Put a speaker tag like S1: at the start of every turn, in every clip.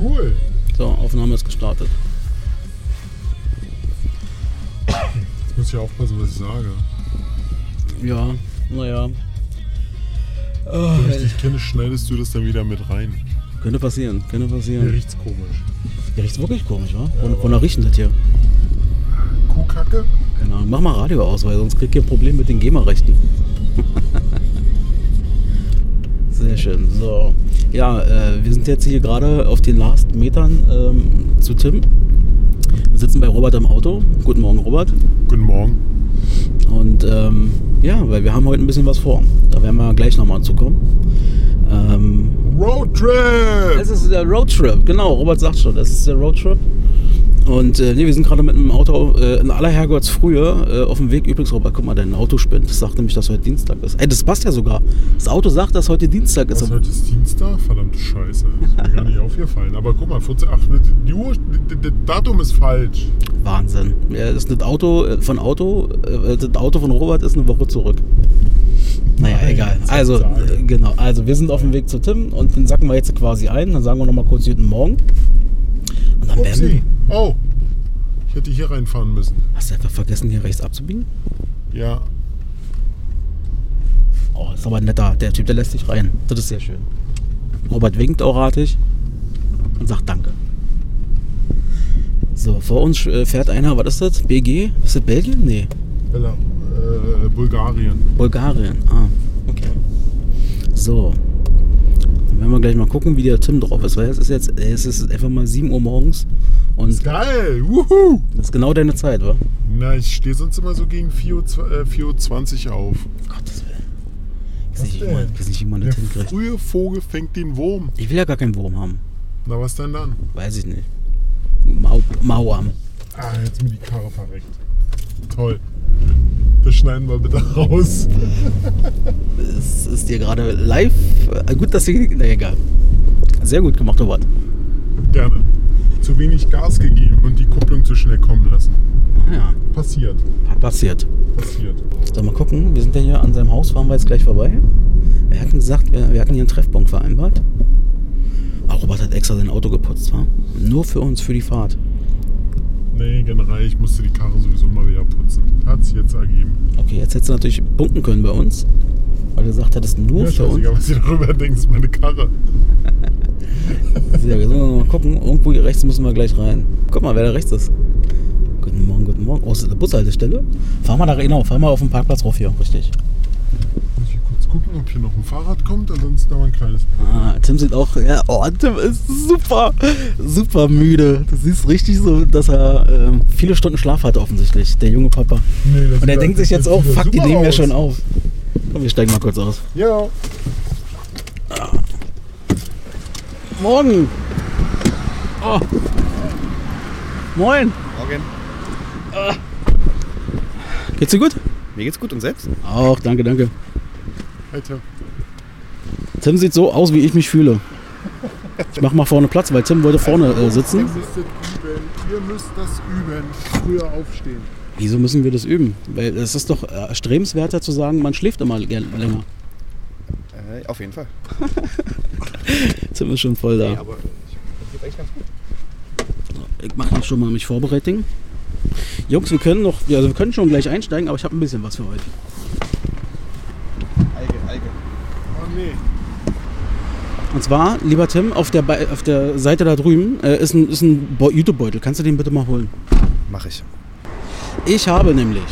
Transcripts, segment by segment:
S1: Cool.
S2: So, Aufnahme ist gestartet.
S1: Jetzt muss ich aufpassen, was ich sage.
S2: Ja, Ah. naja.
S1: Wenn ich dich kenne, schneidest du das dann wieder mit rein.
S2: Könnte passieren, könnte
S1: Hier
S2: passieren.
S1: riecht's komisch.
S2: Hier riecht's wirklich komisch, wa? Won- Wonach riecht denn das halt hier?
S1: Kuhkacke?
S2: Keine Ahnung, mach mal Radio aus, weil sonst kriegt ihr ein Problem mit den GEMA-Rechten. Sehr schön. So. Ja, äh, wir sind jetzt hier gerade auf den Last Metern ähm, zu Tim. Wir sitzen bei Robert im Auto. Guten Morgen, Robert.
S1: Guten Morgen.
S2: Und ähm, ja, weil wir haben heute ein bisschen was vor. Da werden wir gleich nochmal zukommen. Ähm,
S1: Roadtrip!
S2: es ist der Roadtrip, genau, Robert sagt schon, es ist der Roadtrip. Und äh, nee, wir sind gerade mit einem Auto äh, in aller Herrgottsfrühe äh, auf dem Weg. Übrigens, Robert, guck mal, dein Auto spinnt. Das sagt nämlich, dass heute Dienstag ist. Ey, das passt ja sogar. Das Auto sagt, dass heute Dienstag ist.
S1: Was, heute ist Dienstag? Verdammte Scheiße. Ist mir gar nicht aufgefallen. Aber guck mal, 14, ach, die Uhr, d- d- das Datum ist falsch.
S2: Wahnsinn. Ja, das ist ein Auto äh, von Auto, äh, das Auto von Robert ist eine Woche zurück. Naja,
S1: Nein,
S2: egal.
S1: das ist
S2: Also,
S1: Sage.
S2: äh, genau. Also, wir sind auf dem Weg zu Tim und den sacken wir jetzt quasi ein. Dann sagen wir nochmal kurz guten Morgen. Und dann
S1: Upsi.
S2: werden
S1: Oh. Ich hätte hier reinfahren müssen.
S2: Hast du einfach vergessen, hier rechts abzubiegen?
S1: Ja.
S2: Oh, ist aber ein netter. Der Typ, der lässt sich rein. Das ist sehr schön. Robert winkt auch artig und sagt Danke. So, vor uns äh, fährt einer, was ist das? BG? Ist das Belgien? Nee.
S1: Bella, äh, Bulgarien.
S2: Bulgarien, ah, okay. So. Dann werden wir gleich mal gucken, wie der Tim drauf ist, weil es ist jetzt, es ist einfach mal 7 Uhr morgens und
S1: Geil! Wuhu!
S2: das ist genau deine Zeit, wa?
S1: Na, ich stehe sonst immer so gegen 4.20 äh, Uhr auf.
S2: Gottes Willen. Ich weiß
S1: Was
S2: nicht, wie
S1: denn?
S2: man- ich weiß nicht, wie man
S1: Der
S2: das hinkriegt.
S1: frühe Vogel fängt den Wurm.
S2: Ich will ja gar keinen Wurm haben.
S1: Na, was denn dann?
S2: Weiß ich nicht. Mau, Mauer.
S1: Ah, jetzt ist mir die Karre verreckt. Toll. Das schneiden wir bitte raus.
S2: Es ist dir gerade live. äh, Gut, dass sie. Na egal. Sehr gut gemacht, Robert.
S1: Gerne. Zu wenig Gas gegeben und die Kupplung zu schnell kommen lassen.
S2: Ah, Ja,
S1: Passiert.
S2: hat passiert.
S1: Passiert.
S2: So, mal gucken. Wir sind ja hier an seinem Haus, fahren wir jetzt gleich vorbei. Wir hatten gesagt, äh, wir, wir hatten hier einen Treffpunkt vereinbart. Auch Robert hat extra sein Auto geputzt, war? Nur für uns, für die Fahrt.
S1: Nee, generell, ich musste die Karre sowieso mal wieder putzen. Hat sich jetzt ergeben.
S2: Okay, jetzt hättest du natürlich punkten können bei uns, weil du gesagt hattest, nur
S1: Ja,
S2: für uns.
S1: scheißegal, was ihr darüber denkt, ist meine Karre.
S2: Sehr gut. So, Mal gucken, irgendwo hier rechts müssen wir gleich rein. Guck mal, wer da rechts ist. Guten Morgen, guten Morgen. Oh, ist das eine Bushaltestelle? Fahr mal da, genau, fahr mal auf den Parkplatz rauf hier, richtig.
S1: Muss ich hier kurz gucken, ob hier noch ein Fahrrad kommt, ansonsten aber ein kleines.
S2: Ah, Tim sieht auch, ja, oh, Tim ist super, super müde. Du siehst richtig so, dass er ähm, viele Stunden Schlaf hat offensichtlich, der junge Papa.
S1: Nee, das
S2: Und er
S1: sieht-
S2: denkt sich
S1: das
S2: jetzt
S1: sieht
S2: auch,
S1: ja
S2: fuck, die
S1: super
S2: nehmen ja
S1: aus.
S2: schon auf. Komm, wir steigen mal kurz aus.
S1: Ja.
S2: Morgen! Oh. Moin!
S3: Morgen.
S2: Geht's dir gut?
S3: Mir geht's gut und selbst?
S2: Auch, danke, danke.
S1: Alter.
S2: Tim sieht so aus, wie ich mich fühle. Ich mach mal vorne Platz, weil Tim wollte vorne äh,
S1: Ihr
S2: sitzen.
S1: müsst das üben. Ihr müsst das üben. Früher aufstehen.
S2: Wieso müssen wir das üben? Weil es ist doch äh, erstrebenswerter zu sagen, man schläft immer gern- länger.
S3: Äh, auf jeden Fall.
S2: Tim ist schon voll da.
S3: aber ich, das geht eigentlich ganz gut.
S2: Ich mache mich schon mal mich vorbereiten. Jungs, wir können noch, ja, also wir können schon gleich einsteigen, aber ich habe ein bisschen was für euch.
S3: Alge, Alge.
S1: Oh nee.
S2: Und zwar, lieber Tim, auf der, Bei- auf der Seite da drüben äh, ist ein, ist ein Bo- Jutebeutel. Kannst du den bitte mal holen?
S3: Mach ich.
S2: Ich habe nämlich,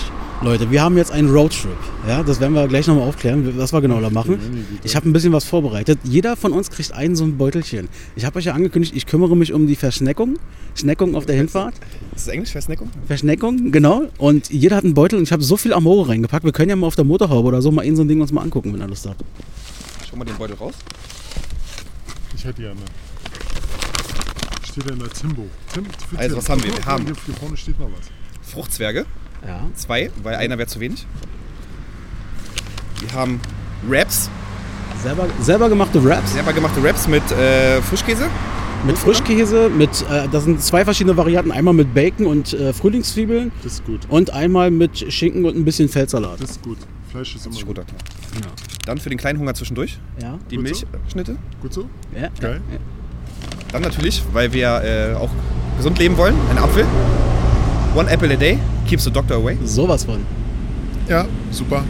S2: Leute, wir haben jetzt einen Roadtrip. Ja, das werden wir gleich nochmal aufklären, was wir genau da machen. Ich habe ein bisschen was vorbereitet. Jeder von uns kriegt einen so ein Beutelchen. Ich habe euch ja angekündigt, ich kümmere mich um die Verschneckung. Schneckung auf der Hinfahrt.
S3: Ist das Englisch für Snackung?
S2: Verschneckung, genau. Und jeder hat einen Beutel und ich habe so viel Amore reingepackt. Wir können ja mal auf der Motorhaube oder so mal in so ein Ding uns mal angucken, wenn ihr Lust habt.
S3: Schau mal den Beutel raus.
S1: Ich hätte gerne. Steht da in der Timbo. Tim, für
S3: Also,
S1: Tim.
S3: was haben wir? Wir
S1: Oh,
S3: haben-
S1: Hier, hier vorne steht noch was.
S3: Fruchtzwerge.
S2: Ja.
S3: Zwei, weil einer wäre zu wenig. Wir haben Wraps.
S2: Selber, selber gemachte Wraps
S3: Selber gemachte Wraps mit äh, Frischkäse.
S2: mit Frischkäse, mit, äh, das sind zwei verschiedene Varianten. Einmal mit Bacon und äh, Frühlingszwiebeln
S1: Das ist gut.
S2: und einmal mit Schinken und ein bisschen Feldsalat.
S1: Das ist gut. Fleisch ist
S3: Das
S1: immer
S3: ist
S1: gut.
S3: gut, okay. Dann für den kleinen Hunger zwischendurch.
S2: Ja.
S3: Die
S1: Gut so.
S3: Milchschnitte.
S1: Gut so?
S2: Ja.
S1: Geil.
S3: Dann natürlich, weil wir äh, auch gesund leben wollen, ein Apfel. One apple a day keeps the doctor away.
S2: Sowas von.
S1: Ja, super.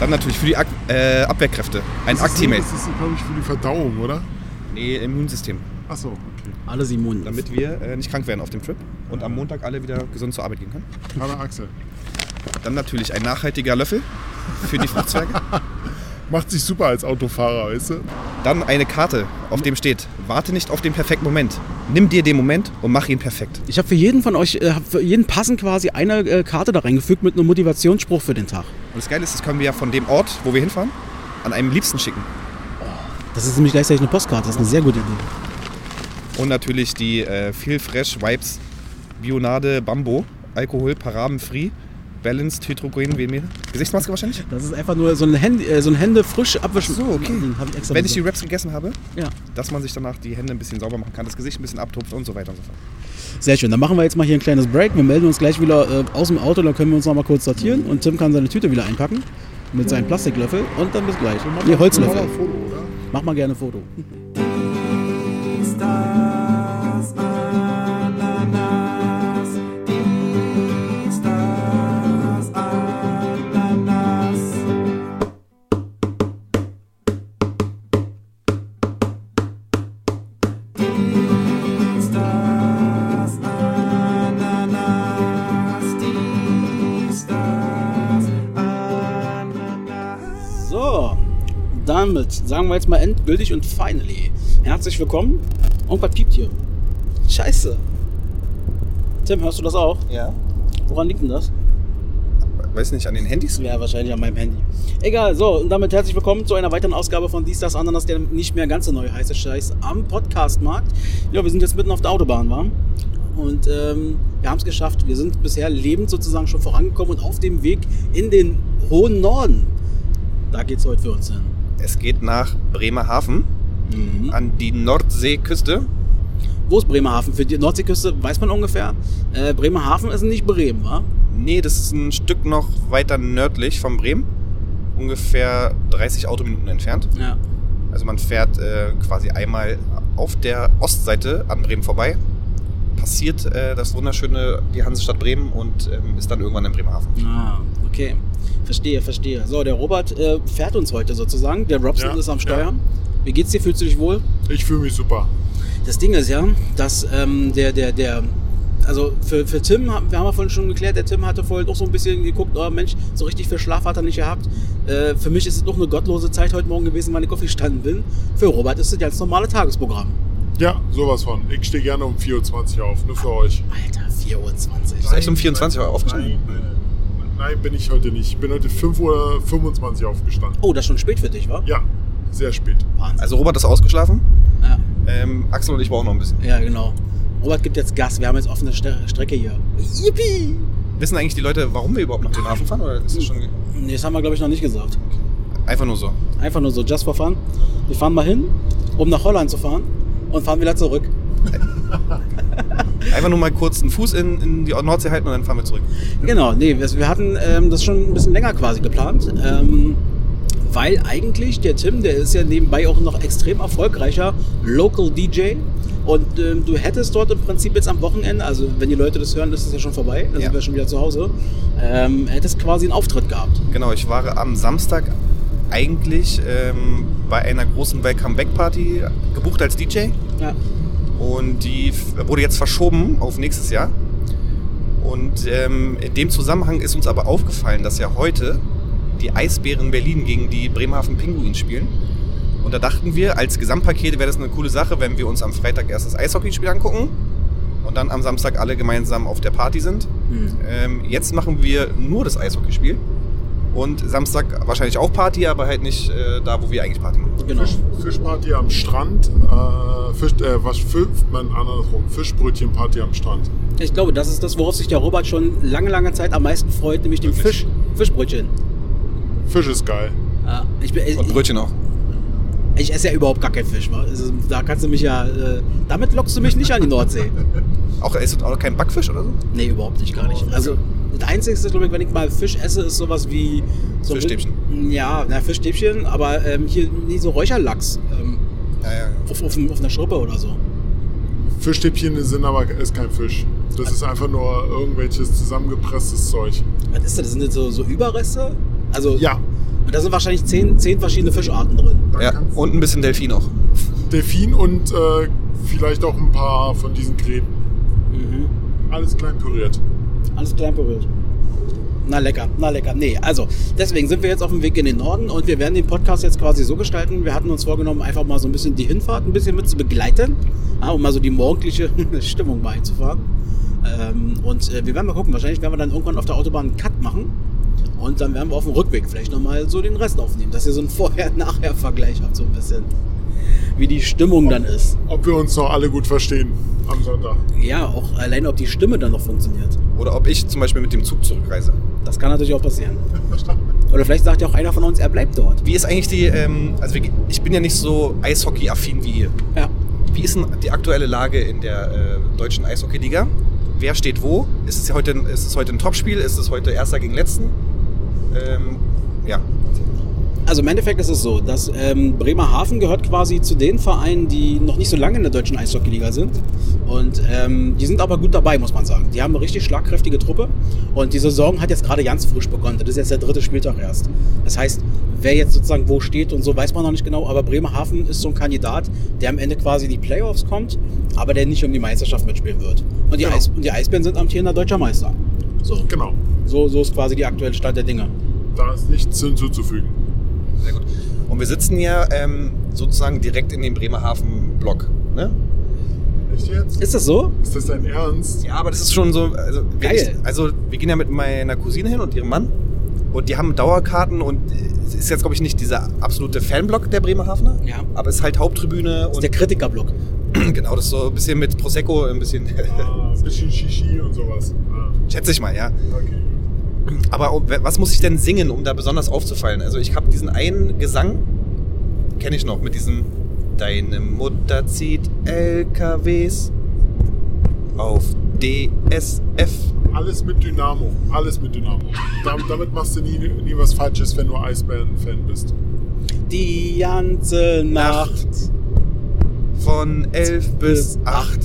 S3: Dann natürlich für die Ak äh, Abwehrkräfte ein
S1: Das ist-
S3: Actimate.
S1: Das ist, glaube ich, für die Verdauung, oder?
S3: Nee, Immunsystem.
S1: Achso, okay.
S2: Alles immun.
S3: Damit wir äh, nicht krank werden auf dem Trip und am Montag alle wieder gesund zur Arbeit gehen können.
S1: Hallo Axel.
S3: Dann natürlich ein nachhaltiger Löffel für die Fruchtzwerge.
S1: Macht sich super als Autofahrer, weißt du?
S3: Dann eine Karte, auf dem steht, warte nicht auf den perfekten Moment. Nimm dir den Moment und mach ihn perfekt.
S2: Ich habe für jeden von euch, äh, hab für jeden passend quasi eine äh, Karte da reingefügt mit einem Motivationsspruch für den Tag.
S3: Und das Geile ist, das können wir ja von dem Ort, wo wir hinfahren, an einem Liebsten schicken.
S2: Das ist nämlich gleichzeitig eine Postkarte, das ist eine sehr gute Idee.
S3: Und natürlich die äh, Feel Fresh Vibes Bionade Bambo, Alkohol, Paraben Free, Balanced Hydrogen Mehl. Gesichtsmaske wahrscheinlich?
S2: Das ist einfach nur so ein, Handy, äh, so ein Hände frisch abwischen.
S3: Ach so, okay.
S2: Den hab ich extra
S3: Wenn ich die
S2: gesagt.
S3: Wraps gegessen habe,
S2: ja.
S3: dass man sich danach die Hände ein bisschen sauber machen kann, das Gesicht ein bisschen abtupft und so weiter und so fort.
S2: Sehr schön, dann machen wir jetzt mal hier ein kleines Break. Wir melden uns gleich wieder äh, aus dem Auto, dann können wir uns noch mal kurz sortieren und Tim kann seine Tüte wieder einpacken mit seinem Plastiklöffel und dann bis gleich. Nee,
S1: Mach mal
S2: Holzlöffel.
S1: ein Foto, oder?
S2: Mach mal gerne ein Foto.
S4: Dienstags Ananas. Dienstags Ananas. Dienstags Ananas. Dienstags Ananas.
S2: So, damit sagen wir jetzt mal endgültig und finally. Herzlich willkommen. Irgendwas piept hier. Scheiße. Tim, hörst du das auch?
S3: Ja.
S2: Woran liegt denn das?
S3: Weiß nicht, an den Handys?
S2: Ja, wahrscheinlich an meinem Handy. Egal, so, und damit herzlich willkommen zu einer weiteren Ausgabe von Dies, das, Ananas, der nicht mehr ganz so neue heiße Scheiß am Podcastmarkt. Ja, wir sind jetzt mitten auf der Autobahn, war? Und ähm, wir haben es geschafft. Wir sind bisher lebend sozusagen schon vorangekommen und auf dem Weg in den hohen Norden. Da geht's heute für uns hin.
S3: Es geht nach Bremerhaven, an die Nordseeküste.
S2: Wo ist Bremerhaven? Für die Nordseeküste weiß man ungefähr. Äh, Bremerhaven ist nicht Bremen, wa?
S3: Nee, das ist ein Stück noch weiter nördlich von Bremen. Ungefähr 30 Autominuten entfernt.
S2: Ja.
S3: Also man fährt äh, quasi einmal auf der Ostseite an Bremen vorbei, passiert äh, das wunderschöne, die Hansestadt Bremen und ähm, ist dann irgendwann in Bremerhaven.
S2: Ah, okay. Verstehe, verstehe. So, der Robert äh, fährt uns heute sozusagen. Der Robson
S1: Ja,
S2: ist am
S1: ja.
S2: Steuer. Wie geht's dir? Fühlst du dich wohl?
S1: Ich fühle mich super.
S2: Das Ding ist ja, dass ähm, der, der, der, also für, für Tim, haben- wir haben ja vorhin schon geklärt, der Tim hatte vorhin auch so ein bisschen geguckt, oh Mensch, so richtig viel Schlaf hat er nicht gehabt. Äh, für mich ist es doch eine gottlose Zeit heute Morgen gewesen, wann ich aufgestanden bin. Für Robert ist das ganz normale Tagesprogramm.
S1: Ja, sowas von. Ich stehe gerne um 4.20 Uhr auf, nur für euch.
S2: Alter, 4.20
S3: Ist echt um 24 Uhr aufgestanden?
S1: Nein, nein, nein, bin ich heute nicht. Ich bin heute 5.25 Uhr aufgestanden.
S2: Oh, das ist schon spät für dich, wa?
S1: Ja, sehr spät.
S2: Wahnsinn.
S3: Also Robert ist ausgeschlafen,
S2: Ja,
S3: ähm, Axel und ich brauchen noch ein bisschen.
S2: ja, genau. Robert gibt jetzt Gas, wir haben jetzt offene Ste- Strecke hier. Yippie!
S3: Wissen eigentlich die Leute, warum wir überhaupt nach Bremerhaven fahren oder ist das schon
S2: Nee, das haben wir, glaube ich, noch nicht gesagt.
S3: einfach nur so?
S2: Einfach nur so, just for fun. Wir fahren mal hin, um nach Holland zu fahren und fahren wieder zurück.
S3: Einfach nur mal kurz einen Fuß in, in die Nordsee halten und dann fahren wir zurück.
S2: Genau, nee, wir, wir hatten ähm, das schon ein bisschen länger quasi geplant, ähm, weil eigentlich der Tim, der ist ja nebenbei auch noch extrem erfolgreicher Local DJ und ähm, du hättest dort im Prinzip jetzt am Wochenende, also wenn die Leute das hören, ist es ja schon vorbei, dann
S3: Ja.
S2: sind wir schon wieder zu Hause, ähm, hättest quasi einen Auftritt gehabt.
S3: Genau, ich war am Samstag eigentlich ähm, bei einer großen Welcome-Back-Party gebucht als DJ.
S2: Ja.
S3: Und die f- wurde jetzt verschoben auf nächstes Jahr. Und ähm, in dem Zusammenhang ist uns aber aufgefallen, dass ja heute die Eisbären Berlin gegen die Bremerhaven Pinguin spielen. Und da dachten wir, als Gesamtpaket wäre das eine coole Sache, wenn wir uns am Freitag erst das Eishockeyspiel angucken und dann am Samstag alle gemeinsam auf der Party sind.
S2: Hm.
S3: Ähm, jetzt machen wir nur das Eishockeyspiel und Samstag wahrscheinlich auch Party, aber halt nicht äh, da, wo wir eigentlich Party machen.
S2: Genau.
S1: Fisch, Fischparty am Strand. Äh, Fisch, äh, was fünf, man andersrum. Fischbrötchenparty am Strand.
S2: Ich glaube, das ist das, worauf sich der Robert schon lange, lange Zeit am meisten freut, nämlich dem
S3: Wirklich?
S2: Fisch, Fischbrötchen.
S1: Fisch ist geil.
S2: Ja, ich, bin- ich,
S3: Und Brötchen auch.
S2: ich esse ja überhaupt gar keinen Fisch. wa? Also, da kannst du mich ja, äh, damit lockst du mich nicht an die Nordsee.
S3: Auch ist auch kein Backfisch oder so?
S2: Nee, überhaupt nicht, gar nicht.
S1: Oh,
S2: Also das Einzige, glaube ich, wenn ich mal Fisch esse, ist sowas wie... So
S3: Fischstäbchen.
S2: Ja, na, Fischstäbchen, aber ähm, hier nie so Räucherlachs. Ähm,
S3: Ja, ja.
S2: Auf, auf, auf einer Schuppe oder so.
S1: Fischstäbchen sind aber ist kein Fisch. Das ist einfach nur irgendwelches zusammengepresstes Zeug.
S2: Was ist das? Das sind jetzt so, so Überreste? Also,
S1: Ja,
S2: Und da sind wahrscheinlich zehn, zehn verschiedene Fischarten drin.
S1: dann
S3: ja.
S1: kannst
S3: Und ein bisschen Delfin auch.
S1: du Delfin und äh, vielleicht auch ein paar von diesen Gräben. Alles klein püriert.
S2: Alles klein berührt. Na lecker, na lecker. Nee, also deswegen sind wir jetzt auf dem Weg in den Norden und wir werden den Podcast jetzt quasi so gestalten. Wir hatten uns vorgenommen, einfach mal so ein bisschen die Hinfahrt ein bisschen mit zu begleiten, ja, um mal so die morgendliche Stimmung beizufahren. Ähm, und äh, wir werden mal gucken, wahrscheinlich werden wir dann irgendwann auf der Autobahn einen Cut machen und dann werden wir auf dem Rückweg vielleicht nochmal so den Rest aufnehmen, dass ihr so einen Vorher-Nachher-Vergleich habt, so ein bisschen, wie die Stimmung dann ist.
S1: Ob wir uns noch alle gut verstehen am Sonntag.
S2: Ja, auch allein, ob die Stimme dann noch funktioniert.
S3: Oder ob ich zum Beispiel mit dem Zug zurückreise.
S2: Das kann natürlich auch passieren. Oder vielleicht sagt ja auch einer von uns, er bleibt dort.
S3: Wie ist eigentlich die, ähm, also wir, ich bin ja nicht so Eishockey-affin wie ihr.
S2: Ja.
S3: Wie ist denn die aktuelle Lage in der äh, deutschen Eishockey-Liga? Wer steht wo? Ist es heute, ein- ist es heute ein Topspiel? Ist es heute Erster gegen Letzten? Ähm, ja.
S2: Also im Endeffekt ist es so, dass ähm, Bremerhaven gehört quasi zu den Vereinen, die noch nicht so lange in der deutschen Eishockeyliga sind. Und ähm, die sind aber gut dabei, muss man sagen. Die haben eine richtig schlagkräftige Truppe. Und die Saison hat jetzt gerade ganz frisch begonnen. Das ist jetzt der dritte Spieltag erst. Das heißt, wer jetzt sozusagen wo steht und so, weiß man noch nicht genau. Aber Bremerhaven ist so ein Kandidat, der am Ende quasi in die Playoffs kommt, aber der nicht um die Meisterschaft mitspielen wird. Und die,
S1: Genau.
S2: Eis und die Eisbären sind amtierender deutscher Meister. So.
S1: Genau.
S2: So, so ist quasi die aktuelle Stand der Dinge.
S1: Da ist nichts hinzuzufügen.
S3: Sehr gut. Und wir sitzen ja ähm, sozusagen direkt in dem Bremerhaven-Block. Ne?
S1: Echt jetzt?
S2: Ist das so?
S1: Ist das dein Ernst?
S3: Ja, aber das ist schon so. Also wir,
S2: Geil.
S3: also wir gehen ja mit meiner Cousine hin und ihrem Mann. Und die haben Dauerkarten und äh, es ist jetzt, glaube ich, nicht dieser absolute Fanblock der Bremerhavener.
S2: Ja.
S3: Aber es ist halt Haupttribüne
S2: Ist der
S3: und
S2: Kritikerblock.
S3: genau, das ist so ein bisschen mit Prosecco, ein bisschen,
S1: Ah, ein bisschen Shishi und sowas. Ah,
S3: schätze ich mal, ja.
S1: okay.
S3: Aber ob- was muss ich denn singen, um da besonders aufzufallen? Also ich habe diesen einen Gesang, kenne ich noch, mit diesem Deine Mutter zieht LKWs auf DSF.
S1: Alles mit Dynamo. Alles mit Dynamo. Damit, damit machst du nie, nie was Falsches, wenn du Eisbären-Fan bist.
S2: Die ganze Nacht.
S3: Von 11 bis 8.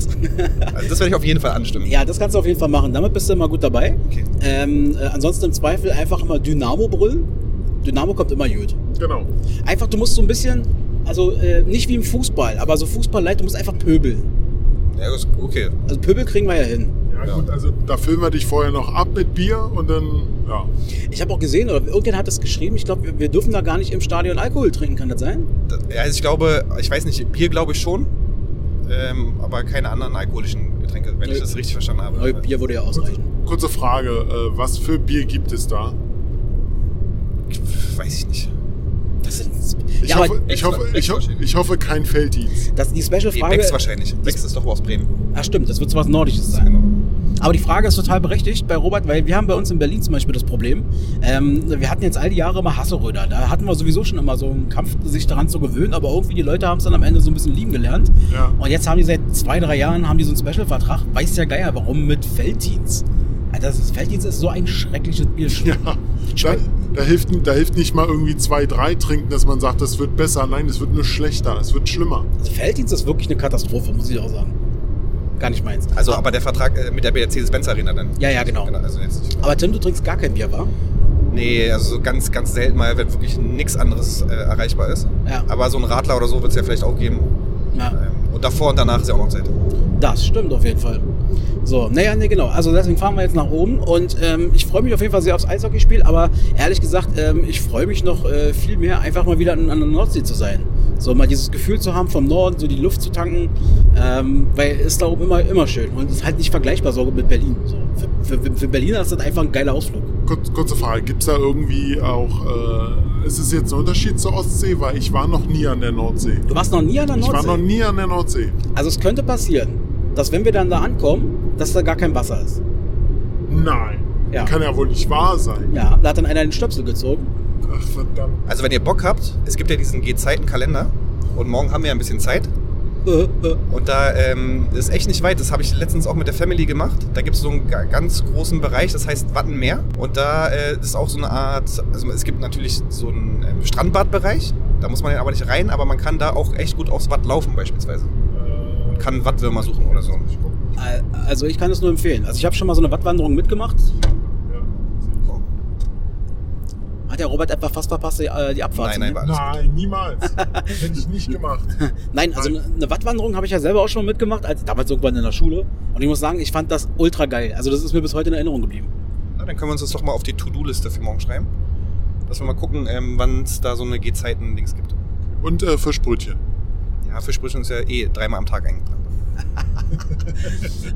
S3: Also das werde ich auf jeden Fall anstimmen.
S2: Ja, das kannst du auf jeden Fall machen. Damit bist du immer gut dabei.
S3: Okay.
S2: Ähm, äh, ansonsten im Zweifel einfach immer Dynamo brüllen. Dynamo kommt immer gut.
S1: Genau.
S2: Einfach, du musst so ein bisschen, also äh, nicht wie im Fußball, aber so Fußball-Light, du musst einfach pöbeln.
S3: Ja, das- okay.
S2: Also Pöbel kriegen wir ja hin.
S1: Ja,
S3: Ja.
S1: gut, also da füllen wir dich vorher noch ab mit Bier und dann, ja.
S2: Ich habe auch gesehen, oder irgendjemand hat das geschrieben, ich glaube, wir, wir dürfen da gar nicht im Stadion Alkohol trinken, kann das sein?
S3: Das- Ja, also ich glaube, ich weiß nicht, Bier glaube ich schon, ähm, aber keine anderen alkoholischen Getränke, wenn ich
S2: Nö.
S3: das richtig verstanden habe.
S2: Aber Bier würde ja ausreichen.
S1: Kurze Frage, äh, was für Bier gibt es da?
S3: Weiß ich nicht.
S2: Das sind,
S1: Ich,
S2: ja,
S1: hoffe,
S2: aber
S1: ich,
S3: Extra-
S1: hoffe, ich,
S3: extra
S1: ho
S3: wahrscheinlich.
S1: ich hoffe, kein Felddienst.
S2: das, die
S3: Nee, Becks
S2: Special-Frage.
S3: wahrscheinlich. Becks ist doch aus Bremen.
S2: Ah, stimmt, das wird so was Nordisches sein.
S3: Genau.
S2: Aber die Frage ist total berechtigt bei Robert, weil wir haben bei uns in Berlin zum Beispiel das Problem, ähm, wir hatten jetzt all die Jahre immer Hasseröder. Da hatten wir sowieso schon immer so einen Kampf, sich daran zu gewöhnen, aber irgendwie die Leute haben es dann am Ende so ein bisschen lieben gelernt.
S1: Ja.
S2: Und jetzt haben die seit zwei, drei Jahren haben die so einen Special-Vertrag, weiß der Geier warum, mit Felddienst. Alter, das ist, Felddienst ist so ein schreckliches Bier.
S1: Ja, da, da, hilft, da hilft nicht mal irgendwie zwei, drei trinken, dass man sagt, das wird besser. Nein, es wird nur schlechter, es wird schlimmer.
S2: Also Felddienst ist wirklich eine Katastrophe, muss ich auch sagen. Gar nicht meins.
S3: Also, aber der Vertrag äh, mit der Mercedes-Benz Arena dann.
S2: Ja, ja, genau.
S3: Genau, also jetzt,
S2: Aber Tim, du trinkst gar kein Bier, wa?
S3: nee, also so ganz, ganz selten mal, wenn wirklich nichts anderes äh, erreichbar ist.
S2: Ja.
S3: Aber so ein Radler oder so wird es ja vielleicht auch geben.
S2: ja.
S3: Ähm, und davor und danach ist ja auch noch Zeit.
S2: Das stimmt auf jeden Fall. So, naja, nee, genau. Also deswegen fahren wir jetzt nach oben und ähm, ich freue mich auf jeden Fall sehr aufs Eishockeyspiel, aber ehrlich gesagt, ähm, ich freue mich noch äh, viel mehr, einfach mal wieder an, an der Nordsee zu sein. So mal dieses Gefühl zu haben vom Norden, so die Luft zu tanken, ähm, weil es da oben immer, immer schön und es ist halt nicht vergleichbar so mit Berlin. So, für, für, für Berliner ist das einfach ein geiler Ausflug.
S1: Kurz, kurze Frage, gibt es da irgendwie auch, äh, ist es jetzt ein Unterschied zur Ostsee? Weil ich war noch nie an der Nordsee.
S2: Du warst noch nie an der
S1: Ich
S2: Nordsee?
S1: war noch nie an der Nordsee.
S2: Also es könnte passieren, dass wenn wir dann da ankommen, dass da gar kein Wasser ist.
S1: Nein.
S2: Ja.
S1: Kann ja wohl nicht wahr sein.
S2: Ja, da hat dann einer den Stöpsel gezogen.
S1: Ach, verdammt.
S3: Also, wenn ihr Bock habt, es gibt ja diesen Gehzeitenkalender und morgen haben wir ja ein bisschen Zeit.
S2: Äh, äh.
S3: Und da ähm, ist echt nicht weit. Das habe ich letztens auch mit der Family gemacht. Da gibt es so einen ga- ganz großen Bereich, das heißt Wattenmeer. Und da äh, ist auch so eine Art, also es gibt natürlich so einen ähm, Strandbadbereich. Da muss man ja aber nicht rein, aber man kann da auch echt gut aufs Watt laufen beispielsweise. Und kann Wattwürmer suchen oder so.
S2: Al- Also ich kann es nur empfehlen. Also ich habe schon mal so eine Wattwanderung mitgemacht. Hat der Robert etwa fast verpasst die, äh, die Abfahrt?
S3: Nein,
S2: zu
S3: nein,
S2: mir?
S3: war alles.
S1: Nein, niemals. Hätte ich nicht gemacht.
S2: Nein, also eine, eine Wattwanderung habe ich ja selber auch schon mal mitgemacht, als, damals irgendwann in der Schule. Und ich muss sagen, ich fand das ultra geil. Also das ist mir bis heute in Erinnerung geblieben.
S3: Na, dann können wir uns das doch mal auf die To-Do-Liste für morgen schreiben. Dass wir mal gucken, ähm, wann es da so eine Gehzeiten-Dings gibt.
S1: Und äh, für Sprötchen.
S3: Ja, Fischbrötchen ist ja eh dreimal am Tag eingeplant.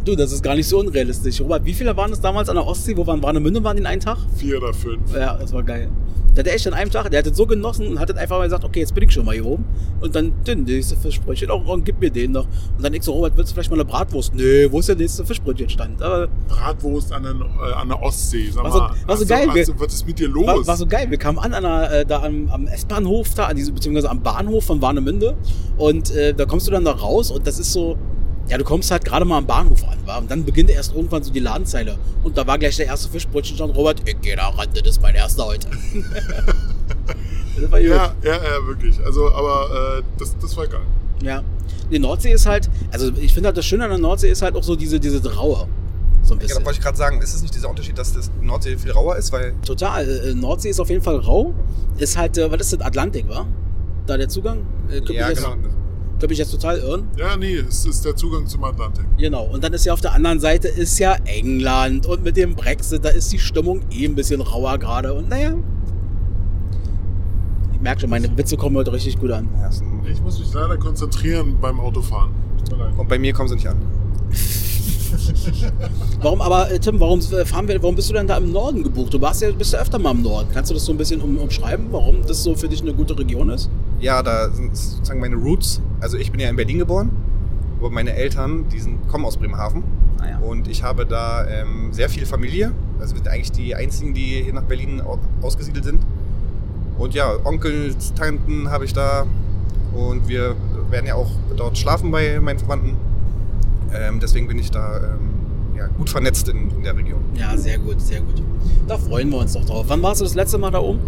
S2: Du, das ist gar nicht so unrealistisch. Robert, wie viele waren es damals an der Ostsee? Wo waren Warnemünde? Waren die in einem Tag?
S1: Vier oder fünf.
S2: Ja, das war geil. Der hatte echt an einem Tag, der hat das so genossen und hat dann einfach mal gesagt, okay, jetzt bin ich schon mal hier oben. Und dann, den nächste Fischbrötchen, oh, und gib mir den noch. Und dann ich so, Robert, willst du vielleicht mal eine Bratwurst? Nee, wo ist der nächste Fischbrötchenstand? Äh, Aber
S1: Bratwurst an der, äh, an der Ostsee. Sag
S2: War so-
S1: mal,
S2: war so
S1: hast
S2: geil,
S1: Du, hast du, was ist mit dir los?
S2: war, war so geil. Wir kamen an, an einer, äh, da am, am S-Bahnhof, da, an diesem, beziehungsweise am Bahnhof von Warnemünde. Und äh, da kommst du dann da raus und das ist so, ja, du kommst halt gerade mal am Bahnhof an, war. Und dann beginnt erst irgendwann so die Ladenzeile. Und da war gleich der erste Fischbrötchenstand. Robert, ich geh da ran, das ist mein erster heute. das war gut.
S1: ja, ja, ja, wirklich. Also, aber äh, das, das war geil.
S2: Ja. Die Nordsee ist halt, also ich finde halt das Schöne an der Nordsee ist halt auch so diese, diese Raue. So ein
S3: Ja,
S2: bisschen.
S3: da wollte ich gerade sagen, ist es nicht dieser Unterschied, dass das Nordsee viel rauer ist? Weil
S2: Total. Äh, Nordsee ist auf jeden Fall rau. Ist halt, äh, was ist das? Atlantik, wa? Da der Zugang? Äh, könnte
S3: ja,
S2: mich jetzt-
S3: genau.
S2: könnte mich jetzt total irren.
S1: Ja, nee, es ist der Zugang zum Atlantik.
S2: Genau. Und dann ist ja auf der anderen Seite ist ja England und mit dem Brexit, da ist die Stimmung eh ein bisschen rauer gerade. Und naja. Ich merke schon, meine Witze kommen heute richtig gut an.
S3: Ja, ist ein-
S1: Ich muss mich leider konzentrieren beim Autofahren. Tut mir leid.
S3: Und bei mir kommen sie nicht an.
S2: Warum aber, äh, Tim, warum äh, fahren wir, warum bist du denn da im Norden gebucht? Du warst ja, bist ja öfter mal im Norden. Kannst du das so ein bisschen um, umschreiben, warum das so für dich eine gute Region ist?
S3: Ja, da sind sozusagen meine Roots. Also ich bin ja in Berlin geboren, aber meine Eltern, die sind, kommen aus Bremerhaven.
S2: Naja.
S3: Und ich habe da ähm, sehr viel Familie. Also wir sind eigentlich die einzigen, die hier nach Berlin au- ausgesiedelt sind. Und ja, Onkel, Tanten habe ich da. Und wir werden ja auch dort schlafen bei meinen Verwandten. Ähm, deswegen bin ich da ähm, ja, gut vernetzt in, in der Region.
S2: Ja, sehr gut, sehr gut. Da freuen wir uns doch drauf. Wann warst du das letzte Mal da oben?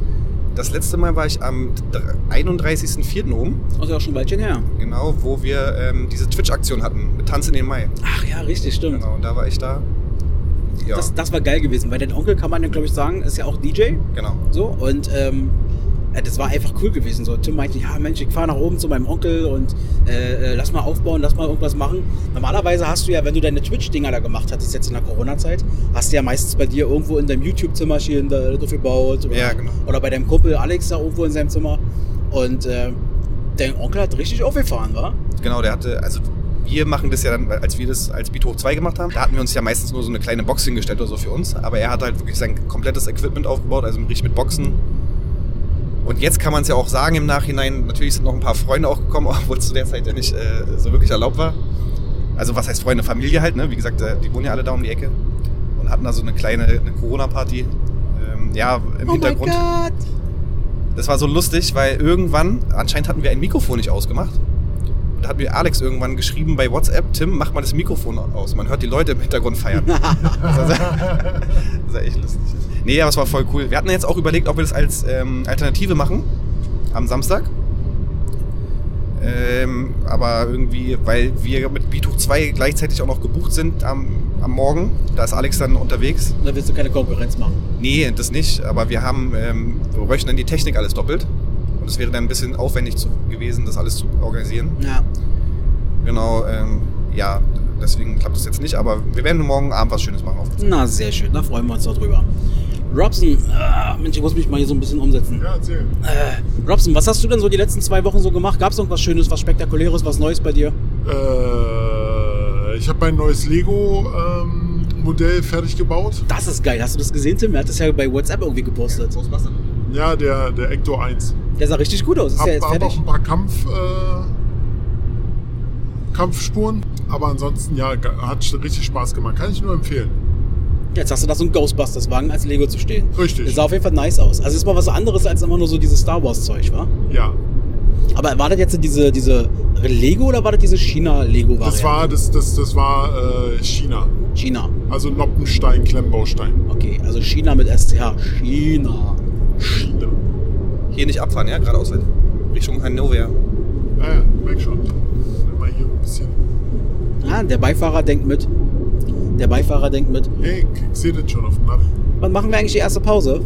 S3: Das letzte Mal war ich am 31.04. oben,
S2: Also ja schon ein Weilchen her.
S3: genau, wo wir ähm, diese Twitch-Aktion hatten mit Tanz in den Mai.
S2: Ach ja, richtig, stimmt.
S3: Genau, und da war ich da. Ja,
S2: Das, das war geil gewesen, weil dein Onkel kann man dann, glaube ich, sagen, ist ja auch DJ.
S3: genau.
S2: So, und ähm, äh, das war einfach cool gewesen. So, Tim meinte, ja Mensch, ich fahre nach oben zu meinem Onkel und äh, äh, lass mal aufbauen, lass mal irgendwas machen. Normalerweise hast du ja, wenn du deine Twitch-Dinger da gemacht hattest, jetzt in der Corona-Zeit, hast du ja meistens bei dir irgendwo in deinem YouTube-Zimmerchen da drauf gebaut oder,
S3: Ja, genau.
S2: oder bei deinem Kumpel Alex da irgendwo in seinem Zimmer. Und äh, dein Onkel hat richtig aufgefahren, Oh war?
S3: Genau, der hatte, also wir machen das ja dann, weil als wir das als Beat Hoch 2 gemacht haben, da hatten wir uns ja meistens nur so eine kleine Box hingestellt oder so für uns, aber er hat halt wirklich sein komplettes Equipment aufgebaut, also richtig mit Boxen. Und jetzt kann man es ja auch sagen im Nachhinein, natürlich sind noch ein paar Freunde auch gekommen, obwohl es zu der Zeit ja nicht äh, so wirklich erlaubt war. Also was heißt Freunde, Familie halt, ne? Wie gesagt, äh, die wohnen ja alle da um die Ecke und hatten da so eine kleine eine Corona-Party. Ähm, ja, im Hintergrund. Das war so lustig, weil irgendwann, anscheinend hatten wir ein Mikrofon nicht ausgemacht. Und da hat mir Alex irgendwann geschrieben bei WhatsApp, Tim, mach mal das Mikrofon aus. Man hört die Leute im Hintergrund feiern. das war echt lustig. Nee, aber es war voll cool. Wir hatten jetzt auch überlegt, ob wir das als ähm, Alternative machen. Am Samstag. Ähm, aber irgendwie, weil wir mit Bituch 2 gleichzeitig auch noch gebucht sind am, am Morgen, da ist Alex dann unterwegs.
S2: Da willst du keine Konkurrenz machen.
S3: Nee, das nicht, aber wir haben, ähm, wir bräuchten dann die Technik alles doppelt. Und es wäre dann ein bisschen aufwendig zu, gewesen, das alles zu organisieren.
S2: Ja.
S3: Genau, ähm, ja, deswegen klappt das jetzt nicht, aber wir werden morgen Abend was Schönes machen. Auf.
S2: Na, sehr schön, da freuen wir uns doch drüber. Robson, ah, Mensch, ich muss mich mal hier so ein bisschen umsetzen.
S1: Ja, erzähl.
S2: Äh, Robson, was hast du denn so die letzten zwei Wochen so gemacht? Gab es irgendwas Schönes, was Spektakuläres, was Neues bei dir?
S1: Äh, ich habe mein neues Lego-Modell fertig gebaut.
S2: Das ist geil. Hast du das gesehen, Tim? Er hat das ja bei WhatsApp irgendwie gepostet.
S1: Ja, der, der Ecto 1.
S2: Der sah richtig gut aus. Ist
S1: Hab,
S2: ja jetzt
S1: hab auch
S2: fertig.
S1: ein paar Kampf, äh, Kampfspuren. Aber ansonsten, ja, ge- hat sch- richtig Spaß gemacht. Kann ich nur empfehlen.
S2: Jetzt hast du da so einen Ghostbusters-Wagen als Lego zu stehen.
S1: Richtig.
S2: Das sah auf jeden Fall nice aus. Also ist mal was anderes als immer nur so dieses Star Wars-Zeug, wa?
S1: Ja.
S2: Aber war das jetzt diese, diese Lego oder war das diese China-Lego-Variante?
S1: Das war, das, das, das war äh, China.
S2: China.
S1: Also Noppenstein, Klemmbaustein.
S2: Okay, also China mit STH. China.
S1: China.
S3: Hier nicht abfahren, ja, geradeaus weiter. Richtung Hannover.
S1: Ah ja, merk schon. Nimm mal hier ein bisschen.
S2: Ah, der Beifahrer denkt mit. Der Beifahrer denkt mit.
S1: Hey, ich sehe das schon auf dem Nach.
S2: Wann machen wir eigentlich die erste Pause?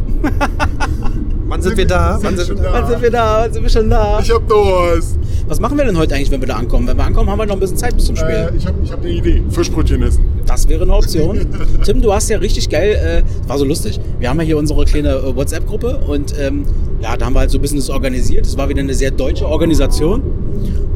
S3: Wann sind wir da? Wann sind
S1: schon
S3: wir da?
S1: da?
S2: Wann sind wir da? Wann sind wir schon da?
S1: Ich hab Durst.
S2: Was machen wir denn heute eigentlich, wenn wir da ankommen? Wenn wir ankommen, haben wir noch ein bisschen Zeit bis zum Spiel.
S1: Äh, ich habe ich hab eine Idee. Fischbrötchen essen.
S2: Das wäre eine Option. Tim, du hast ja richtig geil, äh, war so lustig. Wir haben ja hier unsere kleine äh, WhatsApp-Gruppe und ähm, ja, da haben wir halt so ein bisschen das organisiert. Es war wieder eine sehr deutsche Organisation.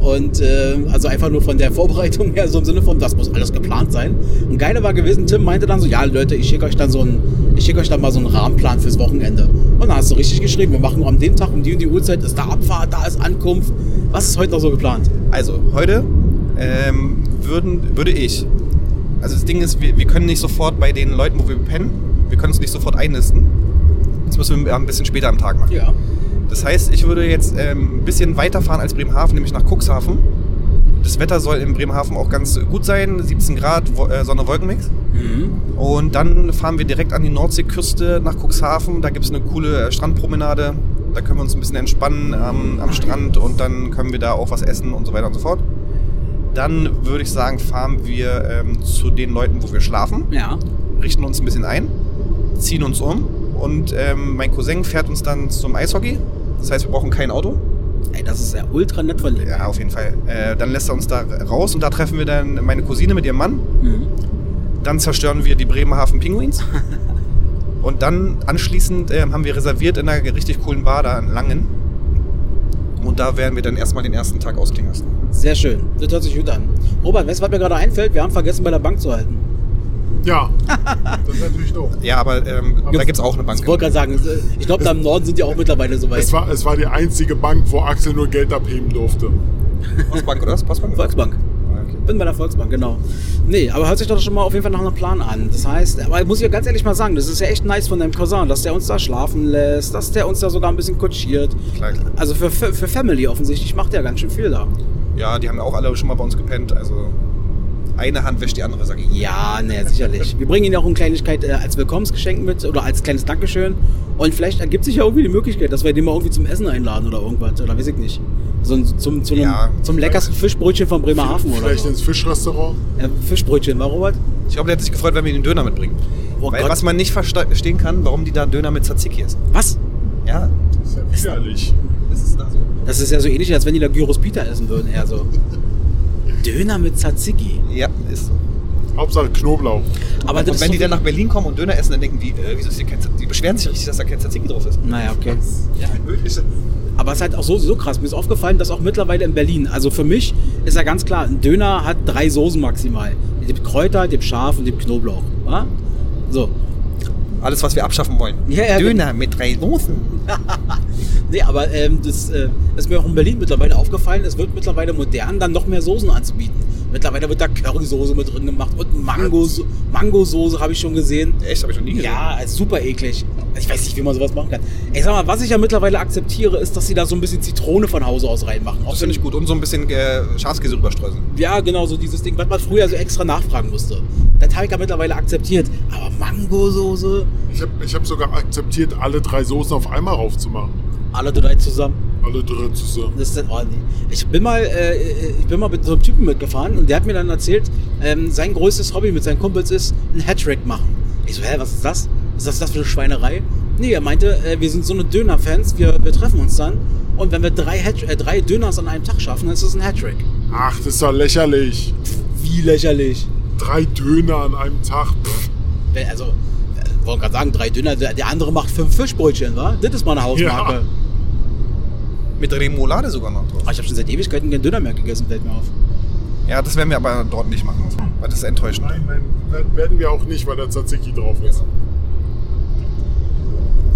S2: Und äh, also einfach nur von der Vorbereitung her, so im Sinne von, das muss alles geplant sein. Und geiler war gewesen, Tim meinte dann so, ja Leute, ich schicke euch dann so einen, ich schicke euch dann mal so einen Rahmenplan fürs Wochenende. Und dann hast du richtig geschrieben, wir machen am dem Tag um die und die Uhrzeit, ist da Abfahrt, da ist Ankunft. Was ist heute noch so geplant?
S3: Also, heute ähm, würden, würde ich. Also, das Ding ist, wir, wir können nicht sofort bei den Leuten, wo wir pennen, wir können uns nicht sofort einlisten. Das müssen wir ein bisschen später am Tag machen.
S2: Ja.
S3: Das heißt, ich würde jetzt ähm, ein bisschen weiterfahren als Bremerhaven, nämlich nach Cuxhaven. Das Wetter soll in Bremerhaven auch ganz gut sein, 17 Grad, Wo- äh, Sonne-Wolkenmix.
S2: Mhm.
S3: Und dann fahren wir direkt an die Nordseeküste nach Cuxhaven. Da gibt es eine coole äh, Strandpromenade. Da können wir uns ein bisschen entspannen am, am Strand und dann können wir da auch was essen und so weiter und so fort. Dann würde ich sagen, fahren wir ähm, zu den Leuten, wo wir schlafen
S2: Ja.
S3: richten uns ein bisschen ein, ziehen uns um und ähm, mein Cousin fährt uns dann zum Eishockey. Das heißt, wir brauchen kein Auto.
S2: Ey, das ist ja ultra nett von dir.
S3: Ja, auf jeden Fall. Äh, dann lässt er uns da raus und da treffen wir dann meine Cousine mit ihrem Mann.
S2: Mhm.
S3: Dann zerstören wir die Bremerhaven Pinguins. Und dann anschließend ähm, haben wir reserviert in einer richtig coolen Bar da in Langen. Und da werden wir dann erstmal den ersten Tag ausklingen lassen.
S2: Sehr schön. Das hört sich gut an. Robert, weißt du, was mir gerade einfällt? Wir haben vergessen, bei der Bank zu halten.
S1: Ja. das ist natürlich doof.
S3: Ja, aber ähm, da gibt es auch eine Bank.
S2: Ich wollte gerade sagen, ich glaube, da im Norden sind die auch mittlerweile so weit.
S1: Es war, es war die einzige Bank, wo Axel nur Geld abheben durfte.
S3: Postbank, oder was? Postbank?
S2: Volksbank.
S3: Okay.
S2: Bin bei der Volksbank, genau. Nee, aber hört sich doch schon mal auf jeden Fall nach einem Plan an. Das heißt, aber muss ich ja ganz ehrlich mal sagen, das ist ja echt nice von deinem Cousin, dass der uns da schlafen lässt, dass der uns da sogar ein bisschen kutschiert.
S3: Klar, klar.
S2: Also für, für, für Family offensichtlich macht der ganz schön viel da.
S3: Ja, die haben auch alle schon mal bei uns gepennt. Also eine Hand wäscht die andere, sag ich.
S2: Ja, ne, sicherlich. Wir bringen Ihnen auch eine Kleinigkeit äh, als Willkommensgeschenk mit oder als kleines Dankeschön. Und vielleicht ergibt sich ja irgendwie die Möglichkeit, dass wir den mal irgendwie zum Essen einladen oder irgendwas. Oder weiß ich nicht. So ein, zum, zu einem,
S3: Ja,
S2: zum
S3: vielleicht.
S2: leckersten Fischbrötchen von Bremerhaven oder
S1: Vielleicht
S2: so.
S1: ins Fischrestaurant.
S2: Äh, Fischbrötchen, war Robert?
S3: Ich glaube, der hat sich gefreut, wenn wir den Döner mitbringen.
S2: Oh
S3: Weil,
S2: Gott.
S3: was man nicht versta- verstehen kann, warum die da Döner mit Tzatziki essen.
S2: Was?
S3: Ja,
S1: Das ist ja widerlich.
S3: das ist da so.
S2: Das ist ja so ähnlich, als wenn die da Gyros Pita essen würden, eher so. Döner mit Tzatziki.
S3: Ja, ist so.
S1: Hauptsache Knoblauch.
S2: Aber das
S3: Und
S2: ist
S3: wenn
S2: so
S3: die dann nach Berlin kommen und Döner essen, dann denken die, äh, wieso ist hier kein Tzatziki? Die beschweren sich richtig, dass da kein Tzatziki drauf ist.
S2: Naja, okay.
S3: Ja, wirklich.
S2: Aber es ist halt auch so, so krass. Mir ist aufgefallen, dass auch mittlerweile in Berlin, also für mich ist ja ganz klar, ein Döner hat drei Soßen maximal. Dem Kräuter, dem Schaf und dem Knoblauch. wa? So.
S3: Alles, was wir abschaffen wollen.
S2: Ja, ja,
S3: Döner mit drei Soßen.
S2: Nee, aber ähm, das äh, ist mir auch in Berlin mittlerweile aufgefallen, es wird mittlerweile modern, dann noch mehr Soßen anzubieten. Mittlerweile wird da Currysoße mit drin gemacht und Mangoso- Mangosoße habe ich schon gesehen.
S3: Echt, habe ich noch nie gesehen.
S2: Ja, ist super eklig. Ich weiß nicht, wie man sowas machen kann. Ich sag mal, was ich ja mittlerweile akzeptiere, ist, dass sie da so ein bisschen Zitrone von Hause aus reinmachen. Auch
S3: Das
S2: wenn
S3: finde ich gut. Und so ein bisschen äh, Schafskäse rüberstreuseln.
S2: Ja, genau, so dieses Ding, was man früher so extra nachfragen musste. Das habe ich ja mittlerweile akzeptiert. Aber Mangosoße,
S1: Ich habe ich hab sogar akzeptiert, alle drei Soßen auf einmal raufzumachen.
S2: alle drei zusammen.
S1: Alle drei zusammen.
S2: Das ist dann ordentlich. Ich bin mal, äh, ich bin mal mit so einem Typen mitgefahren und der hat mir dann erzählt, ähm, sein größtes Hobby mit seinen Kumpels ist, einen Hattrick machen. Ich so, hä, was ist das? Ist das das für eine Schweinerei? Nee, er meinte, äh, wir sind so eine Döner-Fans, wir, wir treffen uns dann und wenn wir drei, Hat äh, drei Döners an einem Tag schaffen, dann ist das ein Hattrick.
S1: Ach, das ist doch lächerlich.
S2: Wie lächerlich.
S1: Drei Döner an einem Tag. Pff.
S2: Wenn- also, äh, wollen gerade sagen, drei Döner, der, der andere macht fünf Fischbrötchen, wa? Das ist mal eine Hausmarke.
S1: Ja.
S3: Mit Remoulade sogar noch drauf.
S2: Ah, ich habe schon seit Ewigkeiten keinen Döner mehr gegessen, fällt mir auf.
S3: Ja, das werden wir aber dort nicht machen. Weil das ist enttäuschend.
S1: Nein, nein, das werden wir auch nicht, weil da Tzatziki drauf ist.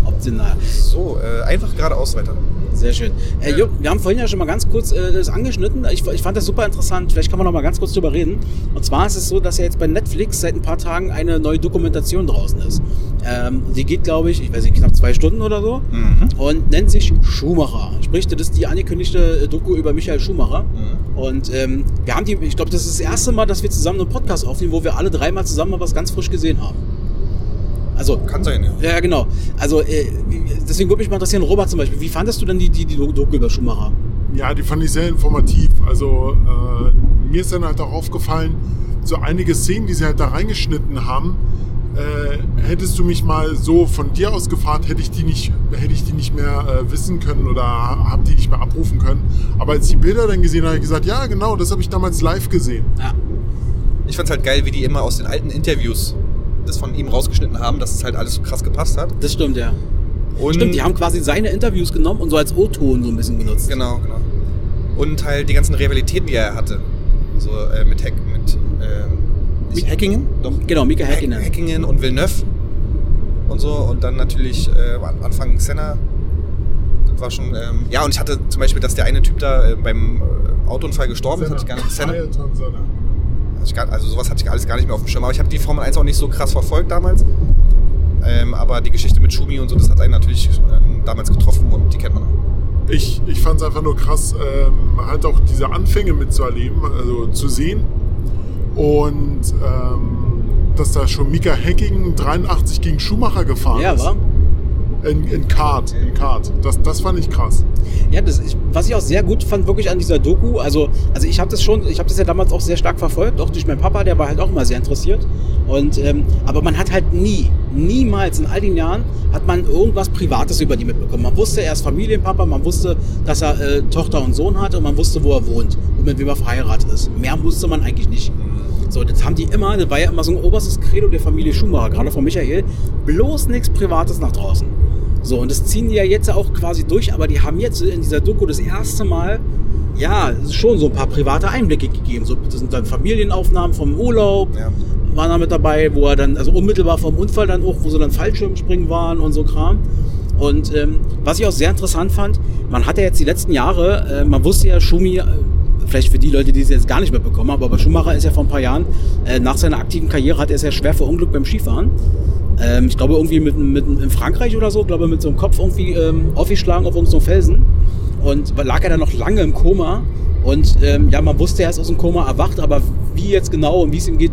S2: Optional.
S3: So, äh, einfach geradeaus weiter.
S2: Sehr schön. Äh, Jupp, wir haben vorhin ja schon mal ganz kurz äh, das angeschnitten. Ich, ich fand das super interessant. Vielleicht kann man noch mal ganz kurz drüber reden. Und zwar ist es so, dass ja jetzt bei Netflix seit ein paar Tagen eine neue Dokumentation draußen ist. Ähm, die geht, glaube ich, ich weiß nicht, knapp zwei Stunden oder so.
S3: Mhm.
S2: und nennt sich Schumacher. Sprich, das ist die angekündigte äh, Doku über Michael Schumacher. Und ähm, wir haben die, ich glaube, das ist das erste Mal, dass wir zusammen einen Podcast aufnehmen, wo wir alle dreimal zusammen mal was ganz frisch gesehen haben. Also,
S3: Kann sein, ja.
S2: ja, genau. Also, äh, wie- deswegen würde mich mal interessieren, Robert zum Beispiel, wie fandest du denn die, die, die Doku über Schumacher?
S1: Ja, die fand ich sehr informativ. Also äh, mir ist dann halt auch aufgefallen, so einige Szenen, die sie halt da reingeschnitten haben, äh, hättest du mich mal so von dir aus gefragt, hätte ich die nicht, hätte ich die nicht mehr äh, wissen können oder habe die nicht mehr abrufen können. Aber als ich die Bilder dann gesehen habe, habe ich gesagt, ja genau, das habe ich damals live gesehen.
S2: Ja.
S3: Ich fand's halt geil, wie die immer aus den alten Interviews das von ihm rausgeschnitten haben, dass es halt alles so krass gepasst hat.
S2: Das stimmt, ja.
S3: Und
S2: Stimmt, die haben quasi seine Interviews genommen und so als O-Ton so ein bisschen benutzt.
S3: Genau, genau. Und halt die ganzen Rivalitäten, die er hatte. So äh, mit Hack, mit ähm, nicht Hackingen? Doch.
S2: Genau, Mika
S3: Hack-
S2: Häkkinen.
S3: Hackingen und Villeneuve und so. Und dann natürlich äh, am Anfang Senna. Das war schon. Ähm, ja, und ich hatte zum Beispiel, dass der eine Typ da äh, beim äh, Autounfall gestorben ist, hatte ich gar nicht. Senna.
S1: Ayrton Senna.
S3: Hatte ich gar, also sowas hatte ich alles gar nicht mehr auf dem Schirm. Aber ich habe die Formel 1 auch nicht so krass verfolgt damals. Ähm, aber die Geschichte mit Schumi und so, das hat einen natürlich ähm, damals getroffen und die kennt man auch.
S1: ich, ich fand es einfach nur krass, ähm, halt auch diese Anfänge mitzuerleben, also zu sehen. Und ähm, dass da schon Mika Hacking 83 gegen Schumacher gefahren
S2: Ja,
S1: ist.
S2: war?
S1: In, in Kart, in Kart. Das, das fand ich krass.
S2: Ja, das, ich, was ich auch sehr gut fand, wirklich an dieser Doku, also, also ich habe das schon, ich habe das ja damals auch sehr stark verfolgt, auch durch meinen Papa, der war halt auch immer sehr interessiert. Und, ähm, aber man hat halt nie, niemals in all den Jahren hat man irgendwas Privates über die mitbekommen. Man wusste, er ist Familienpapa, man wusste, dass er äh, Tochter und Sohn hat und man wusste, wo er wohnt und mit wem er verheiratet ist. Mehr wusste man eigentlich nicht. So, das haben die immer, das war ja immer so ein oberstes Credo der Familie Schumacher, gerade von Michael, bloß nichts Privates nach draußen. So, und das ziehen die ja jetzt auch quasi durch, aber die haben jetzt in dieser Doku das erste Mal, ja, schon so ein paar private Einblicke gegeben. So, das sind dann Familienaufnahmen vom Urlaub,
S3: Ja.
S2: waren da mit dabei, wo er dann, also unmittelbar vom Unfall dann auch, wo sie dann Fallschirmspringen waren und so Kram. Und ähm, was ich auch sehr interessant fand, man hatte jetzt die letzten Jahre, äh, man wusste ja, Schumi, äh, vielleicht für die Leute, die es jetzt gar nicht mitbekommen haben, aber Schumacher ist ja vor ein paar Jahren, äh, nach seiner aktiven Karriere hat er es ja schwer verunglückt beim Skifahren. Ähm, ich glaube irgendwie mit, mit, in Frankreich oder so, glaube mit so einem Kopf irgendwie ähm, aufgeschlagen auf irgendeinem Felsen. Und lag er dann noch lange im Koma. Und ähm, ja, man wusste, er ist aus dem Koma erwacht, aber wie jetzt genau und wie es ihm geht,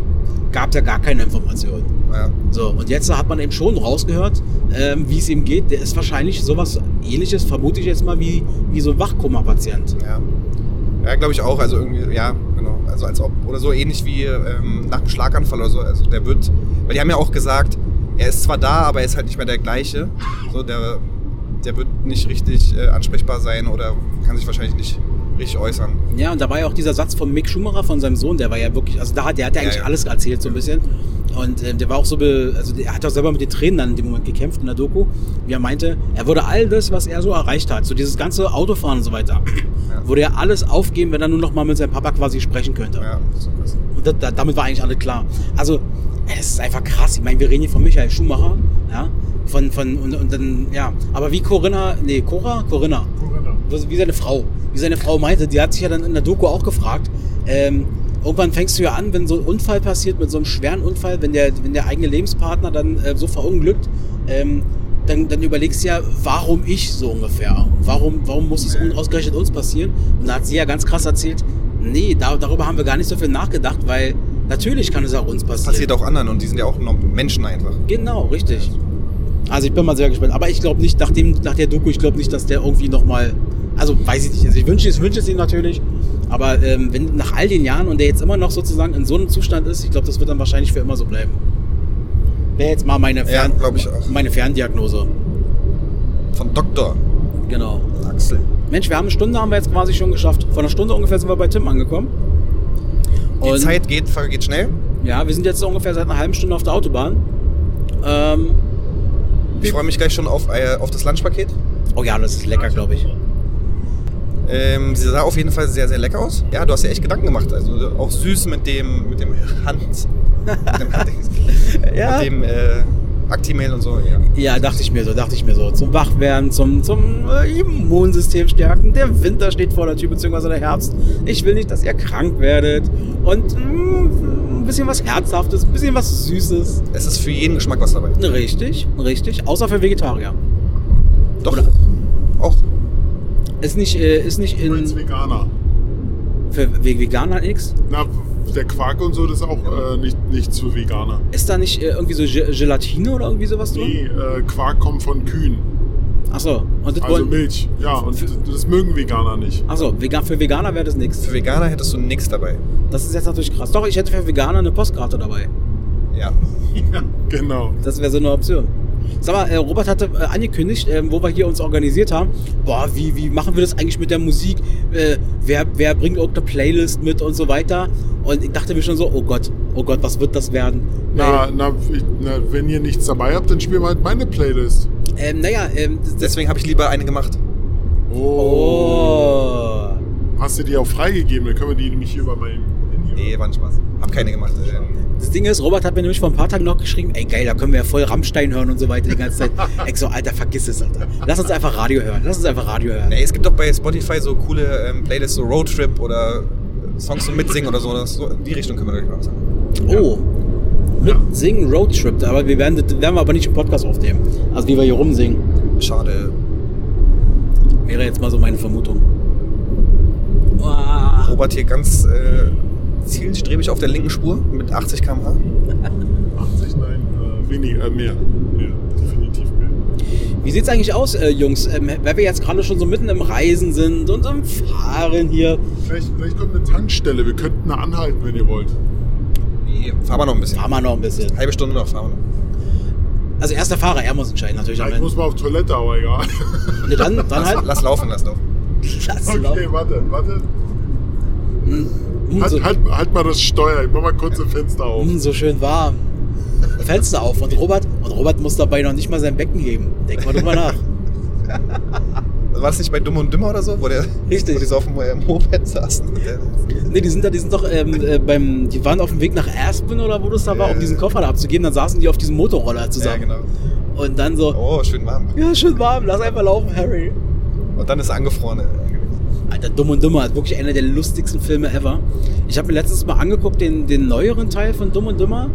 S2: gab es ja gar keine Informationen.
S3: Ja.
S2: So, und jetzt hat man eben schon rausgehört, ähm, wie es ihm geht. Der ist wahrscheinlich sowas ähnliches, vermute ich jetzt mal, wie, wie so ein Wachkoma-Patient.
S3: Ja, ja glaube ich auch. Also irgendwie, ja, genau. Also als ob, oder so ähnlich wie ähm, nach dem Schlaganfall oder so. Also der wird, weil die haben ja auch gesagt, er ist zwar da, aber er ist halt nicht mehr der gleiche. So, der, der wird nicht richtig äh, ansprechbar sein oder kann sich wahrscheinlich nicht richtig äußern.
S2: Ja, und da war ja auch dieser Satz von Mick Schumacher, von seinem Sohn, der war ja wirklich, also da, der hat ja eigentlich
S3: Ja, ja.
S2: alles erzählt so ein bisschen. Und ähm, der war auch so, be, also der hat auch selber mit den Tränen dann in dem Moment gekämpft in der Doku, wie er meinte, er würde all das, was er so erreicht hat, so dieses ganze Autofahren und so weiter,
S3: Ja.
S2: würde er alles aufgeben, wenn er nur noch mal mit seinem Papa quasi sprechen könnte.
S3: Ja, so krass.
S2: Und da, da, damit war eigentlich alles klar. Also, ey, das ist einfach krass. Ich meine, wir reden hier von Michael Schumacher, ja, von, von, und, und dann, ja, aber wie Corinna, nee, Cora? Corinna, wie wie seine Frau, wie seine Frau meinte, die hat sich ja dann in der Doku auch gefragt, ähm, irgendwann fängst du ja an, wenn so ein Unfall passiert, mit so einem schweren Unfall, wenn der, wenn der eigene Lebenspartner dann äh, so verunglückt, ähm, dann, dann überlegst du ja, warum ich so ungefähr? Warum, warum muss es un- ausgerechnet uns passieren? Und da hat sie ja ganz krass erzählt, nee, da, darüber haben wir gar nicht so viel nachgedacht, weil natürlich kann es auch uns passieren.
S3: Passiert auch anderen und die sind ja auch nur Menschen einfach.
S2: Genau, richtig. Also ich bin mal sehr gespannt. Aber ich glaube nicht, nach, dem, nach der Doku, ich glaube nicht, dass der irgendwie nochmal. Also weiß ich nicht. Also ich wünsche es, wünsche es ihm natürlich. Aber ähm, wenn nach all den Jahren und der jetzt immer noch sozusagen in so einem Zustand ist, ich glaube, das wird dann wahrscheinlich für immer so bleiben. Wäre jetzt mal meine, Fern
S3: Ja, glaub ich auch.
S2: meine Ferndiagnose.
S3: Von Dr.
S2: Genau.
S3: Axel.
S2: Mensch, wir haben eine Stunde, haben wir jetzt quasi schon geschafft. Vor einer Stunde ungefähr sind wir bei Tim angekommen.
S3: Die Zeit geht, vergeht schnell.
S2: Ja, wir sind jetzt ungefähr seit einer halben Stunde auf der Autobahn. Ähm,
S3: Ich freue mich gleich schon auf, äh, auf das Lunchpaket.
S2: oh ja, das ist lecker, glaube ich.
S3: Ähm, sie sah auf jeden Fall sehr, sehr lecker aus. Ja, du hast dir echt Gedanken gemacht. Also auch süß mit dem, mit dem Hand. Mit dem, Hand
S2: Ja.
S3: mit dem äh, Aktimail und so. Ja.
S2: Ja, dachte ich mir so, dachte ich mir so. Zum Wachwerden, zum, zum äh, Immunsystem stärken. Der Winter steht vor der Tür, beziehungsweise der Herbst. Ich will nicht, dass ihr krank werdet. Und mm, ein bisschen was Herzhaftes, ein bisschen was Süßes.
S3: Es ist für jeden Geschmack was dabei.
S2: Richtig, richtig. Außer für Vegetarier.
S3: Doch. Auch.
S2: Ist nicht, äh, ist nicht
S1: Als
S2: in.
S1: Veganer.
S2: Für wegen Veganer nix?
S1: Na, der Quark und so, das ist auch äh, nicht, nichts für Veganer.
S2: Ist da nicht äh, irgendwie so Ge- Gelatine oder irgendwie sowas drin?
S1: Nee, äh, Quark kommt von Kühen,
S2: Achso, und das
S1: also
S2: wollen-
S1: Milch. Ja, und das, das mögen Veganer nicht.
S2: Achso, vegan, für Veganer wäre das nichts.
S3: Für Veganer hättest du nichts dabei.
S2: Das ist jetzt natürlich krass. Doch, ich hätte für Veganer eine Postkarte dabei.
S3: Ja.
S1: Genau.
S2: Das wäre so eine Option. Sag mal, äh, Robert hatte äh, angekündigt, ähm, wo wir hier uns organisiert haben, boah, wie, wie machen wir das eigentlich mit der Musik? Äh, wer, wer bringt irgendeine Playlist mit und so weiter? Und ich dachte mir schon so, oh Gott, oh Gott, was wird das werden?
S1: Na, na, ich- na, wenn ihr nichts dabei habt, dann spielen wir halt meine Playlist.
S2: Ähm, naja, ähm, das, das,
S3: Deswegen habe ich lieber eine gemacht.
S2: oh.
S1: Hast du die auch freigegeben? Dann können wir die nämlich hier über meinem Handy.
S3: Nee, war ein Spaß. Hab keine gemacht. Ähm,
S2: Das Ding ist, Robert hat mir nämlich vor ein paar Tagen noch geschrieben, ey geil, da können wir ja voll Rammstein hören und so weiter die ganze Zeit. Ich so, Alter, vergiss es, Alter. Lass uns einfach Radio hören. Lass uns einfach Radio hören.
S3: Nee, es gibt doch bei Spotify so coole ähm, Playlists, so Roadtrip oder äh, Songs zum Mitsingen oder so. Das, so in die Richtung können wir gleich mal was sagen.
S2: Oh. Mit Singen Roadtrip, aber wir werden, das werden wir aber nicht im Podcast aufnehmen. Also wie wir hier rumsingen,
S3: Schade.
S2: wäre jetzt mal so meine Vermutung. Uah.
S3: Robert hier ganz äh, zielstrebig auf der linken Spur mit 80 km/h.
S1: 80, nein, äh, weniger, äh, mehr. Mehr, definitiv mehr.
S2: Wie sieht's eigentlich aus, äh, Jungs? Ähm, weil wir jetzt gerade schon so mitten im Reisen sind und im Fahren hier.
S1: Vielleicht, vielleicht kommt eine Tankstelle. Wir könnten da anhalten, wenn ihr wollt.
S3: Nee, fahren wir noch ein bisschen.
S2: Fahren wir noch ein bisschen.
S3: Halbe Stunde noch fahren wir noch.
S2: Also erster Fahrer, er muss entscheiden natürlich.
S1: Ja,
S2: am
S1: ich muss
S2: Ende.
S1: mal auf Toilette, aber egal.
S2: Nee, dann, dann halt.
S3: Lass laufen, lass laufen.
S2: Lass
S1: Okay, warte, warte.
S2: Hm, so,
S1: Halt, halt, halt mal das Steuer. Ich mach mal kurz das Fenster auf.
S2: hm, so schön warm. Fenster auf und Robert, und Robert muss dabei noch nicht mal sein Becken heben. Denk mal drüber nach.
S3: War das nicht bei Dumm und Dümmer oder so, wo, der,
S2: Richtig.
S3: wo die so auf dem äh, Moped saßen? Und der,
S2: Ne, die sind da, die sind doch ähm, äh, beim, die waren auf dem Weg nach Aspen oder wo das da war, um
S3: Äh.
S2: diesen Koffer da abzugeben. Dann saßen die auf diesem Motorroller
S3: ja,
S2: zusammen.
S3: genau.
S2: Und dann so,
S3: Oh, schön warm.
S2: ja, schön warm, lass einfach laufen, Harry.
S3: Und dann ist er angefroren. äh, gewesen.
S2: Alter, Dumm und Dümmer ist wirklich einer der lustigsten Filme ever. Ich habe mir letztens mal angeguckt, den, den neueren Teil von Dumm und Dümmer.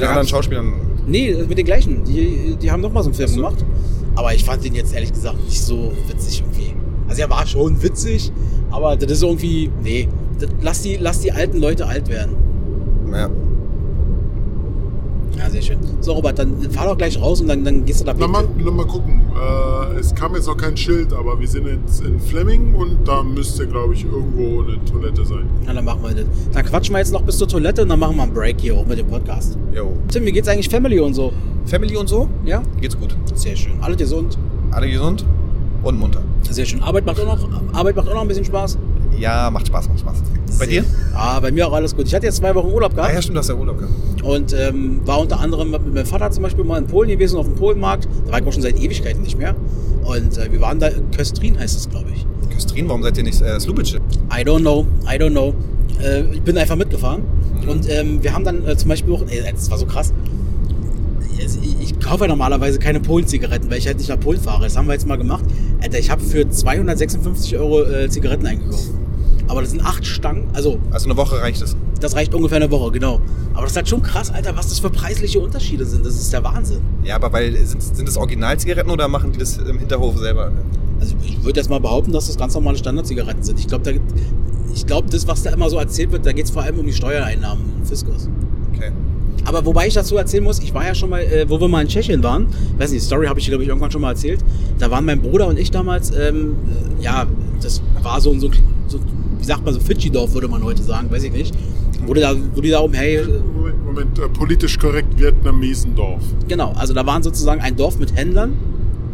S2: Also
S3: den
S2: da
S3: anderen
S2: gab's-
S3: Schauspielern.
S2: Nee, mit den gleichen. Die, die haben nochmal so einen Film
S3: Ach so.
S2: gemacht. Aber ich fand den jetzt ehrlich gesagt nicht so witzig irgendwie. Also er war schon witzig, aber das ist irgendwie. Nee, das, lass, die, lass die alten Leute alt werden.
S3: Ja.
S2: Ja, sehr schön. So, Robert, dann fahr doch gleich raus und dann, dann gehst du da
S1: Na, mal, na, mal gucken. Äh, es kam jetzt noch kein Schild, aber wir sind jetzt in Fleming und da müsste, glaube ich, irgendwo eine Toilette sein.
S2: Na, dann machen wir das. Dann quatschen wir jetzt noch bis zur Toilette und dann machen wir einen Break hier auch mit dem Podcast.
S3: Jo.
S2: Tim, wie geht's eigentlich Family und so?
S3: Family und so?
S2: Ja?
S3: Geht's gut.
S2: Sehr schön. Alle gesund.
S3: Alle gesund und munter.
S2: Sehr schön. Arbeit macht auch noch, Arbeit macht auch noch ein bisschen Spaß.
S3: Ja, macht Spaß, macht Spaß. Bei dir?
S2: Ah, bei mir auch alles gut. Ich hatte jetzt zwei Wochen Urlaub
S3: Ah
S2: gehabt.
S3: ja, stimmt, das ist ja Urlaub. Ah, ja.
S2: und ähm, war unter anderem mit meinem Vater zum Beispiel mal in Polen gewesen, auf dem Polenmarkt. Da war ich auch schon seit Ewigkeiten nicht mehr. Und äh, wir waren da, Köstrin heißt es, glaube ich.
S3: Köstrin, warum seid ihr nicht äh, Slubitsch?
S2: I don't know, I don't know. Äh, ich bin einfach mitgefahren.
S3: Mhm.
S2: Und ähm, wir haben dann äh, zum Beispiel auch, ey, das war so krass. Also, Ich, ich kaufe ja normalerweise keine Polen-Zigaretten, weil ich halt nicht nach Polen fahre. Das haben wir jetzt mal gemacht. Alter, ich habe für 256 Euro äh, Zigaretten eingekauft. Aber das sind acht Stangen, also
S3: Also eine Woche reicht es.
S2: das reicht ungefähr eine Woche, genau. Aber das ist halt schon krass, Alter, was das für preisliche Unterschiede sind. Das ist der Wahnsinn.
S3: Ja, aber weil sind, sind das Originalzigaretten oder machen die das im Hinterhof selber?
S2: Also ich würde jetzt mal behaupten, dass das ganz normale Standardzigaretten sind. Ich glaube, da, gibt- ich glaube, das, was da immer so erzählt wird, da geht es vor allem um die Steuereinnahmen und Fiskus.
S3: Okay.
S2: Aber wobei ich dazu erzählen muss, ich war ja schon mal, äh, wo wir mal in Tschechien waren, ich weiß nicht, die Story habe ich glaube ich irgendwann schon mal erzählt. Da waren mein Bruder und ich damals, ähm, äh, ja, das war so ein, so, ein- so, wie sagt man, so Fidschi-Dorf würde man heute sagen, weiß ich nicht. Wurde da, wurde da um, hey, äh,
S1: Moment, Moment äh, politisch korrekt Vietnamesendorf.
S2: genau, also da waren sozusagen ein Dorf mit Händlern,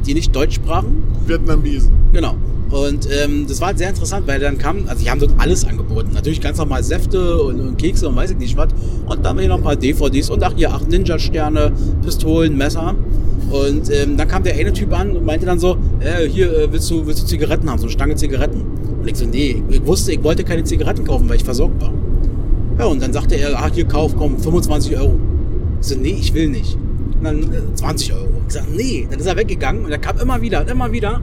S2: die nicht Deutsch sprachen
S1: Vietnamesen.
S2: Genau. Und ähm, das war halt sehr interessant, weil dann kam, also die haben dort alles angeboten. Natürlich ganz normal Säfte und, und Kekse und weiß ich nicht was. Und dann hier noch ein paar DVDs und ach hier, acht Ninja-Sterne, Pistolen, Messer. Und ähm, dann kam der eine Typ an und meinte dann so, äh, hier äh, willst, du, willst du Zigaretten haben, so eine Stange Zigaretten. Und ich so, nee, ich wusste, ich wollte keine Zigaretten kaufen, weil ich versorgt war. Ja, und dann sagte er, ach hier, kauf, komm, 25 Euro. Ich so, nee, ich will nicht. Und dann äh, 20 Euro. Ich sag, nee, dann ist er weggegangen und er kam immer wieder und immer wieder.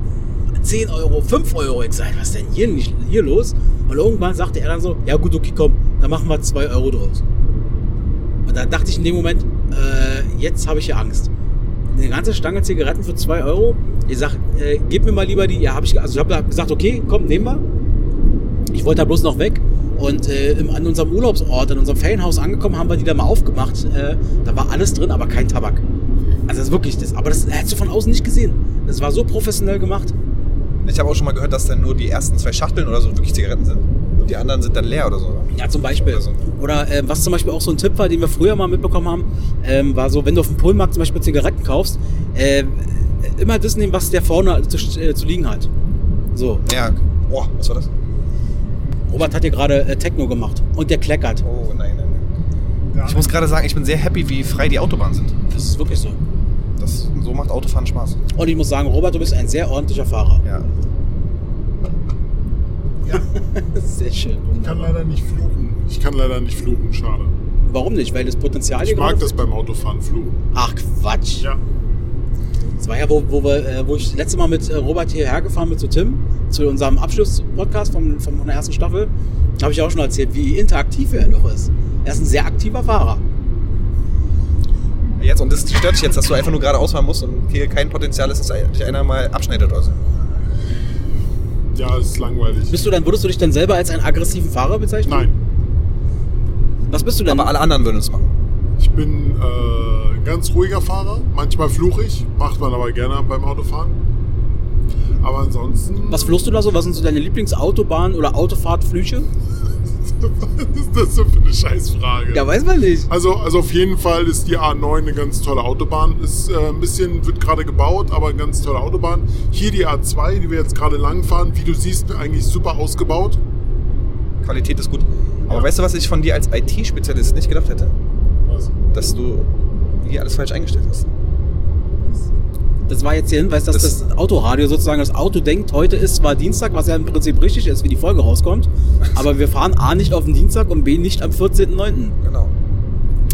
S2: 10 Euro, 5 Euro. Ich sag, was ist denn hier, nicht, hier los? Und irgendwann sagte er dann so, ja gut, okay, komm, dann machen wir 2 Euro draus. Und dann dachte ich in dem Moment, äh, jetzt habe ich hier Angst. Eine ganze Stange Zigaretten für 2 Euro. Ich sag, äh, gib mir mal lieber die. Ja, habe ich, ge- also ich habe gesagt, okay, komm, nehmen wir. Ich wollte da bloß noch weg. Und äh, im, an unserem Urlaubsort, an unserem Ferienhaus angekommen, haben wir die da mal aufgemacht. Äh, da war alles drin, aber kein Tabak. Also das ist wirklich das. Aber das hättest du von außen nicht gesehen. Das war so professionell gemacht.
S3: Ich habe auch schon mal gehört, dass dann nur die ersten zwei Schachteln oder so wirklich Zigaretten sind. Und die anderen sind dann leer oder so.
S2: Ja, zum Beispiel.
S3: Oder so.
S2: Oder ähm, was zum Beispiel auch so ein Tipp war, den wir früher mal mitbekommen haben, ähm, war so, wenn du auf dem Pullmarkt zum Beispiel Zigaretten kaufst, ähm, immer das nehmen, was der vorne zu, äh, zu liegen hat. So,
S3: Ja, boah, was war das?
S2: Robert hat hier gerade äh, Techno gemacht und der kleckert.
S3: Oh, nein, nein, nein.
S1: Ja.
S3: Ich muss gerade sagen, ich bin sehr happy, wie frei die Autobahnen sind.
S2: Das ist wirklich so.
S3: Das, so macht Autofahren Spaß.
S2: Und ich muss sagen, Robert, du bist ein sehr ordentlicher Fahrer.
S3: Ja.
S2: Sehr schön.
S1: Ich kann leider nicht fluchen. Ich kann leider nicht fluchen, schade.
S2: Warum nicht? Weil das Potenzial
S1: Ich
S2: hier
S1: mag
S2: gerade-
S1: das beim Autofahren fluchen.
S2: Ach Quatsch.
S1: Ja.
S2: Das war ja, wo, wo, wir, äh, wo ich das letzte Mal mit äh, Robert hierher gefahren bin zu Tim, zu unserem Abschlusspodcast vom, vom, von der ersten Staffel. Habe ich auch schon erzählt, wie interaktiv er doch ist. Er ist ein sehr aktiver Fahrer.
S3: Jetzt, und das stört dich jetzt, dass du einfach nur geradeaus fahren musst und hier kein Potenzial ist, dass dich einer mal abschneidet oder so.
S1: Ja, es ist langweilig.
S2: Bist du dann, würdest du dich dann selber als einen aggressiven Fahrer bezeichnen?
S1: Nein,
S2: Was bist du denn?
S3: Aber alle anderen würden es machen.
S1: ich bin äh, ganz ruhiger Fahrer. Manchmal fluche ich, macht man aber gerne beim Autofahren. Aber ansonsten.
S2: was fluchst du da so? Was sind so deine Lieblingsautobahn- oder Autofahrtflüche?
S1: Was ist das denn für eine Scheißfrage?
S2: Ja, weiß man nicht.
S1: Also, also auf jeden Fall ist die A9 eine ganz tolle Autobahn. Ist äh, ein bisschen, wird gerade gebaut, aber eine ganz tolle Autobahn. Hier die A2, die wir jetzt gerade lang fahren, wie du siehst, eigentlich super ausgebaut.
S3: Qualität ist gut. Aber
S1: Ja.
S3: weißt du, was ich von dir als IT-Spezialist nicht gedacht hätte?
S1: Was?
S3: Dass du hier alles falsch eingestellt hast.
S2: Das war jetzt der Hinweis, dass das,
S3: Das-
S2: Autoradio sozusagen das Auto denkt, heute ist zwar Dienstag, was ja im Prinzip richtig ist, wie die Folge rauskommt, aber wir fahren A nicht auf den Dienstag und B nicht am 14.09.
S3: Genau.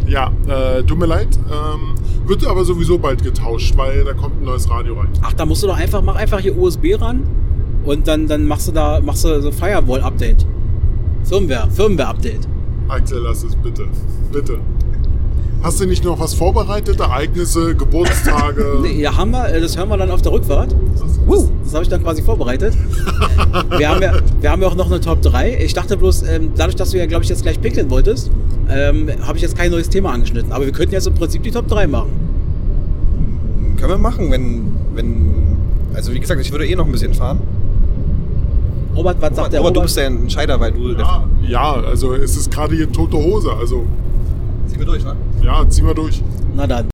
S1: Ja, äh, tut mir leid. Ähm, wird aber sowieso bald getauscht, weil da kommt ein neues Radio rein.
S2: Ach, da musst du doch einfach, mach einfach hier USB ran und dann, dann machst du da, machst du so Firewall-Update. Firmware, Firmware-Update.
S1: Axel, lass es bitte. Bitte. Hast du nicht noch was vorbereitet? Ereignisse, Geburtstage?
S2: Nee, ja, haben wir, äh, das hören wir dann auf der Rückfahrt. Woo, das habe ich dann quasi vorbereitet. Wir haben, ja, wir haben ja auch noch eine Top 3. Ich dachte bloß, ähm, dadurch, dass du ja, glaube ich, jetzt gleich pickeln wolltest, ähm, habe ich jetzt kein neues Thema angeschnitten. Aber wir könnten jetzt im Prinzip die Top 3 machen.
S3: Können wir machen, wenn, wenn. Also wie gesagt, ich würde eh noch ein bisschen fahren.
S2: Robert, was sagt
S3: Aber
S2: der Robert?
S3: du bist der Entscheider, weil du.
S1: Ja, ja, also es ist gerade hier tote Hose. Also
S3: Zieh mir durch, ne?
S1: ja, zieh mal durch.
S2: Na dann.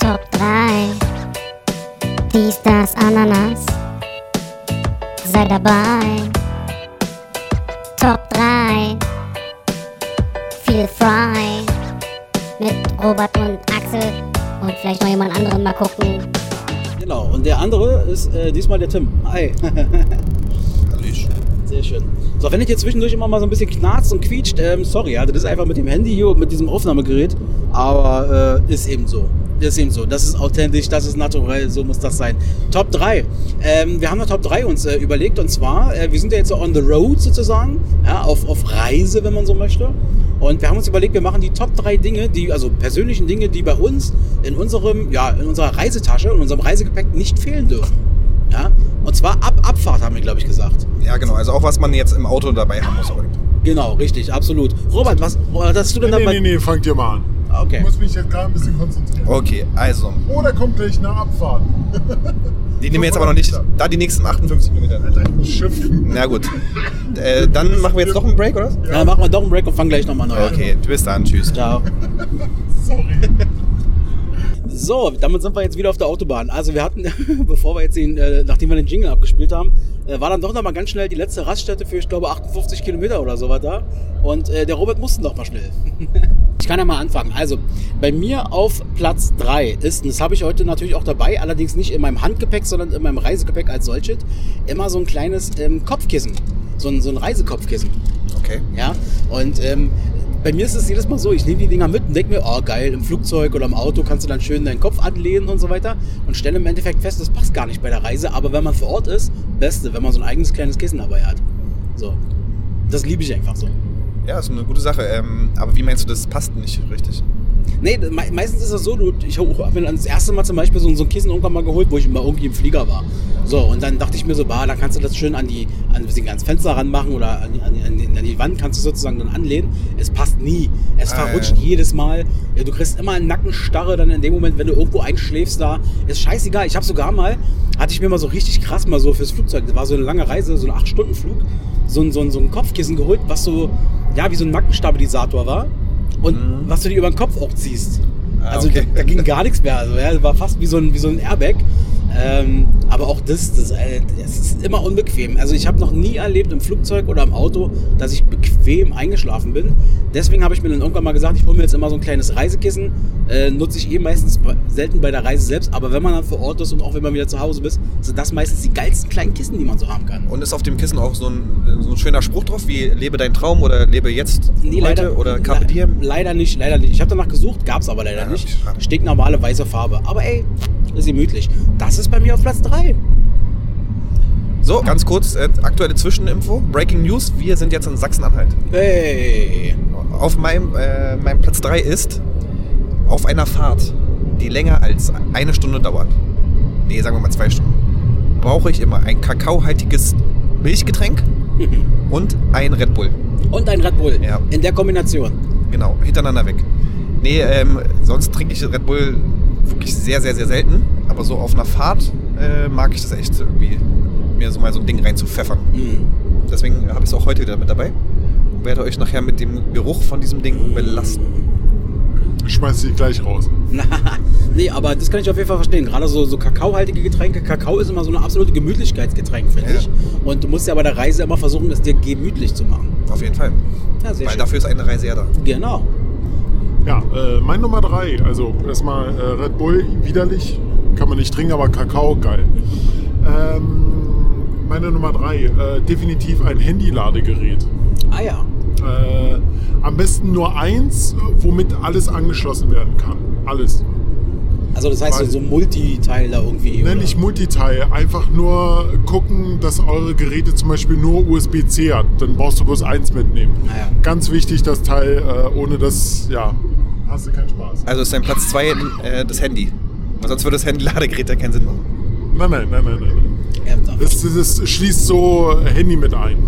S5: Top 3 Dies, das, Ananas Sei dabei Top 3 Feel frei Mit Robert und Axel Und vielleicht noch jemand anderen mal gucken
S2: Genau. Und der andere ist äh, diesmal der Tim. Hi.
S3: Hallöchen.
S2: Sehr schön. So, wenn ich jetzt zwischendurch immer mal so ein bisschen knarzt und quietscht, ähm, sorry, ja, das ist einfach mit dem Handy hier und mit diesem Aufnahmegerät, aber äh, ist eben so. Ist eben so. Das ist authentisch, das ist naturell, so muss das sein. Top 3. Ähm, wir haben eine Top 3 uns äh, überlegt und zwar, äh, wir sind ja jetzt so on the road sozusagen, ja, auf, auf Reise, wenn man so möchte. Und wir haben uns überlegt, wir machen die Top 3 Dinge, die, also persönlichen Dinge, die bei uns in unserem, ja, in unserer Reisetasche, in unserem Reisegepäck nicht fehlen dürfen. Ja? Und zwar ab Abfahrt, haben wir, glaube ich, gesagt.
S3: Ja, genau. Also auch was man jetzt im Auto dabei haben muss. unbedingt.
S2: Genau, richtig, absolut. Robert, was was hast du
S1: Nee,
S2: denn
S1: nee,
S2: dabei?
S1: nee, nee, fangt ihr mal an.
S2: Ah,
S1: Ich
S2: Okay.
S1: muss mich jetzt gerade ein bisschen konzentrieren.
S3: Okay, also.
S1: Oh, da kommt gleich eine Abfahrt.
S3: Die nehmen wir jetzt aber noch nicht. Da die nächsten 58 Kilometer.
S1: Alter, ich muss schiffen.
S3: Na gut. Äh, dann machen wir jetzt noch einen Break, oder?
S2: Ja. Dann machen wir doch einen Break und fangen gleich nochmal neu an.
S3: Okay, bis dann. Tschüss.
S2: Ciao.
S1: Sorry.
S2: So, damit sind wir jetzt wieder auf der Autobahn. Also wir hatten, bevor wir jetzt den, äh, nachdem wir den Jingle abgespielt haben, äh, war dann doch nochmal ganz schnell die letzte Raststätte für, ich glaube, 58 Kilometer oder so weiter. Und äh, der Robert musste noch mal schnell. ich kann ja mal anfangen. Also, bei mir auf Platz 3 ist, und das habe ich heute natürlich auch dabei, allerdings nicht in meinem Handgepäck, sondern in meinem Reisegepäck als solches, immer so ein kleines ähm, Kopfkissen. So ein, so ein Reisekopfkissen.
S3: Okay.
S2: Ja, und ähm, bei mir ist es jedes Mal so, ich nehme die Dinger mit und denke mir, oh geil, im Flugzeug oder im Auto kannst du dann schön deinen Kopf anlehnen und so weiter und stelle im Endeffekt fest, das passt gar nicht bei der Reise, aber wenn man vor Ort ist, beste, wenn man so ein eigenes kleines Kissen dabei hat. So. Das liebe ich einfach so.
S3: Ja, ist eine gute Sache. Ähm, aber wie meinst du, das passt nicht richtig?
S2: Nee, me meistens ist das so, du, ich habe mir dann das erste Mal zum Beispiel so, so ein Kissen irgendwann mal geholt, wo ich mal irgendwie im Flieger war. So, und dann dachte ich mir so, bah, da kannst du das schön an die, an, ans Fenster ranmachen oder an, an, an, die- an die Wand kannst du sozusagen dann anlehnen. Es passt nie. Es
S3: Ah,
S2: verrutscht
S3: ja.
S2: jedes Mal. Ja, du kriegst immer einen Nackenstarre dann in dem Moment, wenn du irgendwo einschläfst da. Ist scheißegal. Ich habe sogar mal, hatte ich mir mal so richtig krass mal so fürs Flugzeug, das war so eine lange Reise, so ein 8-Stunden-Flug, so ein, so, ein, so ein Kopfkissen geholt, was so, ja, wie so ein Nackenstabilisator war. Und was du dir über den Kopf auch ziehst. also
S3: okay.
S2: da, da ging gar nichts mehr. Also, ja, war fast wie so ein, wie so ein Airbag. Ähm, aber auch das, das, äh, das ist immer unbequem. Also ich habe noch nie erlebt im Flugzeug oder im Auto, dass ich bequem eingeschlafen bin. Deswegen habe ich mir dann irgendwann mal gesagt, ich hole mir jetzt immer so ein kleines Reisekissen. Äh, nutze ich eh meistens bei- selten bei der Reise selbst. Aber wenn man dann vor Ort ist und auch wenn man wieder zu Hause ist, sind das meistens die geilsten kleinen Kissen, die man so haben kann.
S3: Und ist auf dem Kissen auch so ein, so ein schöner Spruch drauf, wie lebe dein Traum oder lebe jetzt
S2: Nee,
S3: heute
S2: leider,
S3: oder Carpe
S2: le-
S3: Diem.
S2: Leider nicht, leider nicht. Ich habe danach gesucht, gab es aber leider
S3: Ja,
S2: nicht.
S3: schade.
S2: Steht normale weiße Farbe. Aber ey, ist gemütlich. Das ist bei mir auf Platz 3.
S3: So, ganz kurz, äh, aktuelle Zwischeninfo, Breaking News, wir sind jetzt in Sachsen-Anhalt.
S2: Ey.
S3: Auf meinem, äh, meinem Platz 3 ist auf einer Fahrt, die länger als eine Stunde dauert, nee, sagen wir mal zwei Stunden, brauche ich immer ein kakaohaltiges Milchgetränk und ein Red Bull.
S2: Und ein Red Bull.
S3: Ja.
S2: In der Kombination.
S3: Genau, hintereinander weg. Nee, ähm, sonst trinke ich Red Bull wirklich sehr, sehr, sehr selten. Aber so auf einer Fahrt äh, mag ich das echt irgendwie, mir so mal so ein Ding reinzupfeffern.
S2: Hm.
S3: Deswegen habe ich es auch heute wieder mit dabei. Und werde euch nachher mit dem Geruch von diesem Ding belasten.
S1: Ich schmeiße sie gleich raus.
S2: Na, nee, aber das kann ich auf jeden Fall verstehen. Gerade so, so kakaohaltige Getränke. Kakao ist immer so eine absolute Gemütlichkeitsgetränk, finde
S3: Ja.
S2: ich. Und du musst ja bei der Reise immer versuchen, es dir gemütlich zu machen.
S3: Auf jeden Fall.
S2: Ja, sehr
S3: Weil
S2: schön.
S3: dafür ist eine Reise ja da.
S2: Genau.
S1: Ja, äh, mein Nummer drei. Also erstmal äh, Red Bull widerlich, kann man nicht trinken, aber Kakao geil. Ähm, meine Nummer drei, äh, definitiv ein Handyladegerät.
S2: Ah ja.
S1: Äh, am besten nur eins, womit alles angeschlossen werden kann. Alles.
S2: Also das heißt so,
S1: Weil-
S2: so Multiteil da irgendwie.
S1: Nenn
S2: oder?
S1: ich Multiteil. Ne, Einfach nur gucken, dass eure Geräte zum Beispiel nur USB-C hat. Dann brauchst du bloß eins mitnehmen.
S2: Ah ja.
S1: Ganz wichtig, das Teil, äh, ohne das, ja, hast du keinen Spaß.
S3: Also ist dein Platz 2 äh, das Handy. Weil Sonst würde das Handy-Ladegerät ja keinen Sinn machen.
S1: Nein, nein, nein, nein, nein.
S2: Ernsthaft?
S1: Das, das, das schließt so äh, Handy mit ein.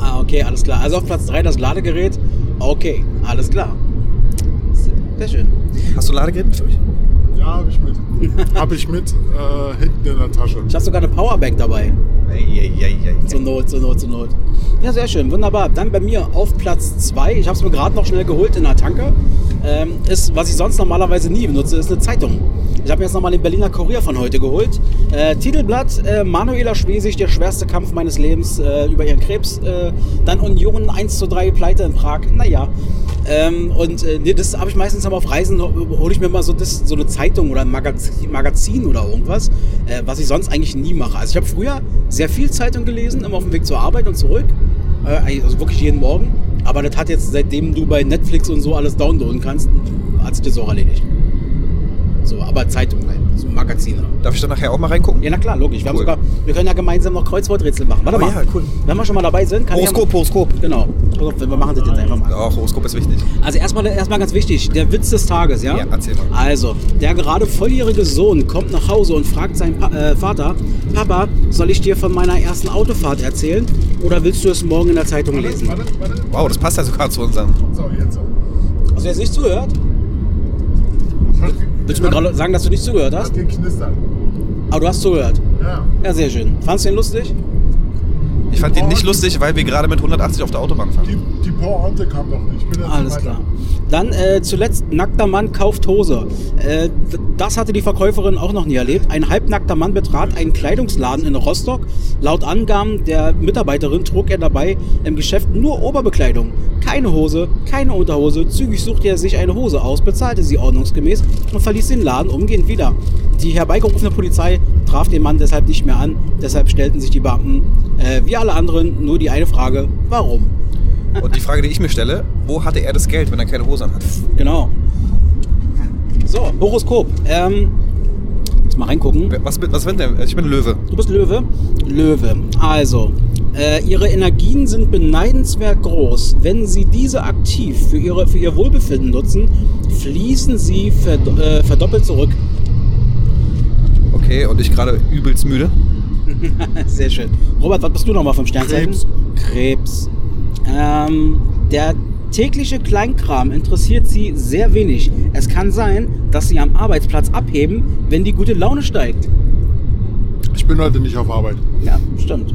S2: Ah, okay, alles klar. Also auf Platz 3 das Ladegerät. Okay, alles klar. Sehr schön.
S3: Hast du ein Ladegerät für mich?
S1: Ja, habe ich mit. habe ich mit äh, hinten in der Tasche.
S2: Ich habe sogar eine Powerbank dabei.
S3: Eieieiei.
S2: Zur Not, zur Not, zur Not. Ja, sehr schön, wunderbar. Dann bei mir auf Platz 2. Ich habe es mir gerade noch schnell geholt in der Tanke. Ähm, ist, was ich sonst normalerweise nie benutze, ist eine Zeitung. Ich habe mir jetzt nochmal den Berliner Kurier von heute geholt. Äh, Titelblatt: äh, Manuela Schwesig, der schwerste Kampf meines Lebens äh, über ihren Krebs. Äh, dann Union 1 zu 3, Pleite in Prag. Naja. Ähm, und äh, nee, das habe ich meistens aber auf Reisen, hole ich mir mal so, das, so eine Zeitung oder ein Magazin, Magazin oder irgendwas, äh, was ich sonst eigentlich nie mache. Also ich habe früher sehr viel Zeitung gelesen, immer auf dem Weg zur Arbeit und zurück, äh, eigentlich- also wirklich jeden Morgen. Aber das hat jetzt, seitdem du bei Netflix und so alles downloaden kannst, hat sich das auch erledigt. So, aber Zeitung halt, so Magazine.
S3: Darf ich da nachher auch mal reingucken?
S2: Ja, na klar, logisch. Wir, haben
S3: Cool.
S2: sogar, wir können ja gemeinsam noch Kreuzworträtsel machen. Warte
S3: Oh
S2: mal.
S3: ja, cool.
S2: Wenn wir schon mal dabei sind, kann
S3: Horoskop, Horoskop.
S2: ich ja, Genau. Pass auf, wir machen das jetzt einfach mal.
S3: Auch Horoskop ist wichtig.
S2: Also erstmal, erstmal ganz wichtig, der Witz des Tages, ja?
S3: Ja, erzähl mal.
S2: Also, der gerade volljährige Sohn kommt nach Hause und fragt seinen pa äh, Vater, Papa, soll ich dir von meiner ersten Autofahrt erzählen oder willst du es morgen in der Zeitung lesen?
S1: Warte, warte.
S3: Wow, das passt ja sogar zu unserem.
S1: So, jetzt.
S2: Hast du jetzt Also nicht zugehört? Willst du mir gerade sagen, dass du nicht zugehört hast?
S1: Hat geknistert.
S2: Aber du hast zugehört.
S1: Ja.
S2: Ja, sehr schön. Fandst du den lustig?
S3: Ich fand den nicht lustig, weil wir gerade mit 180 auf der Autobahn fahren.
S1: Die, die Pointe kam doch nicht. Ich bin jetzt
S2: Alles
S1: weiter.
S2: klar. Dann äh, zuletzt, nackter Mann kauft Hose. Äh, d- das hatte die Verkäuferin auch noch nie erlebt. Ein halbnackter Mann betrat einen Kleidungsladen in Rostock. Laut Angaben der Mitarbeiterin trug er dabei im Geschäft nur Oberbekleidung. Keine Hose, keine Unterhose. Zügig suchte er sich eine Hose aus, bezahlte sie ordnungsgemäß und verließ den Laden umgehend wieder. Die herbeigerufene Polizei traf den Mann deshalb nicht mehr an. Deshalb stellten sich die Beamten, äh, wie alle anderen, nur die eine Frage, warum?
S3: Und die Frage, die ich mir stelle, wo hatte er das Geld, wenn er keine Hose anhat?
S2: Genau. So, Horoskop. Ähm, jetzt mal reingucken.
S3: Was, was bin denn? Ich bin Löwe.
S2: Du bist Löwe. Löwe. Also, Äh, ihre Energien sind beneidenswert groß. Wenn Sie diese aktiv für, ihre, für Ihr Wohlbefinden nutzen, fließen Sie verd äh, verdoppelt zurück.
S3: Okay, und ich gerade übelst müde.
S2: Sehr schön. Robert, was bist du nochmal vom Sternzeichen?
S1: Krebs.
S2: Krebs. Ähm, der tägliche Kleinkram interessiert sie sehr wenig. Es kann sein, dass sie am Arbeitsplatz abheben, wenn die gute Laune steigt.
S1: Ich bin heute nicht auf Arbeit.
S2: Ja, stimmt.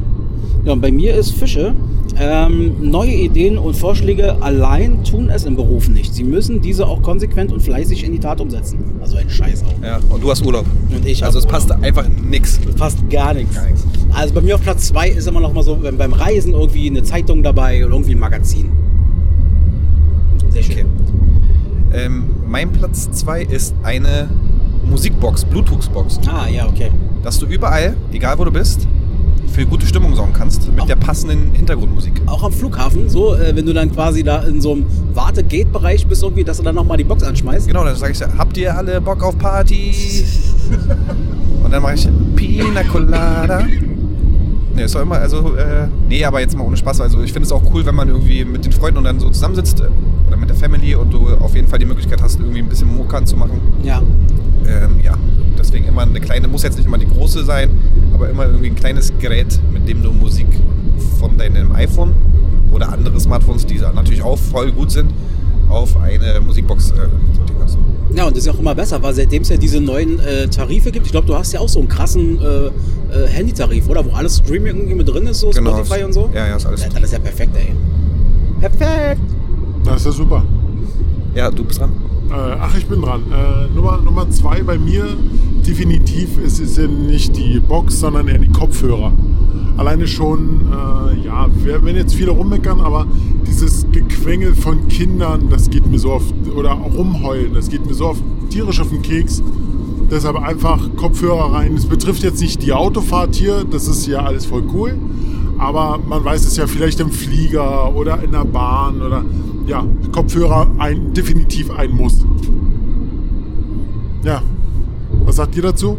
S2: Ja, und bei mir ist Fische. Ähm, neue Ideen und Vorschläge allein tun es im Beruf nicht. Sie müssen diese auch konsequent und fleißig in die Tat umsetzen. Also ein Scheiß auch.
S3: Ja, und du hast Urlaub.
S2: Und ich
S3: Also
S2: hab
S3: es passt
S2: Urlaub.
S3: einfach nix.
S2: Fast gar nichts.
S3: Gar nichts.
S2: Also bei mir auf Platz 2 ist immer noch mal so wenn beim Reisen irgendwie eine Zeitung dabei oder irgendwie ein Magazin. Sehr schön.
S3: Okay. Ähm, mein Platz 2 ist eine Musikbox, Bluetooth-Box,
S2: Ah, ja, okay.
S3: dass du überall, egal wo du bist, für gute Stimmung sorgen kannst mit
S2: Auch-
S3: der passenden Hintergrundmusik.
S2: Auch am Flughafen, so, äh, wenn du dann quasi da in so einem Wartegate-Bereich bist, irgendwie, dass du dann nochmal die Box anschmeißt.
S3: Genau, dann sage ich, so, habt ihr alle Bock auf Party? Und dann mache ich Pina Colada. Nee, ist doch immer, also, äh, nee, aber jetzt mal ohne Spaß. Also, ich finde es auch cool, wenn man irgendwie mit den Freunden und dann so zusammensitzt äh, oder mit der Family und du auf jeden Fall die Möglichkeit hast, irgendwie ein bisschen Mokern zu machen.
S2: Ja.
S3: Ähm, ja, deswegen immer eine kleine, muss jetzt nicht immer die große sein, aber immer irgendwie ein kleines Gerät, mit dem du Musik von deinem iPhone oder andere Smartphones, die natürlich auch voll gut sind, auf eine Musikbox äh, den kannst.
S2: Ja, und das ist ja auch immer besser, weil seitdem es ja diese neuen äh, Tarife gibt, ich glaube, du hast ja auch so einen krassen äh, äh, Handytarif, oder? Wo alles Streaming irgendwie mit drin ist, so Spotify und so.
S3: Genau, Ja, ja, ist alles.
S2: Ja, das ist ja perfekt, ey. Perfekt!
S1: Das ist ja super.
S3: Ja, du bist dran.
S1: Äh, ach, ich bin dran. Äh, Nummer, Nummer zwei bei mir definitiv ist, ist ja nicht die Box, sondern eher die Kopfhörer. Alleine schon, äh, ja, wir werden jetzt viele rummeckern, aber dieses Gequengel von Kindern, das geht mir so oft, oder rumheulen, das geht mir so oft tierisch auf den Keks. Deshalb einfach Kopfhörer rein. Es betrifft jetzt nicht die Autofahrt hier, das ist ja alles voll cool. Aber man weiß es ja vielleicht im Flieger oder in der Bahn oder ja, Kopfhörer ein, definitiv ein Muss. Ja, was sagt ihr dazu?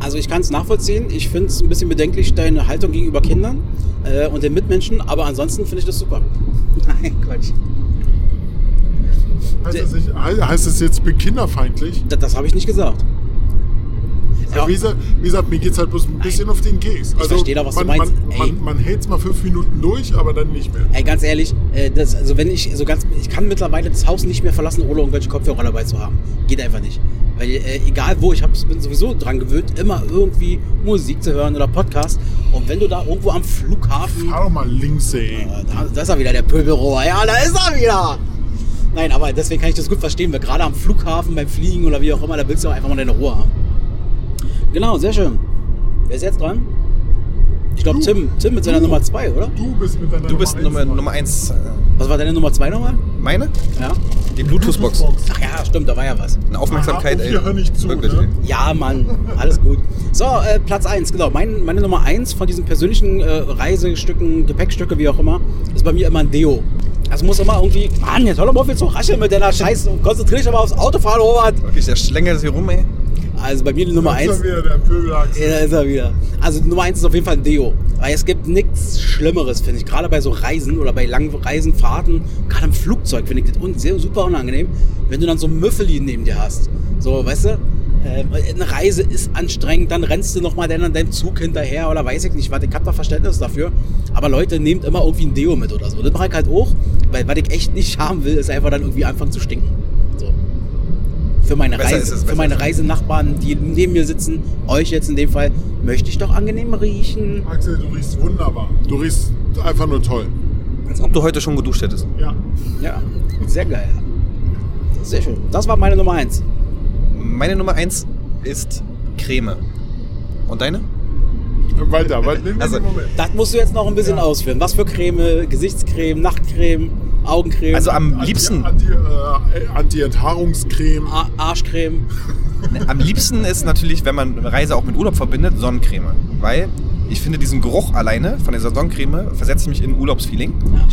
S2: Also ich kann es nachvollziehen. Ich finde es ein bisschen bedenklich, deine Haltung gegenüber Kindern äh, und den Mitmenschen, aber ansonsten finde ich das super. Nein, Quatsch.
S1: Heißt es, nicht, he- heißt es jetzt, ich bin kinderfeindlich?
S2: Das, das habe ich nicht gesagt. Ja,
S1: Wie gesagt, wie gesagt mir geht es halt bloß ein bisschen auf den Keks. Also
S2: verstehe doch, was du
S1: man,
S2: meinst.
S1: Man,
S2: Ey.
S1: man, man hält es mal fünf Minuten durch, aber dann nicht mehr.
S2: ey, ganz ehrlich, äh, das, also wenn ich so ganz, ich kann mittlerweile das Haus nicht mehr verlassen, ohne irgendwelche Kopfhörer dabei zu haben. Geht einfach nicht. Weil äh, egal wo, ich hab's, bin sowieso dran gewöhnt, immer irgendwie Musik zu hören oder Podcast. Und wenn du da irgendwo am Flughafen
S1: Fahr doch mal links, ey.
S2: Ja, Da, da ist er wieder, der Pöbelrohr. Ja, da ist er wieder. Nein, aber deswegen kann ich das gut verstehen, weil gerade am Flughafen, beim Fliegen oder wie auch immer, da willst du auch einfach mal deine Ruhe haben. Genau, sehr schön. Wer ist jetzt dran? Ich glaube,
S1: Du.
S2: Tim. Tim mit seiner
S1: Du.
S2: Nummer 2, oder?
S1: Du bist mit deiner
S3: Du bist Nummer,
S1: eins
S3: Nummer eins. äh,
S2: Was war deine Nummer 2 nochmal?
S3: Meine?
S2: Ja.
S3: Die Bluetooth-Box.
S1: Box.
S2: Ach ja, stimmt, da war ja was.
S3: Eine Aufmerksamkeit,
S1: Aha,
S3: ey.
S1: und hier hör nicht zu,
S3: Wirklich,
S1: ne?
S3: ey.
S2: Ja, Mann, alles gut. So, äh, Platz 1, genau. Mein, meine Nummer 1 von diesen persönlichen äh, Reisestücken, Gepäckstücke, wie auch immer, ist bei mir immer ein Deo. Also muss immer irgendwie, Mann, jetzt hör doch mal auf hier zu rascheln mit deiner Scheiße und konzentrier dich doch mal aufs Autofahren, Robert.
S3: Wirklich, der schlängelt hier rum, ey.
S2: Also bei mir die Nummer
S1: Da ist
S2: 1.
S1: er wieder, der Pöbelachs.
S2: Ja, da ist er wieder. Also Nummer 1 ist auf jeden Fall ein Deo. Weil es gibt nichts Schlimmeres, finde ich. Gerade bei so Reisen oder bei langen Reisenfahrten, gerade im Flugzeug finde ich das un sehr, super unangenehm, wenn du dann so Müffeli neben dir hast. So, weißt du? Ähm, Eine Reise ist anstrengend, dann rennst du nochmal deinem, deinem Zug hinterher oder weiß ich nicht was. Ich habe da Verständnis dafür. Aber Leute, nehmt immer irgendwie ein Deo mit oder so. Das mache ich halt auch, weil was ich echt nicht haben will, ist einfach dann irgendwie anfangen zu stinken. So. Für meine,
S3: Besser ist
S2: Reise,
S3: es,
S2: für
S3: besser
S2: meine
S3: ist es.
S2: Reisenachbarn, die neben mir sitzen, euch jetzt in dem Fall, möchte ich doch angenehm riechen.
S1: Axel, du riechst wunderbar. Du riechst einfach nur toll.
S3: Als ob du heute schon geduscht hättest.
S1: Ja.
S2: Ja, sehr geil. Sehr schön. Das war meine Nummer 1.
S3: Meine Nummer eins ist Creme. Und deine?
S1: Weiter, weiter. Nimm
S3: Also,
S1: also, Moment.
S2: Das musst du jetzt noch ein bisschen ausführen. Was für Creme? Gesichtscreme, Nachtcreme, Augencreme,
S3: Also am
S1: Anti-
S3: liebsten,
S1: Anti, äh, Anti-Enthaarungscreme.
S2: A- Arschcreme.
S3: am liebsten ist natürlich, wenn man eine Reise auch mit Urlaub verbindet, Sonnencreme. Weil ich finde diesen Geruch alleine von dieser Sonnencreme versetzt mich in Urlaubsfeeling.
S2: Ja.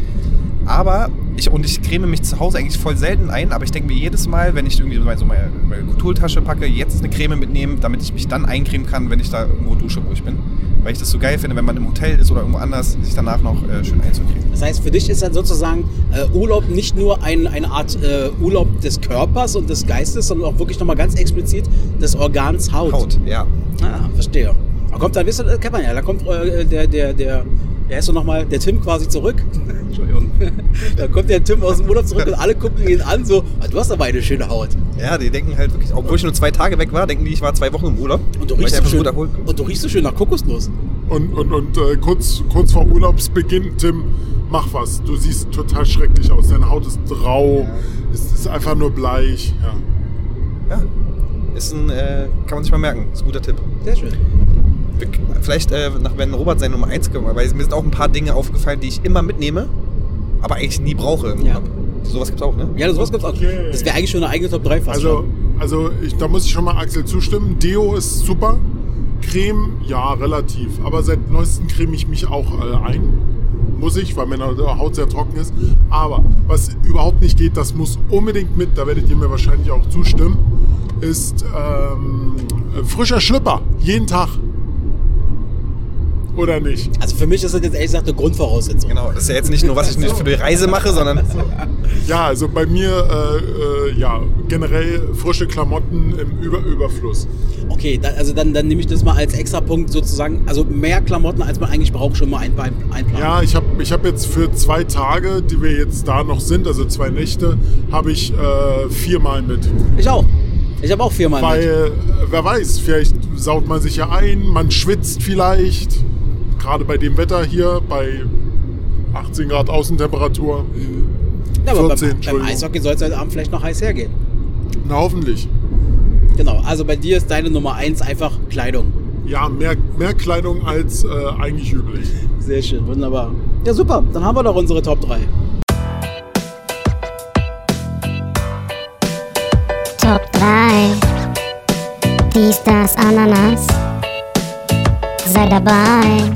S3: Aber ich und ich creme mich zu Hause eigentlich voll selten ein, aber ich denke mir jedes Mal, wenn ich irgendwie so meine, so meine, meine Kulturtasche packe, jetzt eine Creme mitnehmen, damit ich mich dann eincremen kann, wenn ich da irgendwo dusche, wo ich bin. Weil ich das so geil finde, wenn man im Hotel ist oder irgendwo anders, sich danach noch äh, schön einzukriegen.
S2: Das heißt, für dich ist dann sozusagen äh, Urlaub nicht nur ein, eine Art äh, Urlaub des Körpers und des Geistes, sondern auch wirklich nochmal ganz explizit des Organs Haut.
S3: Haut, ja.
S2: Ah, verstehe. Da kommt dann, wisst ihr, das kennt man ja, da kommt äh, der, der, der, der ist doch nochmal, der Tim quasi zurück. Entschuldigung. da kommt der Tim aus dem Urlaub zurück und alle gucken ihn an so, "Ah, du hast aber eine schöne Haut.
S3: Ja, die denken halt wirklich, obwohl ich nur zwei Tage weg war, denken die, ich war zwei Wochen im Urlaub.
S2: Und du
S3: Weil ich
S2: riechst, so
S3: einfach
S2: schön,
S3: gut erholt bin.
S2: und du riechst so schön nach Kokosnuss.
S1: Und, und, und äh, kurz, kurz vor Urlaubsbeginn, Tim, mach was. Du siehst total schrecklich aus. Deine Haut ist rau. Es ist einfach nur bleich. Ja.
S3: Ja. Ist ein, äh, kann man sich mal merken. Ist ein guter Tipp.
S2: Sehr schön.
S3: Wir- Vielleicht, äh, nach, wenn Robert seine Nummer 1 kommt, weil mir sind auch ein paar Dinge aufgefallen, die ich immer mitnehme, aber eigentlich nie brauche im
S2: Ja.
S3: Urlaub. Sowas gibt's auch, ne?
S2: Ja, sowas gibt's auch.
S1: Okay.
S2: Das wäre eigentlich schon eine eigene Top 3 fast.
S1: Also,
S2: schon.
S1: also ich, da muss ich schon mal Axel zustimmen. Deo ist super. Creme, ja, relativ. Aber seit neuestem creme ich mich auch äh, ein. Muss ich, weil meine Haut sehr trocken ist. Aber was überhaupt nicht geht, das muss unbedingt mit, da werdet ihr mir wahrscheinlich auch zustimmen, ist ähm, frischer Schlüpper. Jeden Tag. Oder nicht?
S2: also für mich ist das jetzt ehrlich gesagt eine Grundvoraussetzung.
S3: Genau, das ist ja jetzt nicht nur, was ich nicht für die Reise mache, sondern
S1: Ja, also bei mir, äh, äh, ja, generell frische Klamotten im Über Überfluss.
S2: Okay, da, also dann, dann nehme ich das mal als extra Punkt sozusagen. Also mehr Klamotten, als man eigentlich braucht, schon mal ein, ein, einplanen.
S1: Ja, ich habe ich hab jetzt für zwei Tage, die wir jetzt da noch sind, also zwei Nächte, habe ich äh, viermal mit.
S2: Ich auch. Ich habe auch viermal.
S1: Weil,
S2: mit.
S1: äh, wer weiß, vielleicht saut man sich ja ein, man schwitzt vielleicht. Gerade bei dem Wetter hier, bei 18 Grad Außentemperatur.
S2: Ja,
S1: 14,
S2: aber beim, beim
S1: Entschuldigung.
S2: Eishockey soll es heute Abend vielleicht noch heiß hergehen.
S1: Na, hoffentlich.
S2: Genau, also bei dir ist deine Nummer eins einfach Kleidung.
S1: Ja, mehr, mehr Kleidung als äh, eigentlich üblich.
S2: Sehr schön, wunderbar. Ja, super, dann haben wir doch unsere Top 3.
S5: Top 3. Dies, das, Ananas. Sei dabei.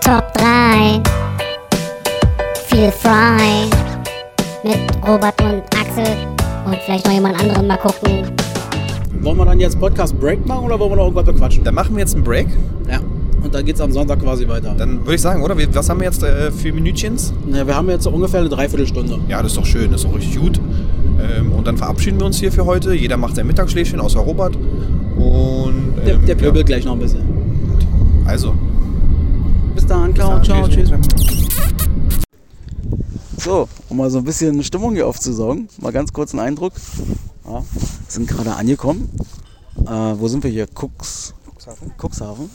S5: Top 3. Feel frei. Mit Robert und Axel. Und vielleicht noch jemand anderen mal gucken.
S2: Wollen wir dann jetzt Podcast Break machen oder wollen wir noch irgendwas bequatschen?
S3: dann machen wir jetzt einen Break.
S2: Ja. Und dann geht's am Sonntag quasi weiter.
S3: Dann würde ich sagen, oder? Wir- Was haben wir jetzt äh, für Minütchens?
S2: Ja, wir haben jetzt so ungefähr eine Dreiviertelstunde.
S3: Ja, das ist doch schön, das ist doch richtig gut. Ähm, und dann verabschieden wir uns hier für heute. Jeder macht sein Mittagsschläfchen, außer Robert. Und
S2: Der,
S3: ähm,
S2: der pöbelt
S3: ja.
S2: gleich noch ein bisschen.
S3: Also,
S2: Bis dann, ciao,
S3: dann,
S2: ciao,
S3: tschüss.
S2: tschüss.
S6: So, um mal so ein bisschen Stimmung hier aufzusaugen, mal ganz kurz einen Eindruck. Ja, sind gerade angekommen. Äh, wo sind wir hier? Cooks, Cuxhaven.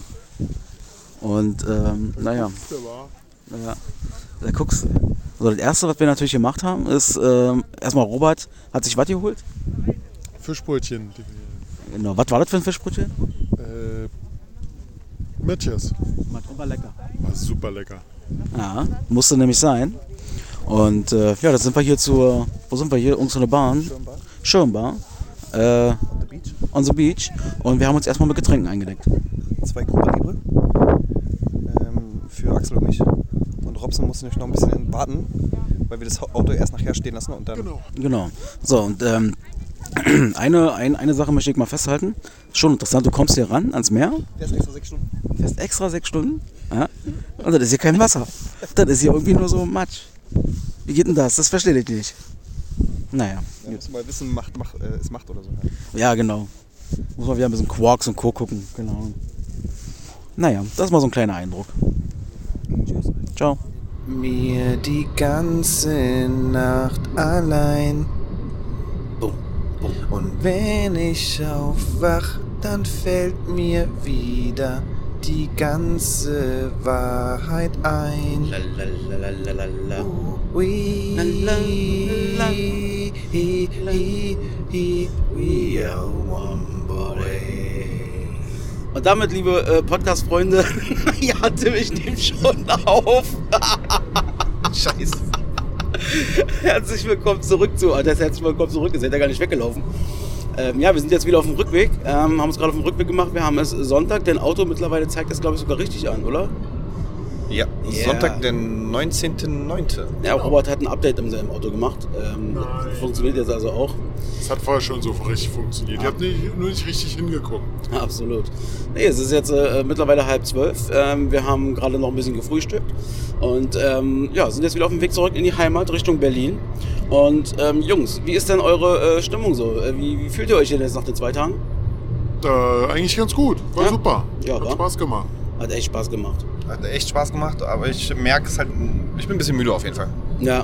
S6: Und ähm, naja, naja, der Cooks. Also das erste, was wir natürlich gemacht haben, ist ähm, erstmal Robert hat sich was geholt.
S1: Fischbrötchen,
S6: Genau, was war das für ein Fischbrötchen?
S1: äh, Matches.
S2: War lecker.
S1: War Ah, super lecker.
S6: Ja, musste nämlich sein. Und äh, ja, das sind wir hier zur, wo sind wir hier? Irgend so eine Bahn. Schirmbar. Äh, on the beach. Und wir haben uns erstmal mit Getränken eingedeckt.
S4: zwei Gruppe Libre ähm, für Axel und mich. Und Robson musste nämlich noch ein bisschen warten, weil wir das Auto erst nachher stehen lassen und dann.
S1: Genau.
S6: Genau. So, und ähm, eine, ein, eine Sache möchte ich mal festhalten. Schon interessant, du kommst hier ran ans Meer,
S4: Der ist extra sechs Stunden.
S6: fährst extra sechs Stunden. Ja, und das ist hier kein Wasser. Das ist hier irgendwie nur so Matsch. Wie geht denn das? Das verstehe ich nicht. Naja.
S4: Da musst du mal wissen, macht, mach, äh, es macht oder so.
S6: Ja, genau. Muss man wieder ein bisschen Quarks und Co. gucken. Genau. Naja, das ist mal so ein kleiner Eindruck. Ciao.
S4: Mir die ganze Nacht allein. Und wenn ich aufwach, dann fällt mir wieder die ganze Wahrheit ein. We, he, he, he, we are one body.
S2: Und damit, liebe äh, Podcast-Freunde, ja, Tim, ich nehme schon auf. Scheiße. Herzlich willkommen zurück zu. Das ist herzlich willkommen zurück, ihr seid ja gar nicht weggelaufen. Ähm, ja, wir sind jetzt wieder auf dem Rückweg. Ähm, haben uns gerade auf dem Rückweg gemacht. Wir haben es Sonntag, denn Auto mittlerweile zeigt das, glaube ich, sogar richtig an, oder?
S3: Ja,
S2: Ja.
S3: Sonntag, den 19.09.
S2: Ja, Robert hat ein Update in seinem Auto gemacht. Ähm,
S1: Nein.
S2: Funktioniert jetzt also auch.
S1: Das hat vorher schon so richtig funktioniert. Ihr habt nicht, nur nicht richtig hingeguckt.
S2: Ja, Absolut. Nee, es ist jetzt äh, mittlerweile halb zwölf. Ähm, wir haben gerade noch ein bisschen gefrühstückt und ähm, ja, sind jetzt wieder auf dem Weg zurück in die Heimat Richtung Berlin. Und ähm, Jungs, wie ist denn eure äh, Stimmung so? Äh, wie, wie fühlt ihr euch denn jetzt nach den zwei Tagen?
S1: Äh, eigentlich ganz gut. War
S2: Ja.
S1: super.
S2: Ja,
S1: hat
S2: war.
S1: Spaß gemacht.
S2: Hat echt Spaß gemacht.
S3: Hat echt Spaß gemacht, aber ich merke es halt, ich bin ein bisschen müde auf jeden Fall.
S2: Ja.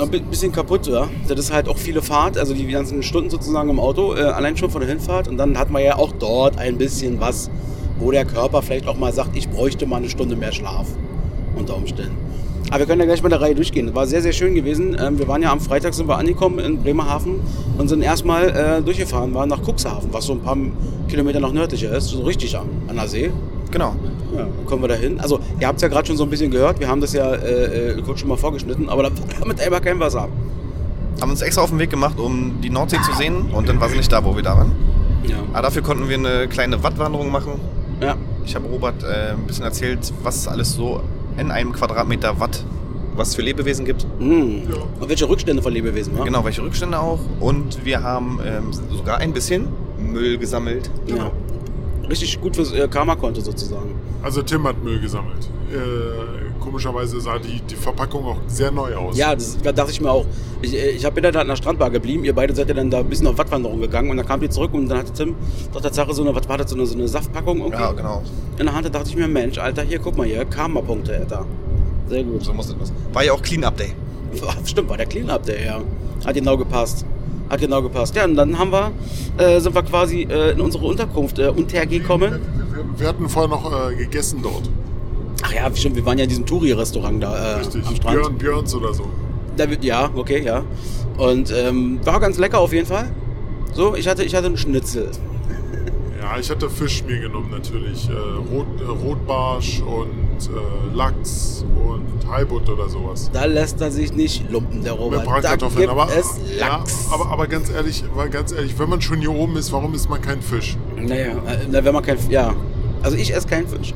S2: Ein bi- bisschen kaputt, ja. Das ist halt auch viele Fahrt, also die ganzen Stunden sozusagen im Auto, äh, allein schon von der Hinfahrt. Und dann hat man ja auch dort ein bisschen was, wo der Körper vielleicht auch mal sagt, ich bräuchte mal eine Stunde mehr Schlaf unter Umständen. Aber wir können ja gleich mal der Reihe durchgehen. War sehr, sehr schön gewesen. Ähm, wir waren ja am Freitag sind wir angekommen in Bremerhaven und sind erstmal äh, durchgefahren, waren nach Cuxhaven, was so ein paar Kilometer noch nördlicher ist, so richtig am, an der See.
S3: Genau.
S2: Ja, wo kommen wir da hin? Also, ihr habt es ja gerade schon so ein bisschen gehört. Wir haben das ja äh, äh, kurz schon mal vorgeschnitten, aber da war mit einfach kein Wasser.
S3: Haben uns extra auf den Weg gemacht, um die Nordsee zu sehen und dann war sie nicht da, wo wir da waren.
S2: Ja.
S3: Aber dafür konnten wir eine kleine Wattwanderung machen.
S2: ja.
S3: Ich habe Robert äh, ein bisschen erzählt, was alles so in einem Quadratmeter Watt, was für Lebewesen gibt.
S2: Mm. Und welche Rückstände von Lebewesen waren?
S3: Genau, welche Rückstände auch. Und wir haben ähm, sogar ein bisschen Müll gesammelt.
S2: Ja. Richtig gut fürs äh, Karma-Konto sozusagen.
S1: Also Tim hat Müll gesammelt. Äh, komischerweise sah die, die Verpackung auch sehr neu aus.
S2: Ja, das da dachte ich mir auch. Ich, äh, ich hab- bin ja da an der Strandbar geblieben. Ihr beide seid ja dann da ein bisschen auf Wattwanderung gegangen und dann kamt ihr zurück und dann hatte Tim doch Tatsache so eine, was war das, so eine, so eine Saftpackung irgendwie
S3: Ja, genau.
S2: in der Hand. Da dachte ich mir, Mensch, Alter, hier, guck mal hier, Karma-Punkte, Alter. Sehr gut.
S3: So muss das was. War ja auch Clean-Up Day.
S2: Stimmt, war der Cleanup, der ja. Hat genau gepasst. Hat genau gepasst. Ja, und dann haben wir, äh, sind wir quasi äh, in unsere Unterkunft äh, untergekommen.
S1: Wir, wir hatten vorher noch äh, gegessen dort.
S2: Ach ja, stimmt, wir waren ja in diesem Touri-Restaurant da äh,
S1: Richtig.
S2: am Strand.
S1: Björn, Björns oder so.
S2: Da, wird- ja, okay, ja. Und ähm, war ganz lecker auf jeden Fall. So, ich hatte, ich hatte einen Schnitzel.
S1: Ja, ich hatte Fisch mir genommen natürlich. Äh, Rot, äh, Rotbarsch und äh, Lachs und Haibutt oder sowas.
S2: Da lässt er sich nicht lumpen, der
S1: Mit
S2: Robert. Oh da
S1: Bratkartoffeln.
S2: gibt
S1: Aber,
S2: es
S1: ja,
S2: Lachs.
S1: aber, aber ganz ehrlich, weil ganz ehrlich, wenn man schon hier oben ist, warum isst man keinen Fisch?
S2: Naja, äh, na, wenn man kein. Ja. Also ich esse keinen Fisch.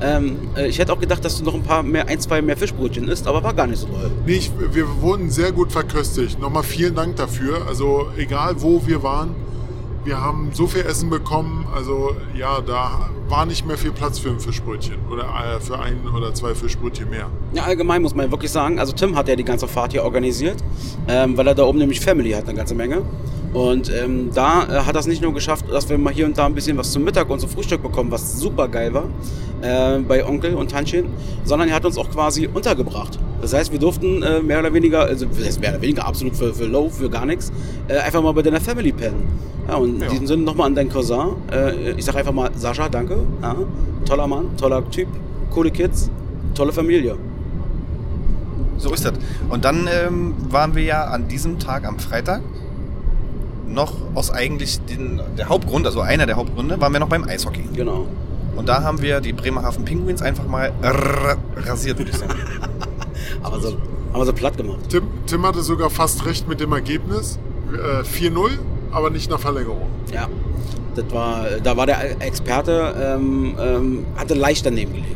S2: Ähm, äh, ich hätte auch gedacht, dass du noch ein paar mehr, ein, zwei mehr Fischbrötchen isst, aber war gar nicht so toll.
S1: Nee, ich, wir wurden sehr gut verköstigt. Nochmal vielen Dank dafür. Also egal wo wir waren, wir haben so viel Essen bekommen. Also ja, da war nicht mehr viel Platz für ein Fischbrötchen oder äh, für ein oder zwei Fischbrötchen mehr.
S2: Ja, allgemein muss man wirklich sagen, also Tim hat ja die ganze Fahrt hier organisiert, ähm, weil er da oben nämlich Family hat, eine ganze Menge. Und ähm, da äh, hat das nicht nur geschafft, dass wir mal hier und da ein bisschen was zum Mittag und zum Frühstück bekommen, was super geil war äh, bei Onkel und Tantchen, sondern er hat uns auch quasi untergebracht. Das heißt, wir durften äh, mehr oder weniger, also das heißt mehr oder weniger absolut für, für Low, für gar nichts, äh, einfach mal bei deiner Family pennen. Ja, und in diesem Sinne nochmal an deinen Cousin. Äh, ich sag einfach mal Sascha, danke. Ja, toller Mann, toller Typ, coole Kids, tolle Familie.
S3: So ist das. Und dann ähm, waren wir ja an diesem Tag am Freitag noch aus eigentlich den, der Hauptgrund, also einer der Hauptgründe, waren wir noch beim Eishockey.
S2: Genau.
S3: Und da haben wir die Bremerhaven Penguins einfach mal r- rasiert, würde ich sagen.
S2: Aber so, aber so platt gemacht.
S1: Tim, Tim hatte sogar fast recht mit dem Ergebnis. Äh, 4-0, aber nicht nach Verlängerung.
S2: Ja. Das war, da war der Experte, ähm, ähm, hatte leicht daneben gelegen.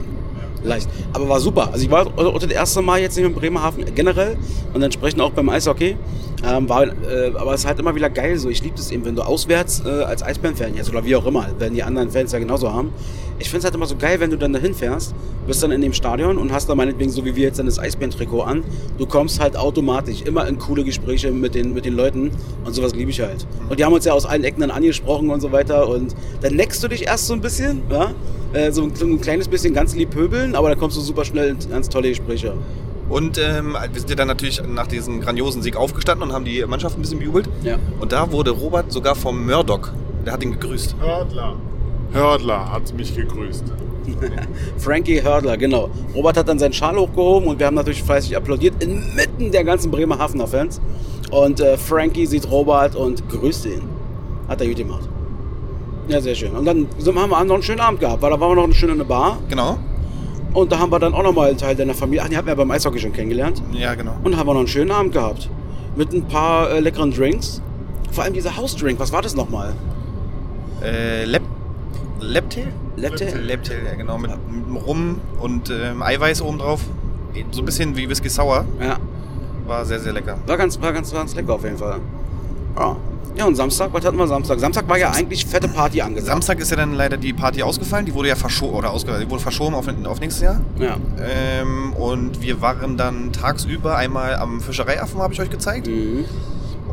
S2: Leicht. Aber war super. Also ich war auch das erste Mal jetzt hier in Bremerhaven generell und entsprechend auch beim Eishockey. Ähm, war, äh, aber es ist halt immer wieder geil so. Ich liebe das eben, wenn du auswärts äh, als Eisbären-Fan jetzt oder wie auch immer, wenn die anderen Fans ja genauso haben. Ich finde es halt immer so geil, wenn du dann dahin fährst, bist dann in dem Stadion und hast dann meinetwegen, so wie wir jetzt dann das Eisbären-Trikot an, du kommst halt automatisch immer in coole Gespräche mit den, mit den Leuten und sowas liebe ich halt. Und die haben uns ja aus allen Ecken dann angesprochen und so weiter und dann neckst du dich erst so ein bisschen, ja? Äh, so ein, so ein kleines bisschen ganz lieb pöbeln, aber dann kommst du super schnell in ganz tolle Gespräche.
S3: Und ähm, wir sind ja dann natürlich nach diesem grandiosen Sieg aufgestanden und haben die Mannschaft ein bisschen bejubelt.
S2: Ja.
S3: Und da wurde Robert sogar vom Murdoch, der hat ihn gegrüßt.
S1: Hördler. Hördler hat mich gegrüßt.
S2: Frankie Hördler, genau. Robert hat dann seinen Schal hochgehoben und wir haben natürlich fleißig applaudiert, inmitten der ganzen Bremerhavener Fans. Und äh, Frankie sieht Robert und grüßt ihn. Hat er gut gemacht. Ja, sehr schön. Und dann sind- haben wir noch einen schönen Abend gehabt, weil da waren wir noch schön in der Bar
S3: Genau.
S2: und da haben wir dann auch nochmal einen Teil deiner Familie, ach, die hatten wir beim Eishockey schon kennengelernt.
S3: Ja, genau.
S2: Und haben wir noch einen schönen Abend gehabt. Mit ein paar äh, leckeren Drinks. Vor allem dieser Hausdrink, was war das nochmal?
S3: Äh, Lep Leptil?
S2: Leptil?
S3: Leptil, ja genau, mit mit Rum und ähm, Eiweiß oben drauf. So ein bisschen wie Whisky Sour.
S2: Ja.
S3: War sehr, sehr lecker.
S2: War ganz, war ganz, ganz lecker auf jeden Fall. Ja. Ja, und Samstag, was hatten wir Samstag? Samstag war ja eigentlich fette Party angesagt.
S3: Samstag ist ja dann leider die Party ausgefallen. Die wurde ja verschoben, oder ausgefallen, die wurde verschoben auf, auf nächstes Jahr.
S2: Ja.
S3: Ähm, und wir waren dann tagsüber einmal am Fischereiaffen, habe ich euch gezeigt.
S2: Mhm.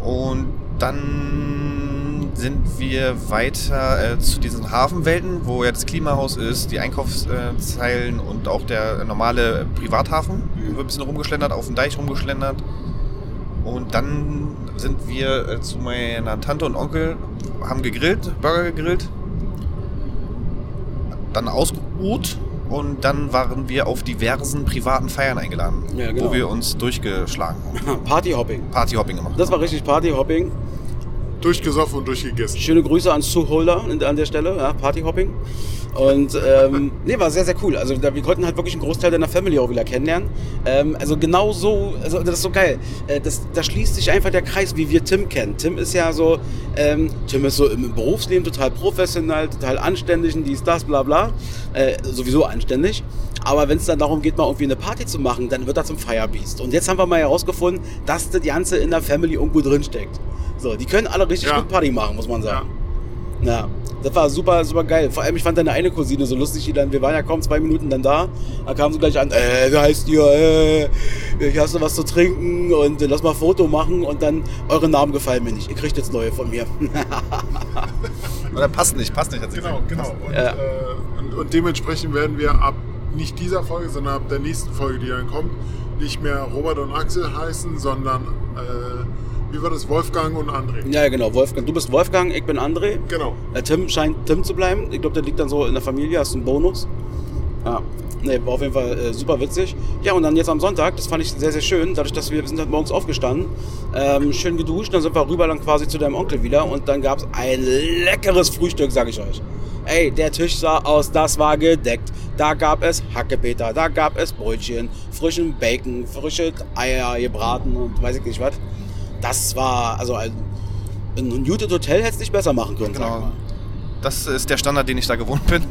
S3: Und dann sind wir weiter äh, zu diesen Hafenwelten, wo ja das Klimahaus ist, die Einkaufszeilen und auch der normale Privathafen. Wir sind ein bisschen rumgeschlendert, auf dem Deich rumgeschlendert. Und dann sind wir äh, zu meiner Tante und Onkel, haben gegrillt, Burger gegrillt, dann ausgeruht und dann waren wir auf diversen privaten Feiern eingeladen,
S2: Ja, genau.
S3: wo wir uns durchgeschlagen haben.
S2: Partyhopping.
S3: Partyhopping gemacht.
S2: Das war richtig Partyhopping.
S1: Durchgesoffen und durchgegessen.
S2: Schöne Grüße an Sue Holder in- an der Stelle, ja, Partyhopping. Und ähm, nee, war sehr, sehr cool. Also da, wir konnten halt wirklich einen Großteil deiner Family auch wieder kennenlernen. Ähm, also genau so, also das ist so geil. Äh, das, da schließt sich einfach der Kreis, wie wir Tim kennen. Tim ist ja so, ähm, Tim ist so im Berufsleben total professionell, total anständig und dies, das, bla bla. Äh, sowieso anständig. Aber wenn es dann darum geht, mal irgendwie eine Party zu machen, dann wird er zum Firebeast. Und jetzt haben wir mal herausgefunden, dass das Ganze in der Family irgendwo drin steckt. So, die können alle richtig
S1: Ja.
S2: gut Party machen, muss man sagen. Ja, das war super, super geil. Vor allem, ich fand deine eine Cousine so lustig, die dann, wir waren ja kaum zwei Minuten dann da, da kam sie gleich an, äh, wie heißt ihr, äh, hier hast du was zu trinken und äh, lass mal ein Foto machen und dann, eure Namen gefallen mir nicht, ihr kriegt jetzt neue von mir.
S3: Oder passt nicht, passt nicht. Hat sie
S1: Genau,
S3: gesagt.
S1: genau. Und,
S2: Ja.
S1: äh, und, und dementsprechend werden wir ab nicht dieser Folge, sondern ab der nächsten Folge, die dann kommt, nicht mehr Robert und Axel heißen, sondern äh, wie war das? Wolfgang und André.
S2: ja, genau, Wolfgang, du bist Wolfgang, ich bin André.
S1: Genau.
S2: Äh, Tim scheint Tim zu bleiben. Ich glaube, der liegt dann so in der Familie, hast einen Bonus. Ja. Nee, war auf jeden Fall äh, super witzig. Ja, und dann jetzt am Sonntag, das fand ich sehr, sehr schön, dadurch, dass wir, wir sind halt morgens aufgestanden, ähm, schön geduscht, dann sind wir rüber dann quasi zu deinem Onkel wieder und dann gab es ein leckeres Frühstück, sag ich euch. Ey, der Tisch sah aus, das war gedeckt. Da gab es Hackepeter, da gab es Brötchen, frischen Bacon, frische Eier gebraten und weiß ich nicht was. Das war, also ein, ein gutes Hotel hätte es nicht besser machen können, sag ich
S3: Genau.
S2: mal.
S3: Das ist der Standard, den ich da gewohnt bin.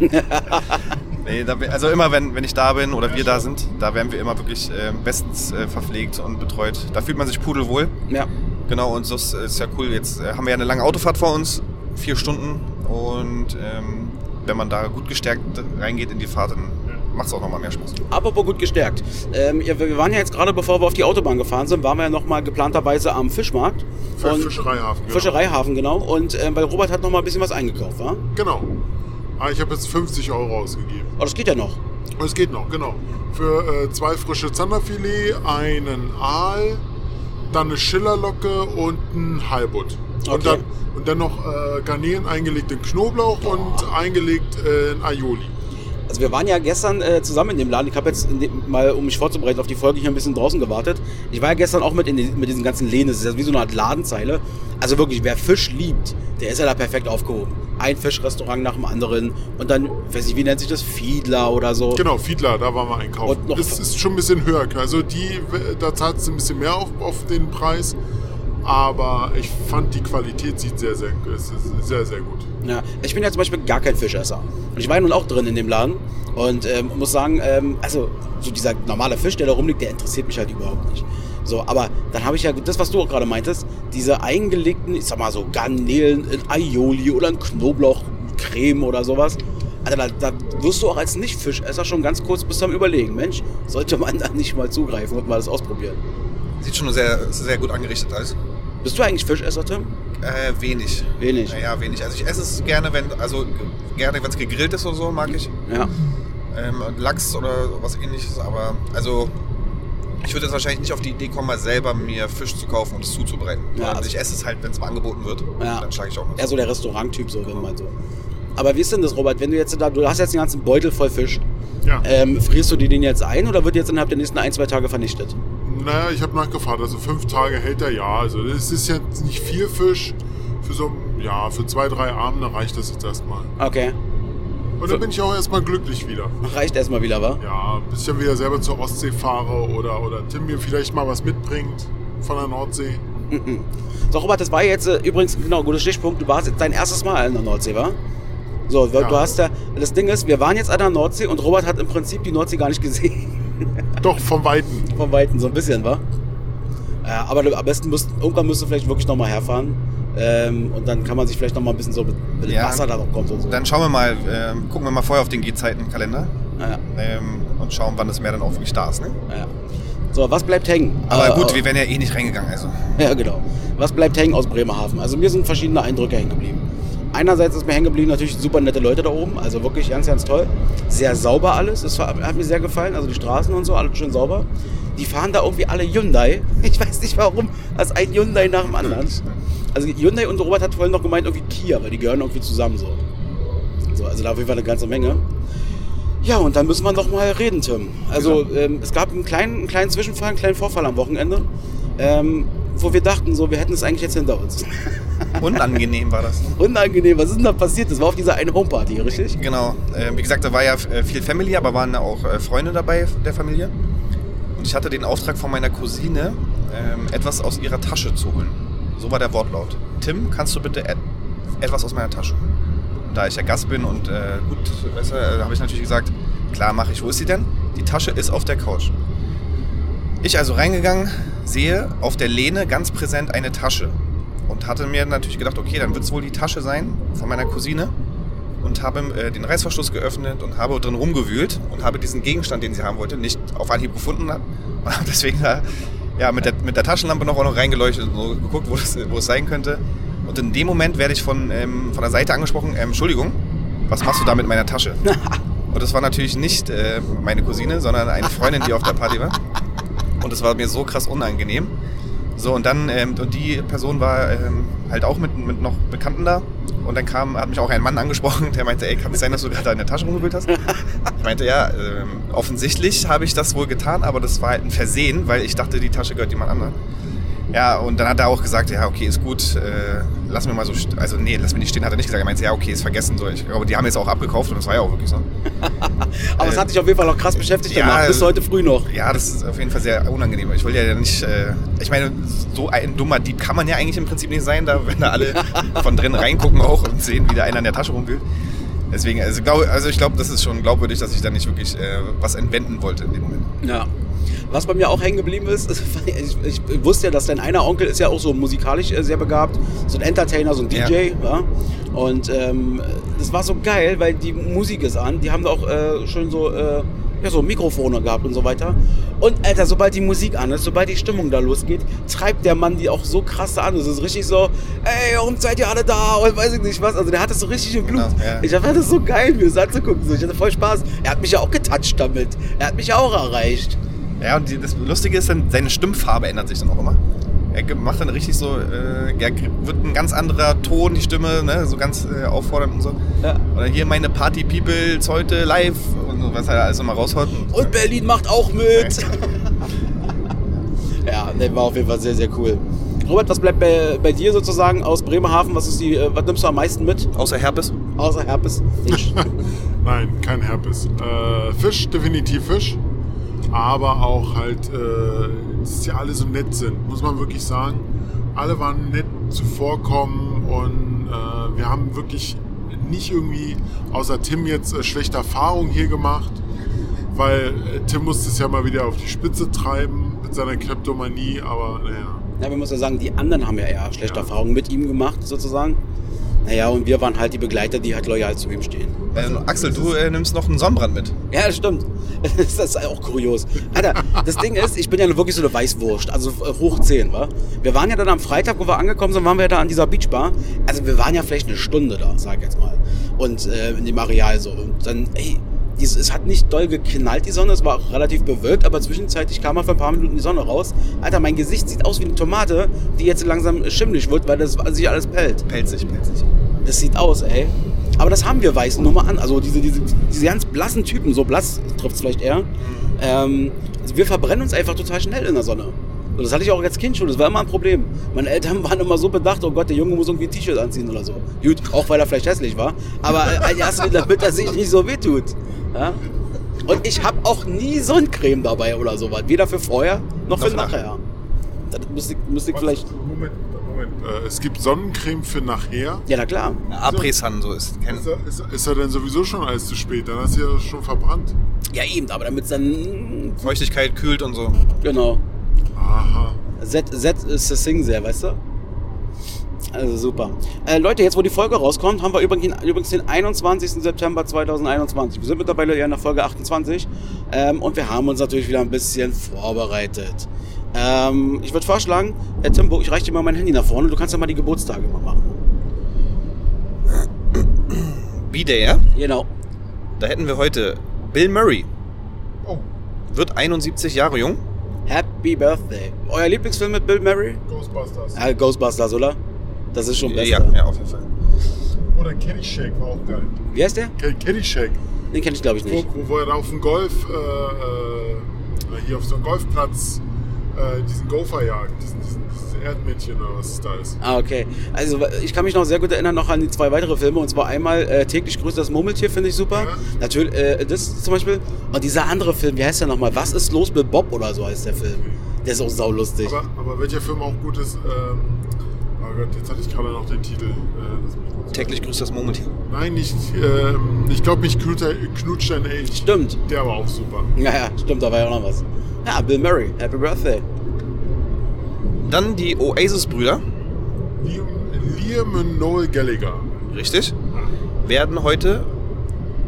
S3: nee, da, bin- also immer, wenn, wenn ich da bin oder wir da sind, da werden wir immer wirklich äh, bestens äh, verpflegt und betreut. Da fühlt man sich pudelwohl.
S2: Ja.
S3: Genau, und das ist ja cool. Jetzt äh, haben wir ja eine lange Autofahrt vor uns, vier Stunden. Und ähm, wenn man da gut gestärkt reingeht in die Fahrt, dann macht es auch nochmal mehr Spaß.
S2: Apropos gut gestärkt. Ähm, ja, wir waren ja jetzt gerade, bevor wir auf die Autobahn gefahren sind, waren wir ja nochmal geplanterweise am Fischmarkt.
S1: Für
S2: Und-
S1: Fischereihafen. Genau.
S2: Fischereihafen, genau. Und ähm, weil Robert hat nochmal ein bisschen was eingekauft, wa?
S1: genau. Ah, ich habe jetzt 50 Euro ausgegeben.
S2: Oh, das geht ja noch.
S1: Und Es geht noch, genau. Für äh, zwei frische Zanderfilet, einen Aal, dann eine Schillerlocke und ein Halbut.
S2: Okay.
S1: Und, dann, und dann noch äh, Garnelen eingelegt in Knoblauch und eingelegt äh, in Aioli.
S2: Also wir waren ja gestern äh, zusammen in dem Laden. Ich habe jetzt in dem, mal, um mich vorzubereiten auf die Folge, hier ein bisschen draußen gewartet. Ich war ja gestern auch mit, in die, mit diesen ganzen Läden. Das ist ja wie so eine Art Ladenzeile. Also wirklich, wer Fisch liebt, der ist ja da perfekt aufgehoben. Ein Fischrestaurant nach dem anderen. Und dann, weiß ich, wie nennt sich das? Fiedler oder so.
S1: Genau, Fiedler, da waren wir einkaufen.
S2: Und noch-
S1: das ist schon ein bisschen höher. Also die, da zahlt es ein bisschen mehr auf, auf den Preis. Aber ich fand die Qualität sieht sehr, sehr, es ist sehr, sehr gut.
S2: Ja, ich bin ja zum Beispiel gar kein Fischesser. Und ich war ja nun auch drin in dem Laden und ähm, muss sagen, ähm, also so dieser normale Fisch, der da rumliegt, der interessiert mich halt überhaupt nicht. So, aber dann habe ich ja das, was du auch gerade meintest, diese eingelegten, ich sag mal so Garnelen in Aioli oder in Knoblauchcreme oder sowas. Alter, da, da wirst du auch als Nicht-Fischesser schon ganz kurz bis am Überlegen. Mensch, sollte man da nicht mal zugreifen und mal das ausprobieren.
S3: Sieht schon sehr, sehr gut angerichtet aus.
S2: Bist du eigentlich Fischesser, Tim?
S3: Äh, wenig.
S2: Wenig.
S3: Naja, wenig. Also ich esse es gerne, wenn also gerne, wenn es gegrillt ist oder so, mag ich.
S2: Ja.
S3: ähm, Lachs oder was ähnliches, aber also ich würde jetzt wahrscheinlich nicht auf die Idee kommen, mal selber mir Fisch zu kaufen und es zuzubereiten.
S2: Ja,
S3: Sondern
S2: also-
S3: ich esse es halt, wenn es mal angeboten wird.
S2: Ja.
S3: Dann schlage ich auch mal.
S2: eher so der Restauranttyp, so wenn man so. Aber wie ist denn das, Robert? Wenn du jetzt da, du hast jetzt den ganzen Beutel voll Fisch.
S1: Ja.
S2: Ähm, frierst du die den jetzt ein oder wird jetzt innerhalb der nächsten ein, zwei Tage vernichtet?
S1: Naja, ich habe nachgefragt. Also fünf Tage hält er ja. Also das ist jetzt nicht viel Fisch. Für so, ja, für zwei, drei Abende reicht das jetzt erstmal.
S2: Okay.
S1: Und dann bin ich auch erstmal glücklich wieder.
S2: Reicht erstmal wieder, wa?
S1: Ja, bis ich dann wieder selber zur Ostsee fahre oder, oder Tim mir vielleicht mal was mitbringt von der Nordsee.
S2: So, Robert, das war jetzt äh, übrigens, genau, guter Stichpunkt. Du warst jetzt dein erstes Mal in der Nordsee, wa? So, du
S1: Ja.
S2: hast ja, das Ding ist, wir waren jetzt an der Nordsee und Robert hat im Prinzip die Nordsee gar nicht gesehen.
S1: Doch, vom Weiten.
S2: Von Weitem so ein bisschen, wa? Ja, aber am besten müsst, irgendwann müsst ihr vielleicht wirklich nochmal herfahren. Ähm, und dann kann man sich vielleicht nochmal ein bisschen so mit, mit
S3: Ja.
S2: dem Wasser da noch kommt und so.
S3: Dann schauen wir mal, ähm, gucken wir mal vorher auf den Gehzeitenkalender
S2: ja,
S3: ähm, und schauen, wann das Meer dann auch wirklich da ist. Ne?
S2: ja. So, was bleibt hängen?
S3: Aber
S2: Äh,
S3: gut,
S2: äh,
S3: wir wären ja eh nicht reingegangen. Also.
S2: Ja, genau. Was bleibt hängen aus Bremerhaven? Also mir sind verschiedene Eindrücke hängen geblieben. Einerseits ist mir hängen geblieben natürlich super nette Leute da oben, also wirklich ganz, ganz toll. Sehr sauber alles, das war- hat mir sehr gefallen, also die Straßen und so, alles schön sauber. Die fahren da irgendwie alle Hyundai. Ich weiß nicht warum, das ist ein Hyundai nach dem anderen. Also Hyundai und Robert hat vorhin noch gemeint, irgendwie Kia, weil die gehören irgendwie zusammen so. so also da auf jeden Fall eine ganze Menge. Ja, und dann müssen wir noch mal reden, Tim. Also
S3: Genau.
S2: ähm, es gab einen kleinen, einen kleinen Zwischenfall, einen kleinen Vorfall am Wochenende, ähm, wo wir dachten, so, wir hätten es eigentlich jetzt hinter uns.
S3: Unangenehm war das.
S2: Unangenehm, was ist denn da passiert? Das war auf dieser einen Homeparty, richtig?
S3: Genau. Ähm, wie gesagt, da war ja äh, viel Family, aber waren da auch äh, Freunde dabei der Familie. Und ich hatte den Auftrag von meiner Cousine, ähm, etwas aus ihrer Tasche zu holen. So war der Wortlaut. Tim, kannst du bitte et etwas aus meiner Tasche? Und Da ich ja Gast bin und äh, gut, weißt du, äh, habe ich natürlich gesagt, klar mache ich. Wo ist sie denn? Die Tasche ist auf der Couch. Ich also reingegangen, sehe auf der Lehne ganz präsent eine Tasche und hatte mir natürlich gedacht, okay, dann wird es wohl die Tasche sein von meiner Cousine und habe äh, den Reißverschluss geöffnet und habe drin rumgewühlt und habe diesen Gegenstand, den sie haben wollte, nicht auf Anhieb gefunden hab- und habe deswegen da, ja, mit, der, mit der Taschenlampe noch, auch noch reingeleuchtet und so geguckt, wo es, wo es sein könnte. Und in dem Moment werde ich von, ähm, von der Seite angesprochen, ähm, Entschuldigung, was machst du da mit meiner Tasche? Und das war natürlich nicht äh, meine Cousine, sondern eine Freundin, die auf der Party war. Und das war mir so krass unangenehm. So, und dann, ähm, und die Person war ähm, halt auch mit, mit noch Bekannten da. Und dann kam, hat mich auch ein Mann angesprochen, der meinte, ey, kann es sein, dass du gerade in der Tasche rumgewühlt hast? Ich meinte, ja, ähm, offensichtlich habe ich das wohl getan, aber das war halt ein Versehen, weil ich dachte, die Tasche gehört jemand anderem. Ja, und dann hat er auch gesagt, ja, okay, ist gut, äh, lass mir mal so, st- also nee, lass mir nicht stehen, hat er nicht gesagt. Er meinte, ja, okay, ist vergessen. So, ich glaube, die haben jetzt auch abgekauft und das war ja auch wirklich so.
S2: Aber es
S3: Äh,
S2: hat dich auf jeden Fall noch krass beschäftigt
S3: ja,
S2: danach, bis
S3: äh,
S2: heute früh noch.
S3: Ja, das ist auf jeden Fall sehr unangenehm. Ich will ja nicht, äh, ich meine, so ein dummer Dieb kann man ja eigentlich im Prinzip nicht sein, da, wenn da alle von drin reingucken auch und sehen, wie da einer in der Tasche rumwühlt. Deswegen, also, glaub, also ich glaube, das ist schon glaubwürdig, dass ich da nicht wirklich äh, was entwenden wollte in dem Moment.
S2: Ja. Was bei mir auch hängen geblieben ist, ist ich, ich wusste ja, dass dein einer Onkel ist ja auch so musikalisch äh, sehr begabt, so ein Entertainer, so ein
S3: Ja.
S2: DJ. Ja. Und ähm, das war so geil, weil die Musik ist an, die haben da auch äh, schon so, äh, ja, so Mikrofone gehabt und so weiter. Und Alter, sobald die Musik an ist, sobald die Stimmung da losgeht, treibt der Mann die auch so krass an. Es ist richtig so, ey, warum seid ihr alle da? Und weiß ich nicht was. Also der hat das so richtig im Blut.
S3: Genau, ja.
S2: Ich fand das so geil, mir das anzugucken. So, Ich hatte voll Spaß. Er hat mich ja auch getoucht damit. Er hat mich ja auch erreicht.
S3: Ja, und die, das Lustige ist dann, seine Stimmfarbe ändert sich dann auch immer. Er ge- macht dann richtig so, äh, er krie- wird ein ganz anderer Ton, die Stimme, ne, so ganz äh, auffordernd und so.
S2: Ja.
S3: Oder hier meine Party People heute live und so, was er also mal raushaut.
S2: Und Berlin macht auch mit. ja, der war auf jeden Fall sehr, sehr cool. Robert, was bleibt bei, bei dir sozusagen aus Bremerhaven? Was, ist die, äh, was nimmst du am meisten mit?
S3: Außer Herpes.
S2: Außer Herpes? Ich.
S1: Nein, kein Herpes. Äh, Fisch, definitiv Fisch. Aber auch halt, äh, dass die alle so nett sind, muss man wirklich sagen. Alle waren nett zuvorkommen und äh, wir haben wirklich nicht irgendwie, außer Tim jetzt, äh, schlechte Erfahrungen hier gemacht. Weil äh, Tim musste es ja mal wieder auf die Spitze treiben mit seiner Kleptomanie, aber naja.
S2: Na, man muss ja sagen, die anderen haben ja eher schlechte
S1: Ja.
S2: Erfahrungen mit ihm gemacht sozusagen. Naja, und wir waren halt die Begleiter, die halt loyal zu ihm stehen.
S3: Ähm, Axel, du äh, nimmst noch einen Sonnenbrand mit.
S2: Ja, das stimmt. Das ist auch kurios. Alter, das Ding ist, ich bin ja wirklich so eine Weißwurst, also äh, hoch 10, wa? Wir waren ja dann am Freitag, wo wir angekommen sind, waren wir ja da an dieser Beachbar. Also wir waren ja vielleicht eine Stunde da, sag ich jetzt mal. Und äh, in dem Areal so. Und dann, ey, dies, es hat nicht doll geknallt, die Sonne. Es war auch relativ bewölkt, aber zwischenzeitlich kam mal für ein paar Minuten die Sonne raus. Alter, mein Gesicht sieht aus wie eine Tomate, die jetzt langsam schimmelig wird, weil das sich alles pellt.
S3: Pelzig, pelzig.
S2: Das sieht aus, ey. Aber das haben wir Weißen nur mal an. Also diese, diese, diese ganz blassen Typen, so blass trifft es vielleicht eher. Ähm, also wir verbrennen uns einfach total schnell in der Sonne. Und das hatte ich auch als Kind schon, das war immer ein Problem. Meine Eltern waren immer so bedacht, oh Gott, der Junge muss irgendwie ein T-Shirt anziehen oder so. Gut, auch weil er vielleicht hässlich war. Aber äh, erst wieder, damit er sich nicht so wehtut. Ja? Und ich habe auch nie Sonnencreme dabei oder sowas. Weder für vorher noch,
S3: Noch
S2: für
S3: nachher.
S2: nachher. Das müsste ich, müsste ich vielleicht.
S1: Moment, Moment. Äh, es gibt Sonnencreme für nachher.
S2: Ja, na klar.
S3: Après-Sun, so ist. Kein,
S1: Ist er, ist, er- ist er denn sowieso schon alles zu spät? Dann hast du ja schon verbrannt.
S2: Ja, eben, aber damit es dann.
S3: Feuchtigkeit kühlt und so.
S2: Genau.
S1: Aha.
S2: Z, Z ist das Sing sehr, weißt du? Also super. Äh, Leute, jetzt wo die Folge rauskommt, haben wir übrigens, übrigens den 21. September 2021. Wir sind mittlerweile ja in der Folge 28 ähm, und wir haben uns natürlich wieder ein bisschen vorbereitet. Ähm, ich würde vorschlagen, äh, Timbo, ich reiche dir mal mein Handy nach vorne, du kannst ja mal die Geburtstage mal machen.
S3: B-Day, ja?
S2: Genau.
S3: Da hätten wir heute Bill Murray.
S1: Oh.
S3: Wird 71 Jahre jung.
S2: Happy Birthday. Euer Lieblingsfilm mit Bill Murray?
S1: Ghostbusters.
S2: Ja, Ghostbusters, oder? Das ist schon besser.
S3: Ja, ja, auf jeden Fall.
S1: Oder Caddyshack war auch geil.
S2: Wie heißt der?
S1: Ca- Caddyshack.
S2: Den kenne ich glaube ich
S1: Wo,
S2: nicht.
S1: wo wir da auf dem Golf, äh, äh, hier auf so einem Golfplatz äh, diesen Gopher jagen. Diesen, diesen, dieses Erdmännchen oder was es da ist.
S2: Ah, okay. Also ich kann mich noch sehr gut erinnern noch an die zwei weitere Filme. Und zwar einmal äh, täglich grüßt das Murmeltier, finde ich super.
S1: Ja.
S2: Natürlich, äh, das zum Beispiel. Und dieser andere Film, wie heißt der nochmal? Was ist los mit Bob oder so heißt der Film. Der ist auch saulustig.
S1: Aber, aber welcher Film auch gut ist, ähm, oh Gott, jetzt hatte ich gerade noch den Titel. Äh, lass mich kurz-
S3: Täglich grüßt das Moment.
S1: Nein, nicht, ähm, ich glaube nicht Knuter- Knutsch dein Age.
S2: Stimmt.
S1: Der war auch super.
S2: Ja, ja, stimmt, da war ja auch noch was. Ja, Bill Murray, Happy Birthday.
S3: Dann die Oasis-Brüder,
S1: Liam, Liam und Noel Gallagher.
S3: richtig? Werden heute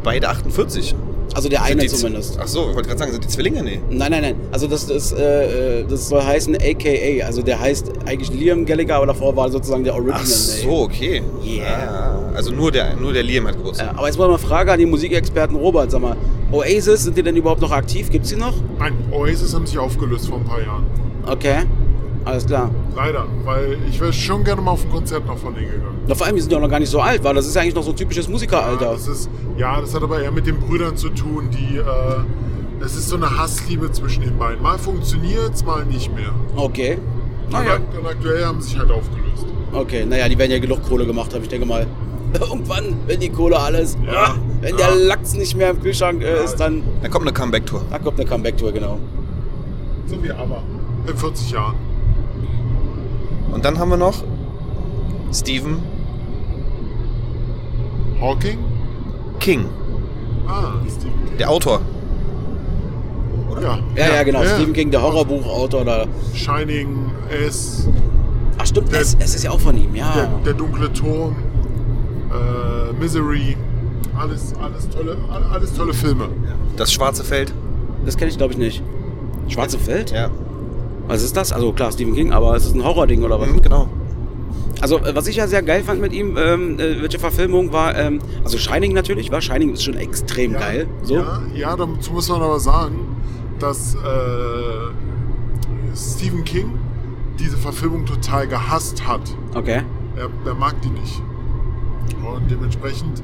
S3: beide 48.
S2: Also der
S3: Sind
S2: eine
S3: die-
S2: zumindest.
S3: Ach so, ich wollte gerade sagen, sind die Zwillinge? Nee.
S2: Nein, nein, nein. Also das, das, äh, äh, das soll heißen AKA. Also der heißt eigentlich Liam Gallagher, aber davor war sozusagen der Original.
S3: Ach
S2: Name.
S3: so, okay.
S2: Yeah.
S3: Ah, also nur der, nur der Liam hat
S2: Ja,
S3: Geburtstag.
S2: aber jetzt mal eine Frage an die Musikexperten Robert, sag mal. Oasis, sind die denn überhaupt noch aktiv? Gibt's die noch?
S1: Nein, Oasis haben sich aufgelöst vor ein paar Jahren.
S2: Okay, alles klar.
S1: Leider, weil ich wäre schon gerne mal auf ein Konzert noch von denen gegangen.
S2: Na, vor allem, die sind ja auch noch gar nicht so alt, weil das ist ja eigentlich noch so ein typisches
S1: Ja,
S2: Musikeralter.
S1: das, ist, ja, das hat aber eher mit den Brüdern zu tun, die. Äh, es ist so eine Hassliebe zwischen den beiden. Mal funktioniert's, mal nicht mehr.
S2: Okay.
S1: Aber
S2: Naja.
S1: Und aktuell haben sie sich halt aufgelöst.
S2: Okay, naja, die werden ja genug Kohle gemacht haben, ich denke mal. Irgendwann, wenn die Kohle alles,
S1: Ja,
S2: ah, wenn
S1: ja.
S2: der Lachs nicht mehr im Kühlschrank äh, ist, dann
S3: Da kommt eine Comeback-Tour.
S2: da kommt eine Comeback-Tour, genau.
S1: So wie aber. In 40 Jahren.
S3: Und dann haben wir noch Stephen
S1: Hawking?
S3: King,
S1: Ah, Stephen
S3: der Autor.
S1: King. Ja,
S2: Ja, ja, genau. Stephen King, der Horrorbuchautor oder.
S1: Shining, S,
S2: Ach, stimmt,
S1: Der-
S2: es, es ist ja auch von ihm,
S1: der,
S2: ja.
S1: der dunkle Turm, äh, Misery. Alles, alles, tolle, all- alles tolle Filme.
S3: Das schwarze Feld.
S2: Das kenne ich, glaube ich, nicht. Schwarze Feld?
S3: Ja.
S2: Was ist das? Also klar, Stephen King, aber es ist ein Horror-Ding oder was?
S3: Mhm, genau.
S2: Also, äh, was ich ja sehr geil fand mit ihm, ähm, äh, welche Verfilmung war, ähm, also Shining natürlich, war Shining ist schon extrem geil. So.
S1: Ja, ja, dazu muss man aber sagen, dass äh, Stephen King diese Verfilmung total gehasst hat.
S2: Okay.
S1: Er, er mag die nicht. Und dementsprechend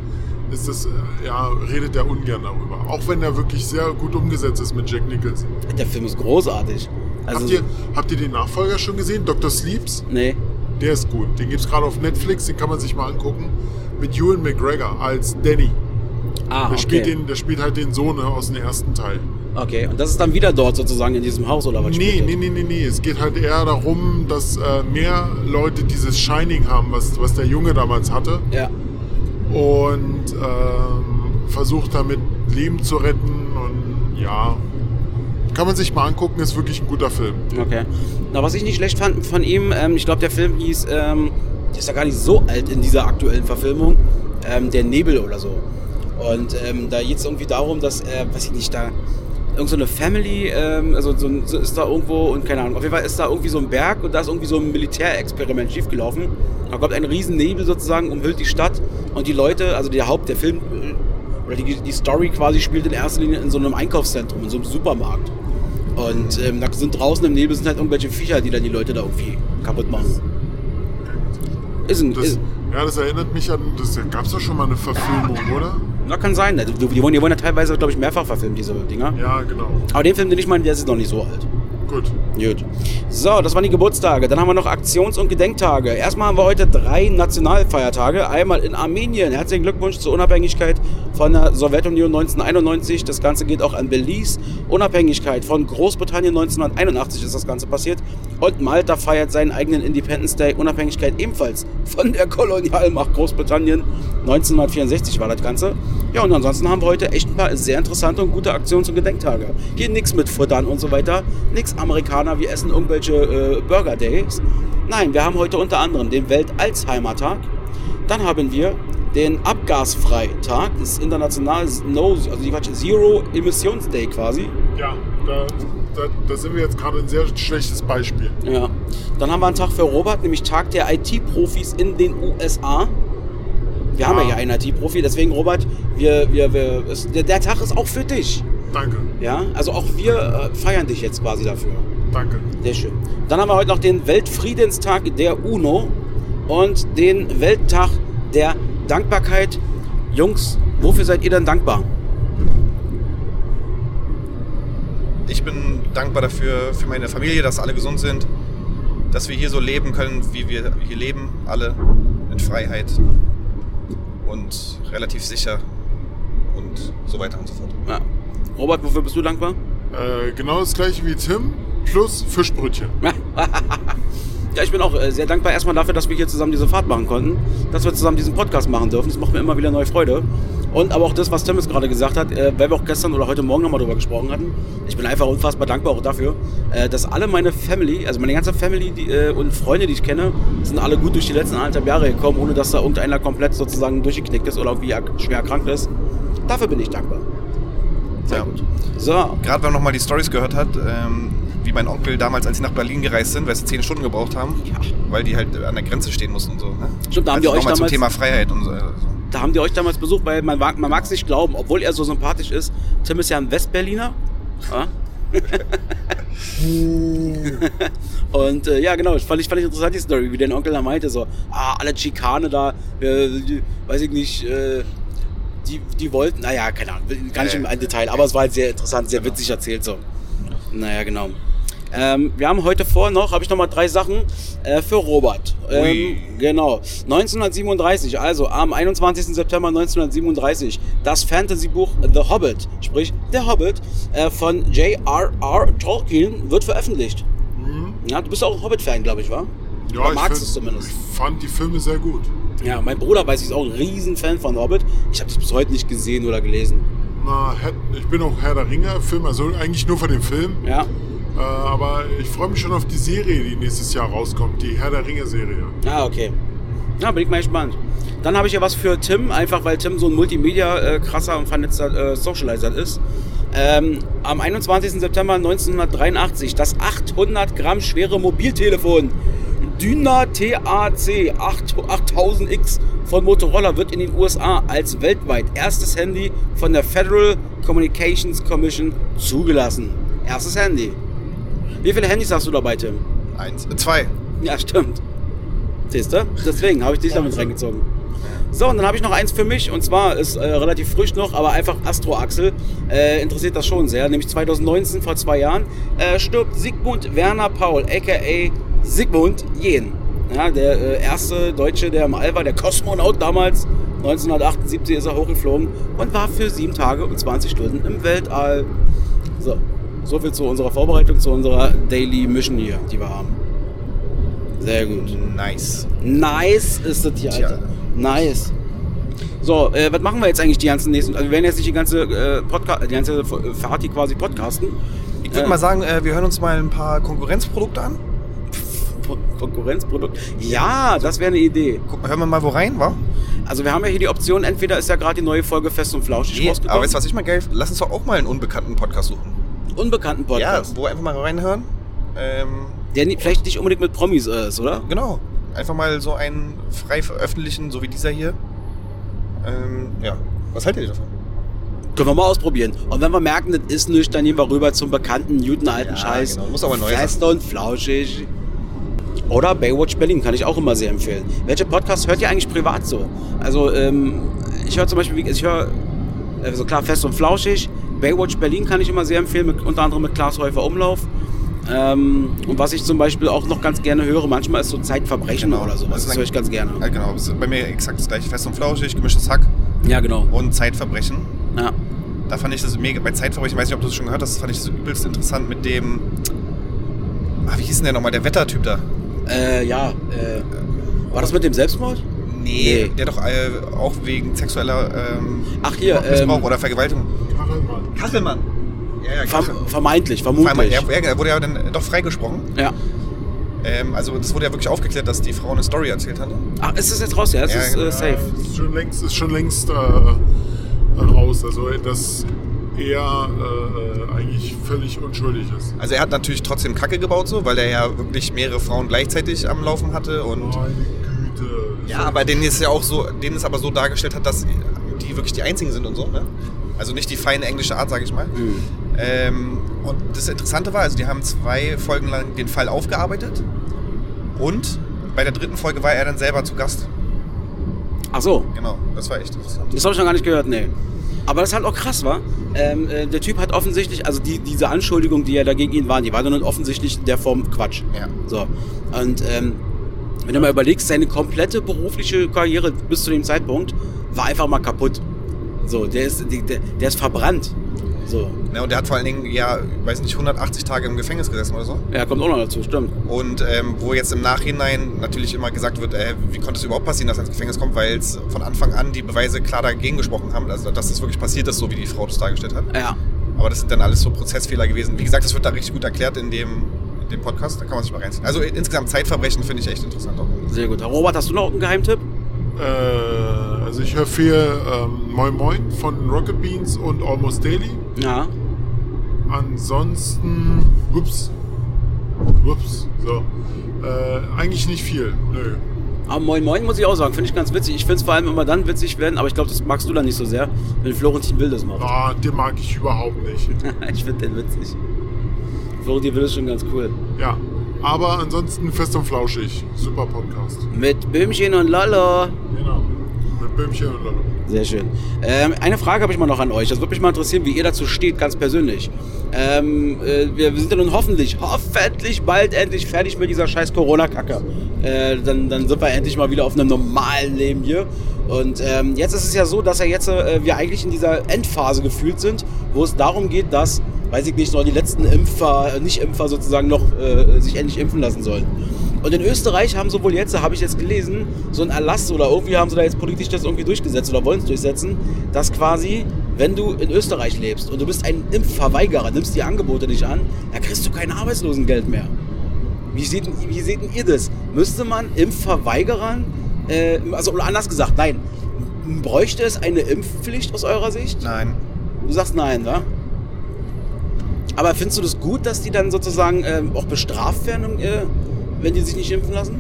S1: ist das, äh, ja, redet er ungern darüber. Auch wenn er wirklich sehr gut umgesetzt ist mit Jack Nicholson.
S2: Der Film ist großartig. Also,
S1: habt, ihr, habt ihr den Nachfolger schon gesehen? Dr. Sleeps?
S2: Nee.
S1: Der ist gut. Den gibt es gerade auf Netflix, den kann man sich mal angucken. Mit Ewan McGregor als Danny.
S2: Ah,
S1: Der,
S2: okay.
S1: spielt, den, der spielt halt den Sohn aus dem ersten Teil.
S2: okay. Und das ist dann wieder dort sozusagen in diesem Haus oder was?
S1: Nee,
S2: spielt
S1: nee,
S2: das?
S1: nee, nee, nee. Es geht halt eher darum, dass äh, mehr Leute dieses Shining haben, was, was der Junge damals hatte.
S2: Ja.
S1: Und ähm, versucht damit Leben zu retten. Und ja, kann man sich mal angucken, ist wirklich ein guter Film.
S2: Okay. Na, was ich nicht schlecht fand von ihm, ähm, ich glaube, der Film hieß, ähm, der ist ja gar nicht so alt in dieser aktuellen Verfilmung, ähm, Der Nebel oder so. Und ähm, da geht es irgendwie darum, dass, äh, weiß ich nicht, da irgend so eine Family, ähm, also so, ein- so ist da irgendwo und keine Ahnung, auf jeden Fall ist da irgendwie so ein Berg und da ist irgendwie so ein Militärexperiment schiefgelaufen. Da kommt ein Riesennebel sozusagen, umhüllt die Stadt und die Leute, also der Haupt, der Film äh, oder die, die Story quasi spielt in erster Linie in so einem Einkaufszentrum, in so einem Supermarkt. Und ähm, da sind draußen im Nebel sind halt irgendwelche Viecher, die dann die Leute da irgendwie kaputt machen. Ist ein,
S1: Das,
S2: ist,
S1: ja, das erinnert mich an, das gab es doch schon mal eine Verfilmung, oder?
S2: na, kann sein. Also, Die, die wurden die wurden ja teilweise, glaube ich, mehrfach verfilmt, diese Dinger.
S1: Ja, genau.
S2: Aber den Film, den ich meine, der ist noch nicht so alt.
S1: Gut.
S2: Gut. So, das waren die Geburtstage. Dann haben wir noch Aktions- und Gedenktage. Erstmal haben wir heute drei Nationalfeiertage. Einmal in Armenien. Herzlichen Glückwunsch zur Unabhängigkeit von der Sowjetunion 1991. Das Ganze geht auch an Belize. Unabhängigkeit von Großbritannien 1981 ist das Ganze passiert. Und Malta feiert seinen eigenen Independence Day. Unabhängigkeit ebenfalls von der Kolonialmacht Großbritannien 1964 war das Ganze. Ja, und ansonsten haben wir heute echt ein paar sehr interessante und gute Aktionen zum Gedenktage. Hier nichts mit Futtern und so weiter. Nix Amerikaner, wir essen irgendwelche äh, Burger Days. Nein, wir haben heute unter anderem den Welt-Alzheimer-Tag. Dann haben wir den Abgasfreitag. Das ist international no, also die Quatsch, Zero Emissions Day quasi.
S1: Ja, da, da, da sind wir jetzt gerade ein sehr schlechtes Beispiel.
S2: Ja. Dann haben wir einen Tag für Robert, nämlich Tag der IT-Profis in den USA. Wir haben ja
S1: Ah.
S2: hier einen IT-Profi, deswegen Robert, wir, wir, wir, es, der, der Tag ist auch für dich.
S1: Danke,
S2: Ja, also auch wir äh, feiern dich jetzt quasi dafür.
S1: danke.
S2: Sehr schön. Dann haben wir heute noch den Weltfriedenstag der UNO und den Welttag der Dankbarkeit. Jungs, wofür seid ihr denn dankbar?
S3: Ich bin dankbar dafür, für meine Familie, dass alle gesund sind, dass wir hier so leben können, wie wir hier leben, alle in Freiheit und relativ sicher und so weiter und so fort.
S2: Ja. Robert, wofür bist du dankbar?
S1: Äh, genau das gleiche wie Tim, plus Fischbrötchen.
S2: Ja, ich bin auch äh, sehr dankbar erstmal dafür, dass wir hier zusammen diese Fahrt machen konnten, dass wir zusammen diesen Podcast machen dürfen. Das macht mir immer wieder neue Freude. Und aber auch das, was Tim jetzt gerade gesagt hat, äh, weil wir auch gestern oder heute Morgen nochmal drüber gesprochen hatten. Ich bin einfach unfassbar dankbar auch dafür, äh, dass alle meine Family, also meine ganze Family die, äh, und Freunde, die ich kenne, sind alle gut durch die letzten anderthalb Jahre gekommen, ohne dass da irgendeiner komplett sozusagen durchgeknickt ist oder irgendwie er schwer erkrankt ist. Dafür bin ich dankbar. Sehr
S3: Ja.
S2: gut. So,
S3: Gerade wenn man nochmal die Stories gehört hat, ähm, wie mein Onkel damals, als sie nach Berlin gereist sind, weil sie zehn Stunden gebraucht haben, weil die halt an der Grenze stehen mussten und so. Ne?
S2: Stimmt, da haben
S3: also
S2: die euch
S3: nochmal zum
S2: damals-
S3: Thema Freiheit und so.
S2: da haben die euch damals besucht, weil man, mag- man mag es nicht glauben, obwohl er so sympathisch ist. Tim ist ja ein Westberliner. Ja? Und äh, ja, genau, ich fand ich, fand ich interessant die Story, wie dein Onkel da meinte, so, ah, alle Schikane da, äh, die, weiß ich nicht, äh, die, die wollten, naja, keine Ahnung, will gar nicht
S3: Ja, Genau. ja.
S2: im Detail, aber es war halt sehr interessant, sehr witzig erzählt so. Naja, genau. Ähm, wir haben heute vor noch, habe ich noch mal drei Sachen äh, für Robert. Ähm,
S3: Ui.
S2: genau. 1937, also am 21. September 1937, das Fantasy-Buch The Hobbit, sprich Der Hobbit äh, von J.R.R. Tolkien wird veröffentlicht.
S3: Mhm.
S2: Ja, du bist auch ein Hobbit-Fan, glaube ich, wa? Oder magst es zumindest.
S1: ich fand die Filme sehr gut.
S2: Ja, mein Bruder weiß, ich ist auch ein Riesenfan von Hobbit. Ich habe das bis heute nicht gesehen oder gelesen.
S1: Na, Herr- ich bin auch Herr der Ringer-Film, also eigentlich nur von dem Film.
S2: Ja,
S1: Äh, aber ich freue mich schon auf die Serie, die nächstes Jahr rauskommt, die Herr der Ringe-Serie.
S2: ah, okay. Na, bin ich mal gespannt. Dann habe ich ja was für Tim, einfach weil Tim so ein Multimedia-krasser und vernetzter äh, Socializer ist. Ähm, am 21. September 1983 das 800 Gramm schwere Mobiltelefon Dyna TAC 8 8000X von Motorola wird in den USA als weltweit erstes Handy von der Federal Communications Commission zugelassen. Erstes Handy. Wie viele Handys hast du dabei, Tim?
S3: Eins, äh, zwei.
S2: Ja, stimmt. Siehst du? Deswegen habe ich dich damit reingezogen. So, und dann habe ich noch eins für mich. Und zwar ist äh, relativ frisch noch, aber einfach Astro Axel. Äh, interessiert das schon sehr. Nämlich 2019, vor zwei Jahren, äh, stirbt Sigmund Werner Paul, a.k.a. Sigmund Jähn. Ja, der äh, erste Deutsche, der im All war, der Kosmonaut damals. 1978 ist er hochgeflogen und war für sieben Tage und 20 Stunden im Weltall. So, soviel zu unserer Vorbereitung, zu unserer Daily Mission hier, die wir haben. Sehr gut.
S3: Nice.
S2: Nice ist das hier, Alter. Nice. So, äh, was machen wir jetzt eigentlich die ganzen nächsten? Also wir werden jetzt nicht die ganze äh, Podcast, die ganze F- Fahrt hier quasi podcasten.
S3: Ich würde
S2: Äh.
S3: mal sagen, äh, wir hören uns mal ein paar Konkurrenzprodukte an.
S2: P- Konkurrenzprodukt. Ja, das wäre eine Idee.
S3: Guck, mal, hören wir mal wo rein, wa?
S2: Also wir haben ja hier die Option, entweder ist ja gerade die neue Folge Fest und Flauschig
S3: Nee,
S2: rausgekommen.
S3: aber weißt du, was ich mal geil finde? Lass uns doch auch mal einen unbekannten Podcast suchen.
S2: Unbekannten Podcast.
S3: Ja, wo wir einfach mal reinhören. Ähm,
S2: Der ni- vielleicht nicht unbedingt mit Promis äh, ist, oder?
S3: genau. Einfach mal so einen frei veröffentlichen, so wie dieser hier. Ähm, ja. Was haltet ihr davon?
S2: Können wir mal ausprobieren. Und wenn wir merken, das ist nichts, dann gehen wir rüber zum bekannten, guten alten
S3: Ja,
S2: Scheiß.
S3: genau. Muss aber neu sein.
S2: Fest und flauschig. Oder Baywatch Berlin kann ich auch immer sehr empfehlen. Welche Podcasts hört ihr eigentlich privat so? Also ähm, ich höre zum Beispiel, wie- ich höre, also klar, Fest und flauschig. Baywatch Berlin kann ich immer sehr empfehlen, mit, unter anderem mit Klaas Häufer Umlauf. Ähm, und was ich zum Beispiel auch noch ganz gerne höre, manchmal ist so Zeitverbrechen
S3: Genau.
S2: oder sowas.
S3: Also
S2: Das
S3: dann-
S2: höre ich ganz gerne.
S3: Ja, genau, das ist bei mir exakt das gleiche. Fest und flauschig, gemischtes Hack.
S2: Ja, genau.
S3: und Zeitverbrechen.
S2: Ja.
S3: Da fand ich das mega. Bei Zeitverbrechen, weiß nicht, ob du das schon gehört hast, fand ich das übelst interessant mit dem. Ah, wie hieß denn der nochmal? Der Wettertyp da?
S2: Äh, ja. Äh, war das mit dem Selbstmord?
S3: Nee.
S2: Nee.
S3: Der doch äh, auch wegen sexueller ähm,
S2: Ach, hier,
S3: Missbrauch
S2: ähm,
S3: oder Vergewaltigung.
S1: Kachelmann.
S3: Kachelmann. Ja, ja,
S2: Ver
S3: Kachelmann.
S2: vermeintlich,
S3: Vor allem,
S2: vermutlich.
S3: er, er er wurde ja dann doch freigesprochen.
S2: Ja.
S3: Ähm, also das wurde ja wirklich aufgeklärt, dass die Frau eine Story erzählt hatte.
S2: Ach, ist das jetzt raus? Ja, das
S3: Ja,
S2: ist
S3: genau.
S2: äh, safe.
S1: Ist schon längst, ist schon längst äh, raus. Also, dass er äh, eigentlich völlig unschuldig ist.
S3: Also er hat natürlich trotzdem Kacke gebaut, so, weil er ja wirklich mehrere Frauen gleichzeitig am Laufen hatte und
S1: Meine Güte.
S3: ja, aber denen ist ja auch so, denen es aber so dargestellt hat, dass die wirklich die einzigen sind und so, ne? Also nicht die feine englische Art, sage ich mal. Ähm, und das Interessante war, also die haben zwei Folgen lang den Fall aufgearbeitet und bei der dritten Folge war er dann selber zu Gast.
S2: Ach so.
S3: Genau, das war echt interessant.
S2: Das habe ich noch gar nicht gehört, nee. Aber das ist halt auch krass, war. Ähm, äh, der Typ hat offensichtlich, also die, diese Anschuldigung, die ja da gegen ihn waren, die war dann offensichtlich in der Form Quatsch.
S3: Ja.
S2: So. Und ähm, wenn du mal überlegst, seine komplette berufliche Karriere bis zu dem Zeitpunkt war einfach mal kaputt. So, der ist, die- der, der ist verbrannt. So.
S3: Ne, und der hat vor allen Dingen, ja, weiß nicht, 180 Tage im Gefängnis gesessen oder so.
S2: Ja, kommt auch noch dazu, stimmt.
S3: Und ähm, wo jetzt im Nachhinein natürlich immer gesagt wird, äh, wie konnte es überhaupt passieren, dass er ins Gefängnis kommt, weil es von Anfang an die Beweise klar dagegen gesprochen haben, also dass das wirklich passiert ist, so wie die Frau das dargestellt hat.
S2: Ja.
S3: Aber das sind dann alles so Prozessfehler gewesen. Wie gesagt, das wird da richtig gut erklärt in dem, in dem Podcast, da kann man sich mal reinziehen. Also äh, insgesamt Zeitverbrechen finde ich echt interessant. Auch.
S2: Sehr gut. Herr Robert, hast du noch einen Geheimtipp?
S1: Äh, also, ich höre viel ähm, Moin Moin von Rocket Beans und Almost Daily.
S2: Ja.
S1: Ansonsten, ups, ups, so. Äh, eigentlich nicht viel, nö.
S2: Aber Ah, Moin Moin muss ich auch sagen, finde ich ganz witzig. Ich finde es vor allem immer dann witzig, wenn, aber ich glaube, das magst du dann nicht so sehr, wenn Florentin Will das macht.
S1: Ah, den mag ich überhaupt nicht.
S2: ich finde den witzig. Florentin Will ist schon ganz cool.
S1: Ja, aber ansonsten fest und flauschig. Super Podcast.
S2: Mit Böhmchen und Lala.
S1: Genau. Mit Böhmchen und Lotto.
S2: Sehr schön. Ähm, eine Frage habe ich mal noch an euch. Das würde mich mal interessieren, wie ihr dazu steht, ganz persönlich. Ähm, äh, wir wir sind ja nun hoffentlich, hoffentlich bald endlich fertig mit dieser scheiß Corona-Kacke. Äh, dann, dann sind wir endlich mal wieder auf einem normalen Leben hier. Und ähm, jetzt ist es ja so, dass ja jetzt äh, wir eigentlich in dieser Endphase gefühlt sind, wo es darum geht, dass, weiß ich nicht, noch die letzten Impfer, äh, Nicht-Impfer sozusagen noch äh, sich endlich impfen lassen sollen. Und in Österreich haben sowohl jetzt, da habe ich jetzt gelesen, so einen Erlass oder irgendwie haben sie da jetzt politisch das irgendwie durchgesetzt oder wollen es durchsetzen, dass quasi, wenn du in Österreich lebst und du bist ein Impfverweigerer, nimmst die Angebote nicht an, dann kriegst du kein Arbeitslosengeld mehr. Wie seht, wie seht denn ihr das? Müsste man Impfverweigerern, äh, also oder anders gesagt, nein, bräuchte es eine Impfpflicht aus eurer Sicht?
S3: Nein.
S2: Du sagst nein, wa? Aber findest du das gut, dass die dann sozusagen ähm, auch bestraft werden, äh, wenn die sich nicht impfen lassen?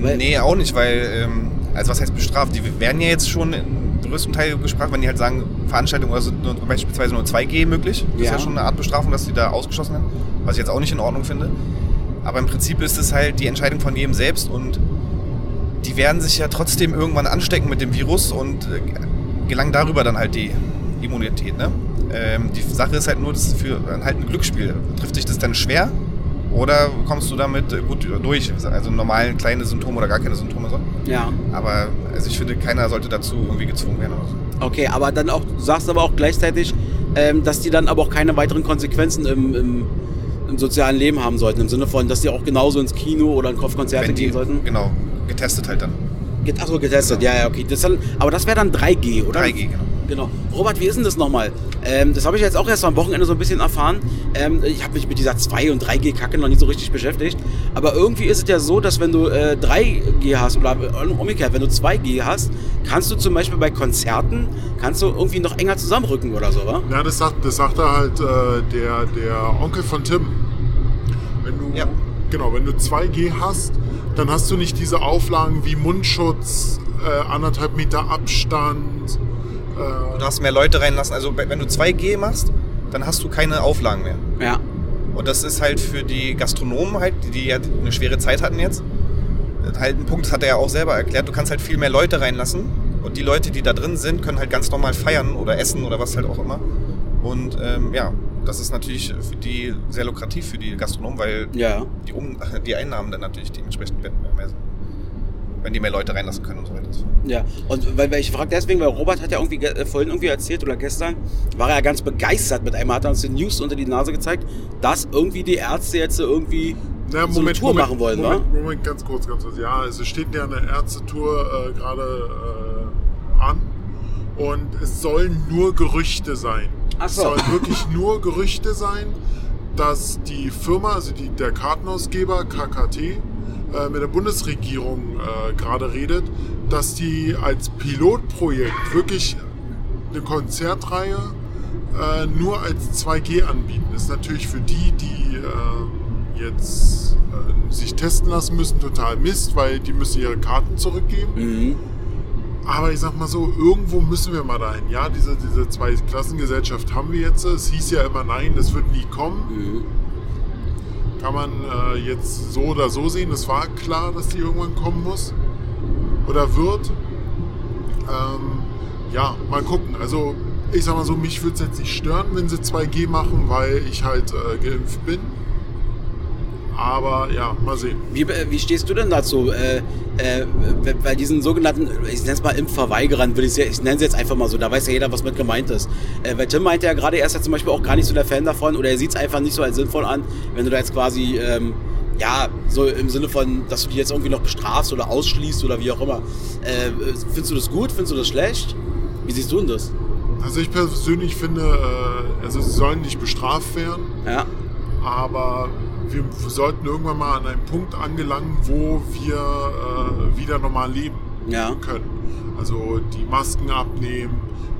S2: Weil-
S3: nee, auch nicht, weil, ähm, also was heißt bestraft? Die werden ja jetzt schon im größten Teil gesprochen, wenn die halt sagen, Veranstaltungen oder sind nur, beispielsweise nur 2G möglich. Das ist
S2: Ja.
S3: ja schon eine Art Bestrafung, dass die da ausgeschlossen werden, was ich jetzt auch nicht in Ordnung finde. Aber im Prinzip ist es halt die Entscheidung von jedem selbst und die werden sich ja trotzdem irgendwann anstecken mit dem Virus und äh, gelangen darüber dann halt die Immunität. Ne? Ähm, die Sache ist halt nur, das ist für, halt ein Glücksspiel. Trifft dich das dann schwer oder kommst du damit äh, gut durch? Also normal kleine Symptome oder gar keine Symptome. So.
S2: Ja.
S3: Aber also ich finde, keiner sollte dazu irgendwie gezwungen werden. Oder so.
S2: Okay, aber dann auch, du sagst aber auch gleichzeitig, ähm, dass die dann aber auch keine weiteren Konsequenzen im, im, im sozialen Leben haben sollten. Im Sinne von, dass die auch genauso ins Kino oder in Konzerte
S3: Wenn die,
S2: gehen sollten.
S3: genau, getestet halt dann.
S2: Get- Ach so, getestet, ja, ja, okay. Das dann, aber das wäre dann 3G, oder?
S3: 3G, genau.
S2: Genau. Robert, wie ist denn das nochmal? Ähm, das habe ich jetzt auch erst am Wochenende so ein bisschen erfahren. Ähm, ich habe mich mit dieser 2- und 3G-Kacke noch nicht so richtig beschäftigt. Aber irgendwie ist es ja so, dass wenn du äh, 3G hast oder äh, umgekehrt, wenn du 2G hast, kannst du zum Beispiel bei Konzerten, kannst du irgendwie noch enger zusammenrücken oder so, wa?
S1: Na, das sagt, das sagt er halt äh, der, der Onkel von Tim. Wenn du,
S3: Ja.
S1: genau, wenn du 2G hast, dann hast du nicht diese Auflagen wie Mundschutz, äh, anderthalb Meter Abstand. Äh,
S3: Du darfst mehr Leute reinlassen. Also wenn du 2G machst, dann hast du keine Auflagen mehr.
S2: Ja.
S3: Und das ist halt für die Gastronomen halt, die- die ja eine schwere Zeit hatten jetzt, halt ein Punkt, das hat er ja auch selber erklärt, du kannst halt viel mehr Leute reinlassen und die Leute, die da drin sind, können halt ganz normal feiern oder essen oder was halt auch immer. Und ähm, ja, das ist natürlich für die sehr lukrativ für die Gastronomen, weil
S2: Ja.
S3: die, um die Einnahmen dann natürlich dementsprechend werden. mehr sind. wenn die mehr Leute reinlassen können und so weiter.
S2: Ja, und weil, weil ich frage deswegen, weil Robert hat ja irgendwie ge- äh, vorhin irgendwie erzählt oder gestern, war er ja ganz begeistert mit einem, hat er uns die News unter die Nase gezeigt, dass irgendwie die Ärzte jetzt irgendwie
S1: Na,
S2: so eine Tour machen wollen,
S1: Moment,
S2: wa?
S1: Moment, Moment, ganz kurz, ganz kurz. Ja, es steht ja eine Ärztetour äh, gerade äh, an und es sollen nur Gerüchte sein.
S2: Ach
S1: Es
S2: so.
S1: sollen wirklich nur Gerüchte sein, dass die Firma, also die, der Kartenausgeber KKT, äh, mit der Bundesregierung äh, gerade redet, dass die als Pilotprojekt wirklich eine Konzertreihe äh, nur als 2G anbieten. Das ist natürlich für die, die äh, jetzt äh, sich testen lassen müssen, total Mist, weil die müssen ihre Karten zurückgeben. Aber ich sag mal so, irgendwo müssen wir mal dahin. Ja, diese, diese Zwei-Klassengesellschaft haben wir jetzt. Es hieß ja immer, nein, das wird nie kommen. Kann man äh, jetzt so oder so sehen. Es war klar, dass die irgendwann kommen muss. Oder wird. Ähm, ja, mal gucken. Also ich sag mal so, mich würde es jetzt nicht stören, wenn sie 2G machen, weil ich halt äh, geimpft bin. Aber ja, mal sehen.
S2: Wie, äh, wie stehst du denn dazu? Äh, äh, we- bei diesen sogenannten, ich nenne es mal Impfverweigerern, will ich's ja, ich nenne sie jetzt einfach mal so, da weiß ja jeder, was mit gemeint ist. Äh, weil Tim meinte ja gerade, er ist ja zum Beispiel auch gar nicht so der Fan davon oder er sieht es einfach nicht so als sinnvoll an, wenn du da jetzt quasi, ähm, ja, so im Sinne von, dass du die jetzt irgendwie noch bestrafst oder ausschließt oder wie auch immer. Äh, findest du das gut? Findest du das schlecht? Wie siehst du denn das?
S1: Also ich persönlich finde, äh, also sie sollen nicht bestraft werden.
S2: Ja.
S1: aber wir sollten irgendwann mal an einen Punkt angelangen, wo wir äh, wieder normal leben
S2: Ja.
S1: können. Also die Masken abnehmen,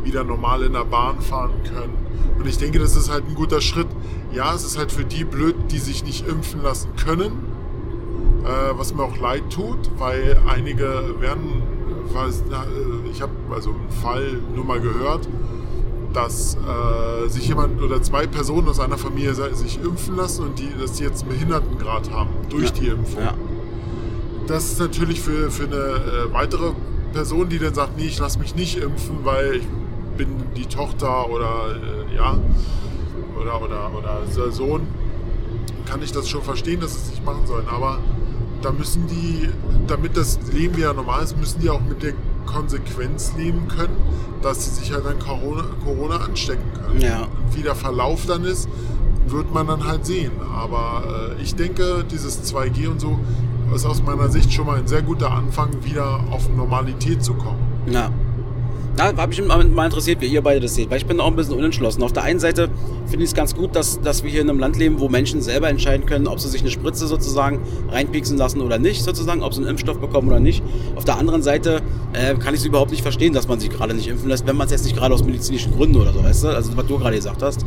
S1: wieder normal in der Bahn fahren können. Und ich denke, das ist halt ein guter Schritt. Ja, es ist halt für die blöd, die sich nicht impfen lassen können, äh, was mir auch leid tut, weil einige werden, was- na, äh, ich habe also einen Fall nur mal gehört, dass äh, sich jemand oder zwei Personen aus einer Familie se- sich impfen lassen und die, dass die jetzt einen Behindertengrad haben durch die Impfung.
S2: Ja.
S1: Das ist natürlich für, für eine äh, weitere Person, die dann sagt, nee, ich lasse mich nicht impfen, weil ich bin die Tochter oder äh, ja oder oder oder der Sohn, kann ich das schon verstehen, dass sie es nicht machen sollen. Aber da müssen die, damit das Leben wieder normal ist, müssen die auch mit der Konsequenz leben können, dass sie sich halt an Corona, Corona anstecken können.
S2: Ja.
S1: Und wie der Verlauf dann ist, wird man dann halt sehen. Aber äh, ich denke, dieses 2G und so ist aus meiner Sicht schon mal ein sehr guter Anfang, wieder auf Normalität zu kommen.
S2: Ja. Na, war mich mal mal interessiert, wie ihr beide das seht, weil ich bin auch ein bisschen unentschlossen. Auf der einen Seite finde ich es ganz gut, dass, dass wir hier in einem Land leben, wo Menschen selber entscheiden können, ob sie sich eine Spritze sozusagen reinpieksen lassen oder nicht, sozusagen, ob sie einen Impfstoff bekommen oder nicht. Auf der anderen Seite äh, kann ich es überhaupt nicht verstehen, dass man sich gerade nicht impfen lässt, wenn man es jetzt nicht gerade aus medizinischen Gründen oder so, weißt du? Also, was du gerade gesagt hast.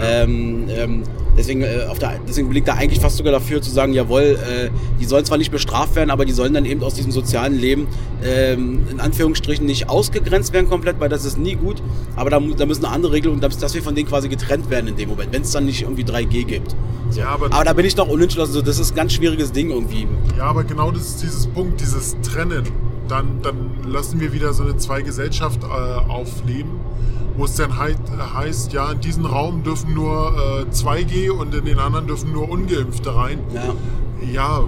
S2: Ähm, ähm, deswegen, äh, auf der, deswegen liegt da eigentlich fast sogar dafür zu sagen, jawohl, äh, die sollen zwar nicht bestraft werden, aber die sollen dann eben aus diesem sozialen Leben ähm, in Anführungsstrichen nicht ausgegrenzt werden komplett, weil das ist nie gut. Aber da, mu- da müssen andere Regelungen, dass, dass wir von denen quasi getrennt werden in dem Moment, wenn es dann nicht irgendwie 3G gibt. So.
S1: Ja, aber-
S2: aber da bin ich noch unentschlossen. So, das ist ein ganz schwieriges Ding irgendwie.
S1: Ja, aber genau das ist dieses Punkt, dieses Trennen. Dann, dann lassen wir wieder so eine Zwei-Gesellschaft äh, aufleben, wo es dann halt, heißt, ja, in diesen Raum dürfen nur äh, 2G und in den anderen dürfen nur Ungeimpfte rein.
S2: Ja.
S1: Ja,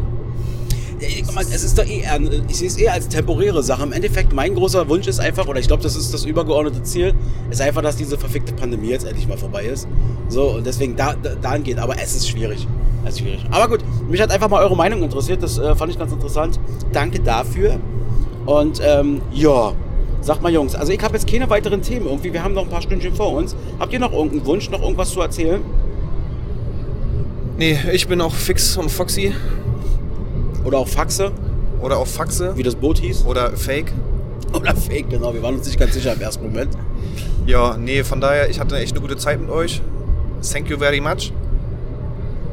S2: Ja, guck mal, es ist doch eh, eher- ich sehe es eher als temporäre Sache. Im Endeffekt, mein großer Wunsch ist einfach, oder ich glaube, das ist das übergeordnete Ziel, ist einfach, dass diese verfickte Pandemie jetzt endlich mal vorbei ist. So, und deswegen da, da, dahin geht. Aber es ist schwierig. Es ist schwierig. Aber gut, mich hat einfach mal eure Meinung interessiert. Das äh, fand ich ganz interessant. Danke dafür. Und ähm, ja, sagt mal, Jungs, also ich habe jetzt keine weiteren Themen irgendwie. Wir haben noch ein paar Stündchen vor uns. Habt ihr noch irgendeinen Wunsch, noch irgendwas zu erzählen?
S3: Nee, ich bin auch fix und Foxy
S2: Oder auch Faxe,
S3: oder auch Faxe
S2: wie das Boot hieß?
S3: oder Fake.
S2: Oder Fake, genau. Wir waren uns nicht ganz sicher im ersten Moment.
S3: Ja, nee, von daher, ich hatte echt eine gute Zeit mit euch. Thank you very much.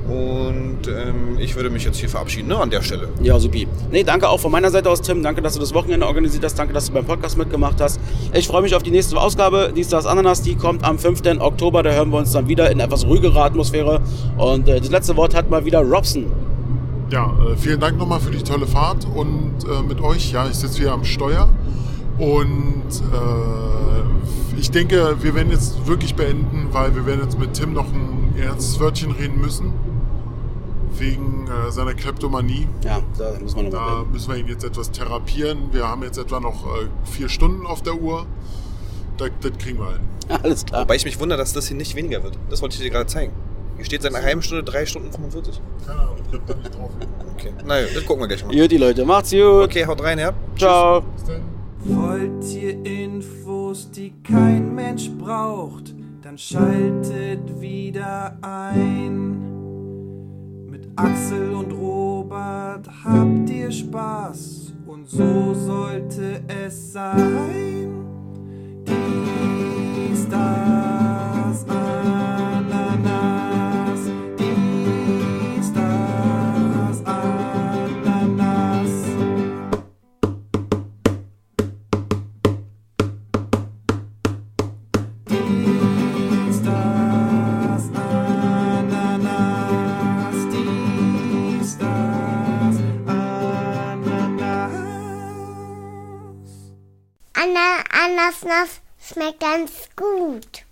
S3: Und ähm, ich würde mich jetzt hier verabschieden, ne, an der Stelle.
S2: Ja, supi. Nee, danke auch von meiner Seite aus, Tim. Danke, dass du das Wochenende organisiert hast. Danke, dass du beim Podcast mitgemacht hast. Ich freue mich auf die nächste Ausgabe. Dies, das, Ananas. Die kommt am 5. Oktober. Da hören wir uns dann wieder in etwas ruhigerer Atmosphäre. Und äh, das letzte Wort hat mal wieder Robson.
S1: ja äh, vielen Dank nochmal für die tolle Fahrt und äh, mit euch. Ja, ich sitze wieder am Steuer und äh, ich denke, wir werden jetzt wirklich beenden, weil wir werden jetzt mit Tim noch ein ernstes Wörtchen reden müssen. wegen äh, seiner Kleptomanie.
S7: Ja, da muss man
S1: Da
S7: nochmal
S1: müssen wir ihn jetzt etwas therapieren. Wir haben jetzt etwa noch äh, vier Stunden auf der Uhr. Da, das kriegen wir hin.
S7: reden. Alles klar.
S3: Wobei ich mich wundere, dass das hier nicht weniger wird. Das wollte ich dir gerade zeigen. Hier steht seit einer halben Stunde 3 Stunden 45.
S1: Keine Ahnung, ich hab da nicht drauf.
S3: Okay. Naja, das gucken wir gleich mal.
S7: Gut, die Leute, macht's gut.
S3: Okay, haut rein, ja.
S7: Ciao.
S1: Bis dann.
S4: Wollt ihr Infos, die kein Mensch braucht, dann schaltet wieder ein. Mit Axel und Robert habt ihr Spaß und so sollte es sein. Dies, das, Ananas. Dies, das, Ananas. Dienstags, Ananas, Dienstags, Ananas.
S5: Anna Ananas schmeckt ganz gut.